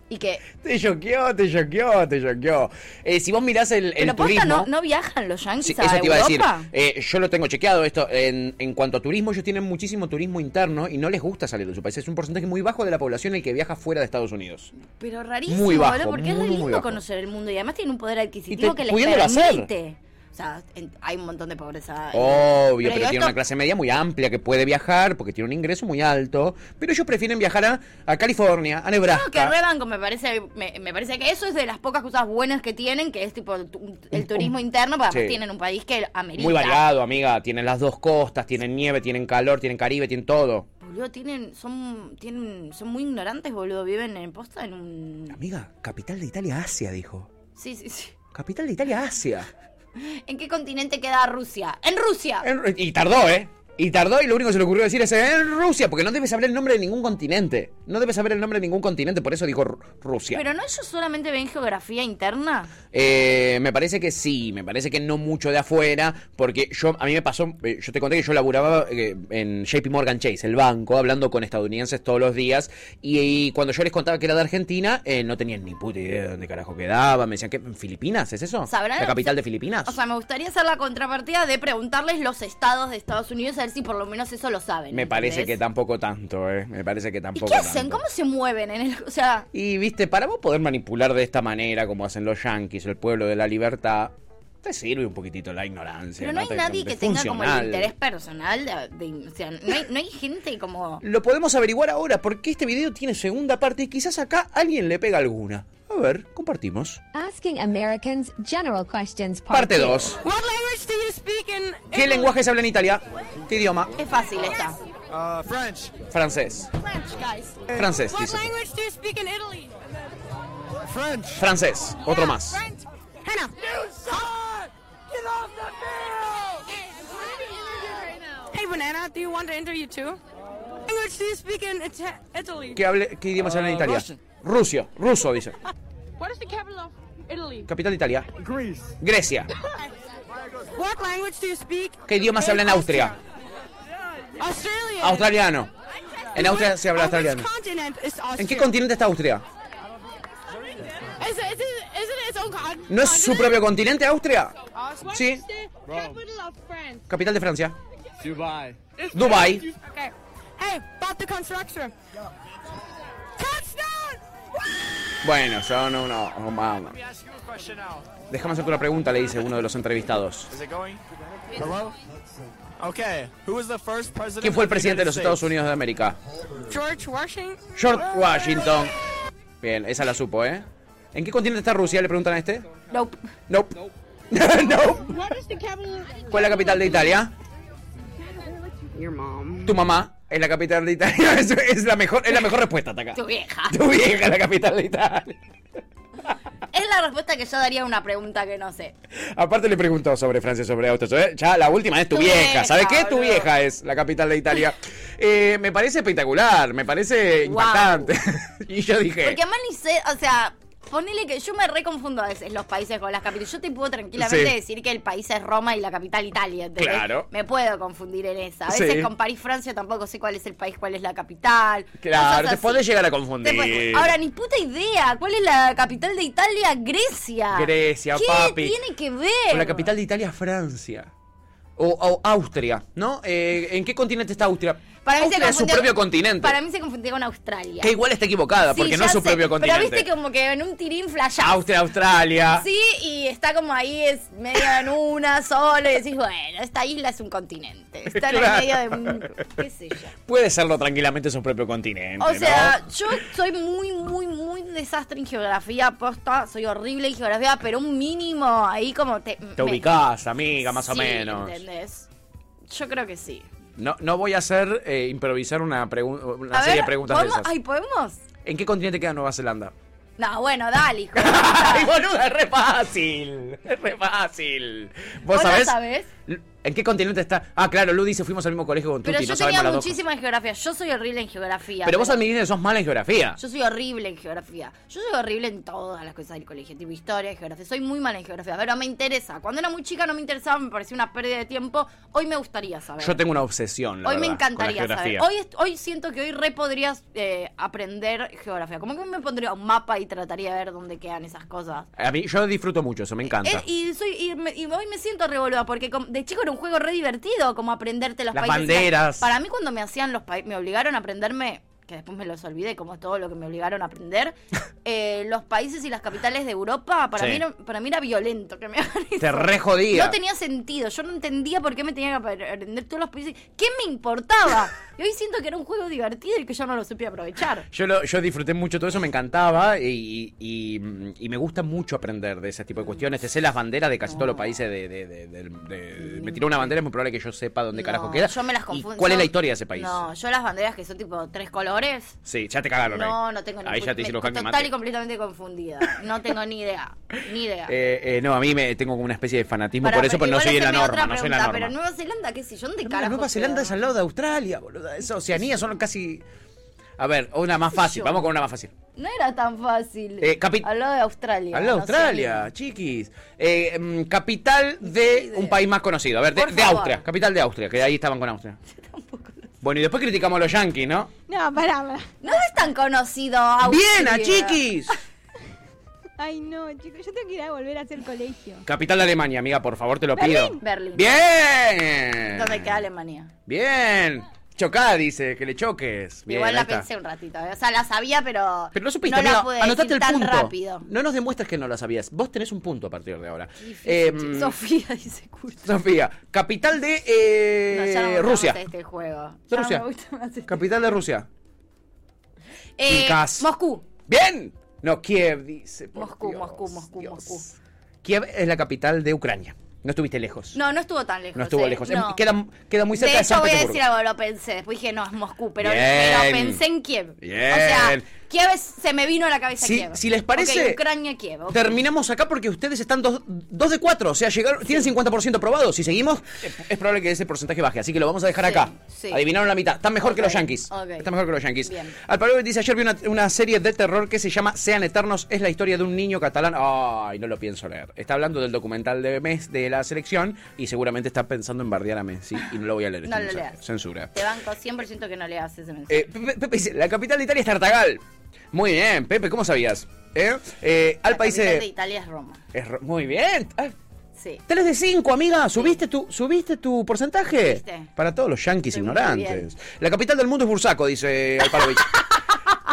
Speaker 2: Y que.
Speaker 1: Te choqueó, te choqueó, te choqueó. Eh, si vos mirás [laughs] el, el
Speaker 2: Pero posta,
Speaker 1: turismo.
Speaker 2: no, no viajan los yanquis
Speaker 1: Sí,
Speaker 2: a
Speaker 1: eso te iba
Speaker 2: Europa.
Speaker 1: a decir. Eh, yo lo tengo chequeado esto. En, en cuanto a turismo, ellos tienen muchísimo turismo interno y no les gusta salir de su país. Es un porcentaje muy bajo de la población el que viaja fuera de Estados Unidos.
Speaker 2: Pero rarísimo,
Speaker 1: Muy bajo,
Speaker 2: boludo, porque es
Speaker 1: muy,
Speaker 2: re
Speaker 1: muy
Speaker 2: lindo
Speaker 1: bajo.
Speaker 2: conocer el mundo y además tiene un poder adquisitivo
Speaker 1: Y te-
Speaker 2: que les
Speaker 1: pudiéndolo hacer.
Speaker 2: permite. O sea, en- hay un montón de pobreza. en-
Speaker 1: Obvio,
Speaker 2: digo,
Speaker 1: pero, tiene
Speaker 2: esto-
Speaker 1: una clase media muy amplia que puede viajar porque tiene un ingreso muy alto. Pero ellos prefieren viajar a, a California, a Nebraska.
Speaker 2: No, que rebanco, me parece, me, me parece que eso es de las pocas cosas buenas que tienen, que es tipo el, tu- el turismo interno, pero además
Speaker 1: sí.
Speaker 2: tienen un país que amerita.
Speaker 1: muy variado, amiga. Tienen las dos costas, tienen nieve, tienen calor, tienen Caribe, tienen todo.
Speaker 2: Boludo, tienen, son, tienen, son muy ignorantes, boludo, viven en posta en un...
Speaker 1: Amiga, capital de Italia, Asia, dijo.
Speaker 2: Sí, sí, sí.
Speaker 1: Capital de Italia, Asia.
Speaker 2: ¿En qué continente queda Rusia? ¡En Rusia!
Speaker 1: En- y tardó, ¿eh? Y tardó y lo único que se le ocurrió decir es "Eh, en Rusia, porque no debe saber el nombre de ningún continente. No debe saber el nombre de ningún continente, por eso dijo Ru- Rusia.
Speaker 2: Pero no ellos solamente ven geografía interna.
Speaker 1: Eh, me parece que sí, me parece que no mucho de afuera, porque yo a mí me pasó, eh, yo te conté que yo laburaba eh, en JP Morgan Chase, el banco, hablando con estadounidenses todos los días, y, y cuando yo les contaba que era de Argentina, eh, no tenían ni puta idea de dónde carajo quedaba, me decían que en Filipinas, ¿es eso?
Speaker 2: ¿Sabrán?
Speaker 1: ¿La capital de Filipinas?
Speaker 2: O sea, me gustaría hacer la contrapartida de preguntarles los estados de Estados Unidos a ver si por lo menos eso lo saben.
Speaker 1: me parece
Speaker 2: ¿entendés?
Speaker 1: que tampoco tanto, ¿eh? Me parece que tampoco.
Speaker 2: ¿Qué hacen?
Speaker 1: tanto.
Speaker 2: ¿Cómo se mueven? En el, o sea,
Speaker 1: Y viste, para vos poder manipular de esta manera, como hacen los yanquis, el pueblo de la libertad, te sirve un poquitito la ignorancia.
Speaker 2: pero no hay
Speaker 1: Te-
Speaker 2: nadie
Speaker 1: te-
Speaker 2: que
Speaker 1: es
Speaker 2: tenga como el
Speaker 1: funcional.
Speaker 2: interés personal. De, de- o sea, no hay, no hay gente como.
Speaker 1: Lo podemos averiguar ahora, porque este video tiene segunda parte y quizás acá alguien le pega alguna. A ver, compartimos.
Speaker 18: Asking Americans General Questions Part
Speaker 1: Parte
Speaker 18: two.
Speaker 1: 2.
Speaker 18: What language do you speak in
Speaker 1: ¿Qué lenguaje se habla en Italia? ¿Qué idioma?
Speaker 2: Es fácil esta.
Speaker 18: French.
Speaker 1: Francés.
Speaker 18: French, guys.
Speaker 1: Francés,
Speaker 18: What
Speaker 1: dice.
Speaker 18: language do you speak in Italy?
Speaker 1: French. Francés. Otro más.
Speaker 18: French. Hannah. You suck! Get off the field! Hey, banana, do you want to interview too? What language do you speak in Ita- Italy?
Speaker 1: ¿Qué, hable, qué idioma se habla en
Speaker 18: Ah,
Speaker 1: Italia?
Speaker 18: Russian.
Speaker 1: Ruso. Ruso, dice.
Speaker 18: What is the capital of Italy?
Speaker 1: Capital de Italia. Grecia.
Speaker 18: What language do you speak?
Speaker 1: ¿Qué idioma se habla en Austria?
Speaker 18: Australia.
Speaker 1: Australiano. En Austria se habla
Speaker 18: On which
Speaker 1: australiano.
Speaker 18: continent is Austria?
Speaker 1: ¿En qué continente está Austria?
Speaker 18: Is it, is it, is it its own con-
Speaker 1: ¿No es su propio continente Austria?
Speaker 18: What
Speaker 1: Sí.
Speaker 18: is the capital of France?
Speaker 1: Capital de Francia.
Speaker 18: Dubai.
Speaker 1: Dubai.
Speaker 18: Okay. Hey, about the construction. Touchdown!
Speaker 1: Bueno, yo no, no, oh, mamá. Déjame hacerte una pregunta, le dice uno de los entrevistados.
Speaker 19: Is it going? Hello? Okay. Who was the first president?
Speaker 1: ¿Quién fue el
Speaker 19: of the
Speaker 1: presidente de los
Speaker 19: United
Speaker 1: Estados Unidos de América?
Speaker 19: States? George Washington.
Speaker 1: George Washington. Bien, esa la supo, ¿eh? ¿En qué continente está Rusia? Le preguntan a este.
Speaker 2: Nope.
Speaker 1: Nope. [laughs] no.
Speaker 18: What is the capital?
Speaker 1: ¿Cuál es la capital de Italia?
Speaker 18: Your mom.
Speaker 1: Tu mamá es la capital de Italia. [laughs] Es, es la, mejor, es la mejor respuesta hasta acá.
Speaker 2: Tu vieja.
Speaker 1: Tu vieja es la capital de Italia.
Speaker 2: Es la respuesta que yo daría a una pregunta que no
Speaker 1: Eh.
Speaker 2: sé.
Speaker 1: Aparte le preguntó sobre Francia, sobre autos. sobre- Ya la última es tu,
Speaker 2: Tu
Speaker 1: vieja.
Speaker 2: vieja,
Speaker 1: ¿Sabes qué? Tu
Speaker 2: boludo.
Speaker 1: vieja es la capital de Italia. Eh, me parece espectacular, me parece
Speaker 2: Guau.
Speaker 1: impactante. [laughs] y yo dije...
Speaker 2: Porque además ni sé, o sea, ponele que yo me reconfundo a veces los países con las capitales. Yo te puedo tranquilamente
Speaker 1: Sí.
Speaker 2: decir que el país es Roma y la capital Italia. ¿entendés?
Speaker 1: Claro.
Speaker 2: Me puedo confundir en esa. A veces
Speaker 1: Sí.
Speaker 2: con París, Francia tampoco sé cuál es el país, cuál es la capital.
Speaker 1: Claro,
Speaker 2: Cosas
Speaker 1: te
Speaker 2: así.
Speaker 1: podés llegar a
Speaker 2: Te
Speaker 1: confundir.
Speaker 2: puedes- Ahora, ni puta idea. ¿Cuál es la capital de Italia? Grecia.
Speaker 1: Grecia,
Speaker 2: ¿Qué
Speaker 1: papi.
Speaker 2: tiene que
Speaker 1: Con
Speaker 2: ver?
Speaker 1: la capital de Italia, Francia. O, o Austria, ¿no? Eh, ¿En qué continente está Austria?
Speaker 2: Para mí se
Speaker 1: Austria es su
Speaker 2: confundió-
Speaker 1: propio continente.
Speaker 2: Para mí se confundía con Australia.
Speaker 1: Que igual está equivocada,
Speaker 2: Sí,
Speaker 1: porque no
Speaker 2: ya
Speaker 1: es su
Speaker 2: sé,
Speaker 1: propio continente.
Speaker 2: Pero viste como que en un tirín flashaste.
Speaker 1: Austria, Australia.
Speaker 2: Sí, y está como ahí, es medio en una sola, y decís, bueno, esta isla es un continente. Está
Speaker 1: Claro.
Speaker 2: en el medio de un. ¿Qué sé
Speaker 1: [laughs]
Speaker 2: yo?
Speaker 1: Puede serlo tranquilamente su propio continente.
Speaker 2: O
Speaker 1: ¿no?
Speaker 2: sea, yo soy muy, muy, muy desastre en geografía, posta. Soy horrible en geografía, pero un mínimo ahí como te.
Speaker 1: Te
Speaker 2: me-
Speaker 1: ubicás, amiga, más o
Speaker 2: Sí,
Speaker 1: menos.
Speaker 2: ¿Entendés? Yo creo que sí.
Speaker 1: No, no voy a hacer eh, improvisar una, pregu- una
Speaker 2: A
Speaker 1: serie
Speaker 2: ver,
Speaker 1: de preguntas de
Speaker 2: ¿podemos?
Speaker 1: esas.
Speaker 2: Ay, ¿podemos?
Speaker 1: ¿En qué continente queda Nueva Zelanda?
Speaker 2: No, bueno, dale,
Speaker 1: [laughs]
Speaker 2: hijo.
Speaker 1: ¡Ay, boluda! Es re fácil. Es re fácil. ¿Vos
Speaker 2: ¿Vos la
Speaker 1: sabés?
Speaker 2: sabés?
Speaker 1: ¿En qué continente está? Ah, claro, Lu dice, fuimos al mismo colegio con
Speaker 2: Pero
Speaker 1: Tuti,
Speaker 2: yo
Speaker 1: no
Speaker 2: tenía
Speaker 1: sabemos las dos.
Speaker 2: muchísima en geografía. Yo soy horrible en geografía.
Speaker 1: Pero vos admitís que sos mala en geografía.
Speaker 2: Yo soy horrible en geografía. Yo soy horrible en todas las cosas del colegio, tipo historia, geografía. Soy muy mala en geografía, pero me interesa. Cuando era muy chica no me interesaba, me parecía una pérdida de tiempo. Hoy me gustaría saber.
Speaker 1: Yo tengo una obsesión, la
Speaker 2: hoy me
Speaker 1: verdad, con la
Speaker 2: encantaría saber.
Speaker 1: geografía.
Speaker 2: Hoy, est- hoy siento que hoy re podrías eh, aprender geografía. Como que me pondría un mapa y trataría de ver dónde quedan esas cosas.
Speaker 1: A mí, yo disfruto mucho, eso me encanta.
Speaker 2: Eh, y, soy, y, me- y hoy me siento revoluda porque com- de chico era un juego re divertido, como aprenderte los
Speaker 1: Las
Speaker 2: países.
Speaker 1: banderas.
Speaker 2: Para mí, cuando me hacían los países, me obligaron a aprenderme, que después me los olvidé, como todo lo que me obligaron a aprender,
Speaker 1: [laughs]
Speaker 2: eh, los países y las capitales de Europa, para,
Speaker 1: Sí.
Speaker 2: mí, era, para mí era violento que me hagan
Speaker 1: Te
Speaker 2: eso.
Speaker 1: re jodía.
Speaker 2: No tenía sentido, yo no entendía por qué me tenía que aprender todos los países. ¿Qué me
Speaker 1: [laughs]
Speaker 2: importaba? y hoy siento que era un juego divertido y que yo no lo supe aprovechar.
Speaker 1: Yo, lo- yo disfruté mucho todo eso, me encantaba y, y- y me gusta mucho aprender de ese tipo de cuestiones. Te sé las banderas de casi todos los países. De, de- de- de- de- me tiró una bandera, es muy probable que yo sepa dónde carajo
Speaker 2: No,
Speaker 1: queda.
Speaker 2: Yo me las
Speaker 1: ¿Y
Speaker 2: confundo.
Speaker 1: ¿Cuál es la
Speaker 2: Yo-
Speaker 1: historia de ese país?
Speaker 2: No, yo las banderas que son tipo tres colores.
Speaker 1: Sí, ya te cagaron ahí.
Speaker 2: No, no tengo ni
Speaker 1: Ahí ya
Speaker 2: puta-
Speaker 1: te hice
Speaker 2: me-
Speaker 1: los jaque
Speaker 2: Total
Speaker 1: mate.
Speaker 2: y completamente confundida. No tengo ni idea. Ni idea.
Speaker 1: Eh, eh, no, a mí me tengo como una especie de fanatismo
Speaker 2: Pará,
Speaker 1: por eso, pero no
Speaker 2: igual
Speaker 1: soy en la
Speaker 2: haceme otra
Speaker 1: norma, no soy en la norma.
Speaker 2: pregunta, Pero Nueva Zelanda, qué sé yo, ¿dónde
Speaker 1: Mira,
Speaker 2: carajo?
Speaker 1: Nueva Zelanda es al lado de Australia, boludo. Es Oceanía, son casi. A ver, una más fácil. Vamos con una más fácil.
Speaker 2: No era tan fácil.
Speaker 1: Eh, capi-
Speaker 2: Al lado de Australia.
Speaker 1: Habla de
Speaker 2: no sé.
Speaker 1: Australia, chiquis. Eh, mm, capital de un país más conocido. A ver, de,
Speaker 2: Por
Speaker 1: de
Speaker 2: favor.
Speaker 1: Austria. Capital de Austria, que ahí estaban
Speaker 2: [laughs]
Speaker 1: con Austria. Bueno, y después criticamos a los yanquis, ¿no?
Speaker 2: No, pará, pará. No es tan conocido Austria.
Speaker 1: ¡Bien, a chiquis!
Speaker 20: [laughs] Ay, no, chicos, yo tengo que ir a volver a hacer colegio.
Speaker 1: Capital de Alemania, amiga, por favor, te lo pido.
Speaker 2: Berlín.
Speaker 1: ¡Bien!
Speaker 2: ¿Dónde queda Alemania?
Speaker 1: ¡Bien! Chocá, dice, que le choques. Bien,
Speaker 2: Igual
Speaker 1: ahí
Speaker 2: la
Speaker 1: está.
Speaker 2: pensé un ratito. eh. O sea, la sabía, pero.
Speaker 1: Pero no supiste,
Speaker 2: la
Speaker 1: amiga,
Speaker 2: pude
Speaker 1: anotate
Speaker 2: decir
Speaker 1: el
Speaker 2: tan
Speaker 1: punto.
Speaker 2: rápido.
Speaker 1: No nos demuestres que no lo sabías. Vos tenés un punto a partir de ahora. Em,
Speaker 2: Sofía dice curso.
Speaker 1: Sofía, capital de eh,
Speaker 2: No, ya no me gusta
Speaker 1: Rusia.
Speaker 2: más este juego.
Speaker 1: De
Speaker 2: Ya no
Speaker 1: Rusia.
Speaker 2: me gusta más este-
Speaker 1: Capital de Rusia.
Speaker 2: Eh,
Speaker 1: Chicas.
Speaker 2: Moscú.
Speaker 1: Bien. No, Kiev dice. por
Speaker 2: Moscú,
Speaker 1: Dios.
Speaker 2: Moscú, Moscú, Moscú.
Speaker 1: Kiev es la capital de Ucrania. No estuviste lejos.
Speaker 2: No, no estuvo tan lejos.
Speaker 1: No estuvo
Speaker 2: eh,
Speaker 1: lejos.
Speaker 2: no.
Speaker 1: Em, Queda, queda muy cerca de,
Speaker 2: de hecho,
Speaker 1: San
Speaker 2: voy a
Speaker 1: Petersburgo.
Speaker 2: decir algo, lo pensé. Después dije, no, es Moscú, pero,
Speaker 1: Bien.
Speaker 2: pero pensé en Kiev. O sea,
Speaker 1: Bien.
Speaker 2: Kiev es- se me vino a la cabeza
Speaker 1: Si-
Speaker 2: Kiev.
Speaker 1: si les parece,
Speaker 2: Ok, Ucrania, Kiev. ok.
Speaker 1: Terminamos acá porque ustedes están 2 de 4, o sea, llegaron, tienen 50% aprobados. Si seguimos, eh, es probable que ese porcentaje baje, así que lo vamos a dejar
Speaker 2: Sí,
Speaker 1: acá.
Speaker 2: sí.
Speaker 1: Adivinaron la mitad, están mejor que los
Speaker 2: Ok,
Speaker 1: Yankees.
Speaker 2: ok.
Speaker 1: Están mejor que los Yankees.
Speaker 2: Bien.
Speaker 1: Alparo dice, ayer vi una, una serie de terror que se llama Sean Eternos, es la historia de un niño catalán. Ay, no lo pienso leer. Está hablando del documental de mes de la selección y seguramente está pensando en bardear a Messi y no lo voy a leer.
Speaker 2: No
Speaker 1: esto
Speaker 2: lo
Speaker 1: es
Speaker 2: leas.
Speaker 1: Censura.
Speaker 2: Te banco 100% que no le haces ese mensaje.
Speaker 1: Eh, Pepe Pepe dice, la capital de Italia es Tartagal. Muy bien, Pepe, ¿cómo sabías? ¿Eh? Eh,
Speaker 2: La capital
Speaker 1: Alpa dice...
Speaker 2: de Italia es Roma.
Speaker 1: Es ro- muy bien. Ah,
Speaker 2: Sí.
Speaker 1: 3 de 5, amiga. ¿Subiste tu, subiste tu porcentaje?
Speaker 2: Subiste.
Speaker 1: Para todos los yanquis
Speaker 2: Estoy muy
Speaker 1: ignorantes.
Speaker 2: bien.
Speaker 1: La capital del mundo es Bursaco, dice
Speaker 2: [laughs]
Speaker 1: Alparovich.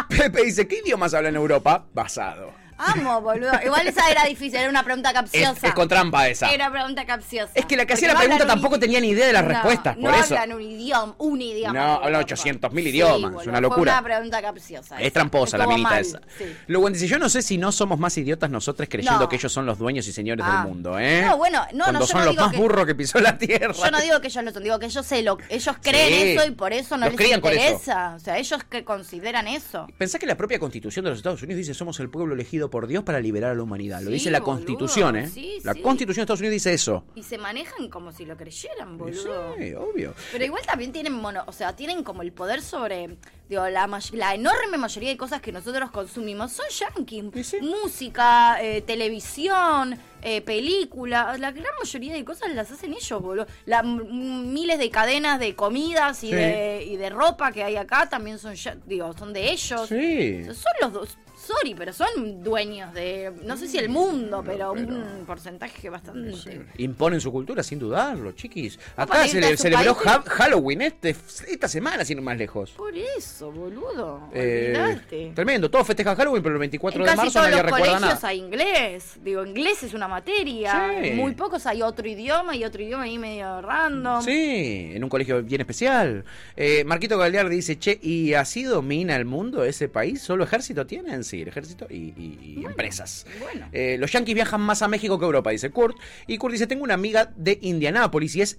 Speaker 1: Pepe dice, ¿qué idiomas habla en Europa? Basado.
Speaker 2: Amo, boludo.
Speaker 1: [laughs]
Speaker 2: Igual esa era difícil, era una pregunta
Speaker 1: Es,
Speaker 2: capciosa.
Speaker 1: es con trampa esa.
Speaker 2: Era una pregunta capciosa.
Speaker 1: Es que la que hacía
Speaker 2: Porque
Speaker 1: la
Speaker 2: no
Speaker 1: pregunta
Speaker 2: hablan un
Speaker 1: tampoco tenía ni idea de las
Speaker 2: No,
Speaker 1: respuestas, por
Speaker 2: no
Speaker 1: eso.
Speaker 2: hablan un idioma, un idioma.
Speaker 1: No, hablan 800.000 idiomas, es una locura.
Speaker 2: Fue una pregunta capciosa.
Speaker 1: Es
Speaker 2: esa.
Speaker 1: tramposa la
Speaker 2: Estuvo
Speaker 1: minita
Speaker 2: mal,
Speaker 1: esa.
Speaker 2: sí.
Speaker 1: Luego dice, yo no sé si no somos más idiotas nosotros creyendo
Speaker 2: No.
Speaker 1: que ellos son los dueños y señores
Speaker 2: Ah.
Speaker 1: del mundo, ¿eh?
Speaker 2: No, bueno, no, no,
Speaker 1: Cuando
Speaker 2: yo
Speaker 1: son
Speaker 2: no
Speaker 1: los
Speaker 2: digo
Speaker 1: más
Speaker 2: que-
Speaker 1: burros que pisó la tierra.
Speaker 2: Yo no digo que ellos lo son, digo que ellos, se lo, ellos creen
Speaker 1: Sí.
Speaker 2: eso y por eso no
Speaker 1: Los
Speaker 2: les
Speaker 1: crían con eso.
Speaker 2: interesa. O sea, ellos que consideran eso.
Speaker 1: Pensá que la propia constitución de los Estados Unidos dice somos el pueblo elegido por Dios para liberar a la humanidad. Lo
Speaker 2: Sí,
Speaker 1: dice la
Speaker 2: boludo,
Speaker 1: constitución, ¿eh?
Speaker 2: sí,
Speaker 1: la
Speaker 2: sí.
Speaker 1: constitución de Estados Unidos dice eso.
Speaker 2: Y se manejan como si lo creyeran, boludo.
Speaker 1: Sí, obvio.
Speaker 2: Pero igual también tienen mono, o sea, tienen como el poder sobre, digo, la, may- la enorme mayoría de cosas que nosotros consumimos son yankees. Música, eh, televisión, eh, película, la gran mayoría de cosas las hacen ellos, boludo. La, m- miles de cadenas de comidas y,
Speaker 1: Sí.
Speaker 2: de, y de ropa que hay acá también son, ya- digo, son de ellos.
Speaker 1: Sí.
Speaker 2: Son los dos, sorry, pero son dueños de, no sé si el mundo, pero, un porcentaje bastante...
Speaker 1: Imponen su cultura sin dudarlo, chiquis. Acá
Speaker 2: para
Speaker 1: se
Speaker 2: irte a
Speaker 1: le
Speaker 2: su
Speaker 1: celebró
Speaker 2: país,
Speaker 1: Ha- Halloween este- esta semana, sin ir más lejos.
Speaker 2: Por eso, boludo.
Speaker 1: Eh,
Speaker 2: olvidate.
Speaker 1: tremendo, todos festejan Halloween, pero el 24
Speaker 2: En
Speaker 1: de
Speaker 2: casi
Speaker 1: marzo
Speaker 2: todos
Speaker 1: nadie
Speaker 2: los
Speaker 1: recuerda
Speaker 2: colegios
Speaker 1: nada.
Speaker 2: hay inglés. Digo, inglés es una materia.
Speaker 1: Sí.
Speaker 2: Muy pocos hay otro idioma y otro idioma ahí medio random.
Speaker 1: Sí, en un colegio bien especial. Eh, Marquito Galdiar dice, che, ¿y así domina el mundo ese país? ¿Solo ejército tienen? sí, el ejército y, y- y empresas.
Speaker 2: Bueno.
Speaker 1: Eh, los yanquis viajan más a México que a Europa, dice Kurt. Y Kurt dice, tengo una amiga de Indianápolis y es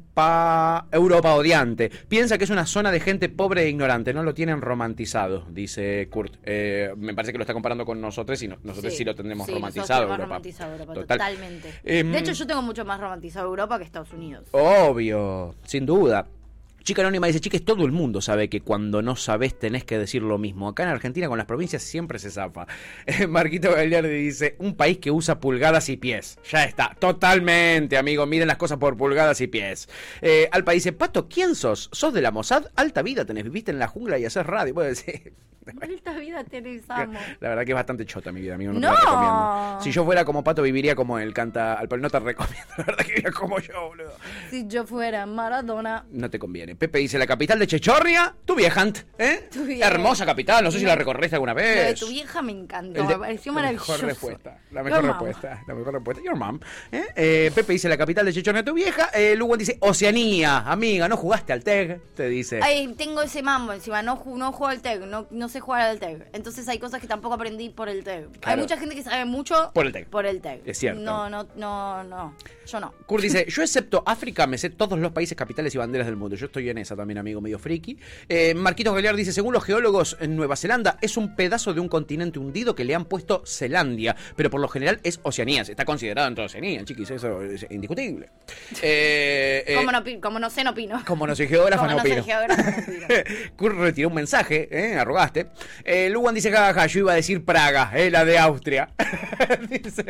Speaker 1: Europa, Europa odiante. Piensa que es una zona de gente pobre e ignorante, no lo tienen romantizado, dice Kurt. Eh, me parece que lo está comparando con nosotros y no- nosotros sí, lo tendremos
Speaker 2: sí,
Speaker 1: romantizado,
Speaker 2: nosotros tenemos
Speaker 1: Europa.
Speaker 2: romantizado Europa,
Speaker 1: Total.
Speaker 2: totalmente.
Speaker 1: Em, Oh.
Speaker 2: de hecho, yo tengo mucho más romantizado Europa que Estados Unidos. [laughs]
Speaker 1: Obvio, sin duda. Chica Anónima dice, chiques, todo el mundo sabe que cuando no sabes tenés que decir lo mismo. Acá en Argentina con las provincias siempre se zafa. [laughs] Marquito Gagliardi dice, un país que usa pulgadas y pies. Ya está, totalmente, amigo. Miren las cosas por pulgadas y pies. Eh, Alpa dice, Pato, ¿quién sos? ¿Sos de la Mossad? Alta vida tenés, viviste en la jungla y haces radio. Bueno, [laughs] sí,
Speaker 2: Maldita vida televisamos.
Speaker 1: la verdad que es bastante chota mi vida, amigo. No, te
Speaker 2: No.
Speaker 1: la recomiendo. Si yo fuera como Pato, viviría como él. Canta Alpa, no te recomiendo. [laughs] La verdad que viviría como yo, boludo.
Speaker 2: Si yo fuera Maradona.
Speaker 1: No te conviene. Pepe dice, la capital de Chechorria, tu viejant, ¿eh?
Speaker 2: Tu vieja.
Speaker 1: Hermosa capital, no sé si la recorriste alguna
Speaker 2: Lo de
Speaker 1: vez.
Speaker 2: tu vieja me encantó,
Speaker 1: El de-
Speaker 2: me pareció
Speaker 1: la
Speaker 2: maravilloso.
Speaker 1: mejor respuesta, la
Speaker 2: Your
Speaker 1: mejor
Speaker 2: mom.
Speaker 1: respuesta, la mejor respuesta. Your mom. ¿eh? Eh, Pepe dice, la capital de Chechorria, tu vieja. Eh, Lugan dice, Oceanía, amiga, no jugaste al TEG, te dice.
Speaker 2: Ay, tengo ese mambo encima, no, ju- no juego al TEG, no, no sé jugar al TEG. Entonces hay cosas que tampoco aprendí por el TEG. Hay
Speaker 1: Claro.
Speaker 2: mucha gente que sabe mucho
Speaker 1: Por el TEG.
Speaker 2: Por el TEG.
Speaker 1: Es cierto.
Speaker 2: No, no, no, no. Yo no.
Speaker 1: Kurt dice, yo excepto África me sé todos los países capitales y banderas del mundo. Yo estoy en esa también, amigo, medio friki. Eh, Marquitos Galear dice, según los geólogos, en Nueva Zelanda es un pedazo de un continente hundido que le han puesto Zelandia, pero por lo general es Oceanía. Se Está considerado entre Oceanía, chiquis, eso es indiscutible. Eh, eh,
Speaker 2: como, no opi- como no sé, no opino.
Speaker 1: como no soy geógrafo,
Speaker 2: Como
Speaker 1: no
Speaker 2: soy
Speaker 1: opino.
Speaker 2: geógrafo.
Speaker 1: [laughs] Kurt retiró un mensaje, ¿eh? arrogaste. Eh, Lugan dice, jajaja, yo iba a decir Praga, eh, la de Austria. [laughs] Dice,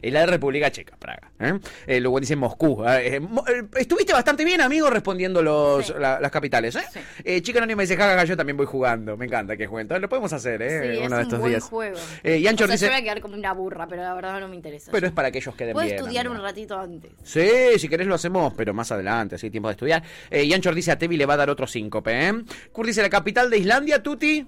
Speaker 1: es la de República Checa, Praga. ¿eh? Eh, Lugan dice Moscú. eh, eh, mo- eh, estuviste bastante bien, amigo, respondiendo los, la- las capitales. ¿eh? Eh, Chica Anónima dice, jajaja, yo también voy jugando. Me encanta que jueguen. Entonces, Lo podemos hacer ¿eh?
Speaker 2: [laughs] Sí, es
Speaker 1: uno de estos
Speaker 2: un buen
Speaker 1: días.
Speaker 2: juego.
Speaker 1: Eh, y Anchor
Speaker 2: O sea,
Speaker 1: dice-
Speaker 2: Yo voy a quedar como una burra, pero la verdad no me interesa.
Speaker 1: Pero es para que ellos queden
Speaker 2: Puedo
Speaker 1: bien.
Speaker 2: estudiar
Speaker 1: amigo.
Speaker 2: un ratito antes.
Speaker 1: Sí, si querés lo hacemos, pero más adelante, así hay tiempo de estudiar. Eh, y Anchor dice a Tevi le va a dar otro 5 PM. Kurt dice la capital de Islandia, Tuti.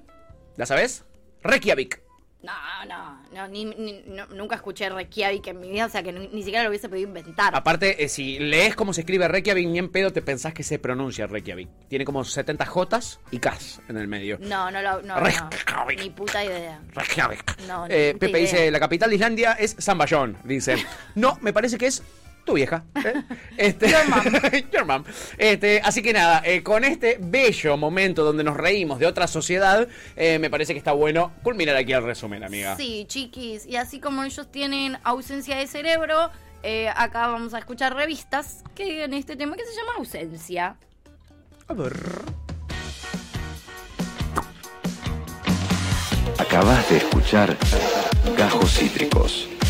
Speaker 1: ¿La sabes? Reykjavik.
Speaker 2: No, no, no, ni- ni- no- nunca escuché Reykjavik en mi vida, o sea que ni, ni siquiera lo hubiese podido inventar.
Speaker 1: Aparte, eh, si lees cómo se escribe Reykjavik, ni en pedo te pensás que se pronuncia Reykjavik. Tiene como 70 Jotas y Ks en el medio.
Speaker 2: No, no lo. No, no,
Speaker 1: Reykjavik.
Speaker 2: ni puta idea.
Speaker 1: Reykjavik.
Speaker 2: No, ni
Speaker 1: Eh,
Speaker 2: puta
Speaker 1: Pepe
Speaker 2: idea.
Speaker 1: dice, la capital de Islandia es San Bayón,
Speaker 2: [laughs]
Speaker 1: dice. No, me parece que es tu vieja. ¿eh? Este, [laughs] your mom. Este, así que nada, eh, con este bello momento donde nos reímos de otra sociedad, eh, me parece que está bueno culminar aquí el resumen, amiga.
Speaker 2: Sí, chiquis. Y así como ellos tienen ausencia de cerebro, eh, acá vamos a escuchar revistas que en este tema que se llama ausencia.
Speaker 1: A ver.
Speaker 21: Acabas de escuchar Gajos Cítricos.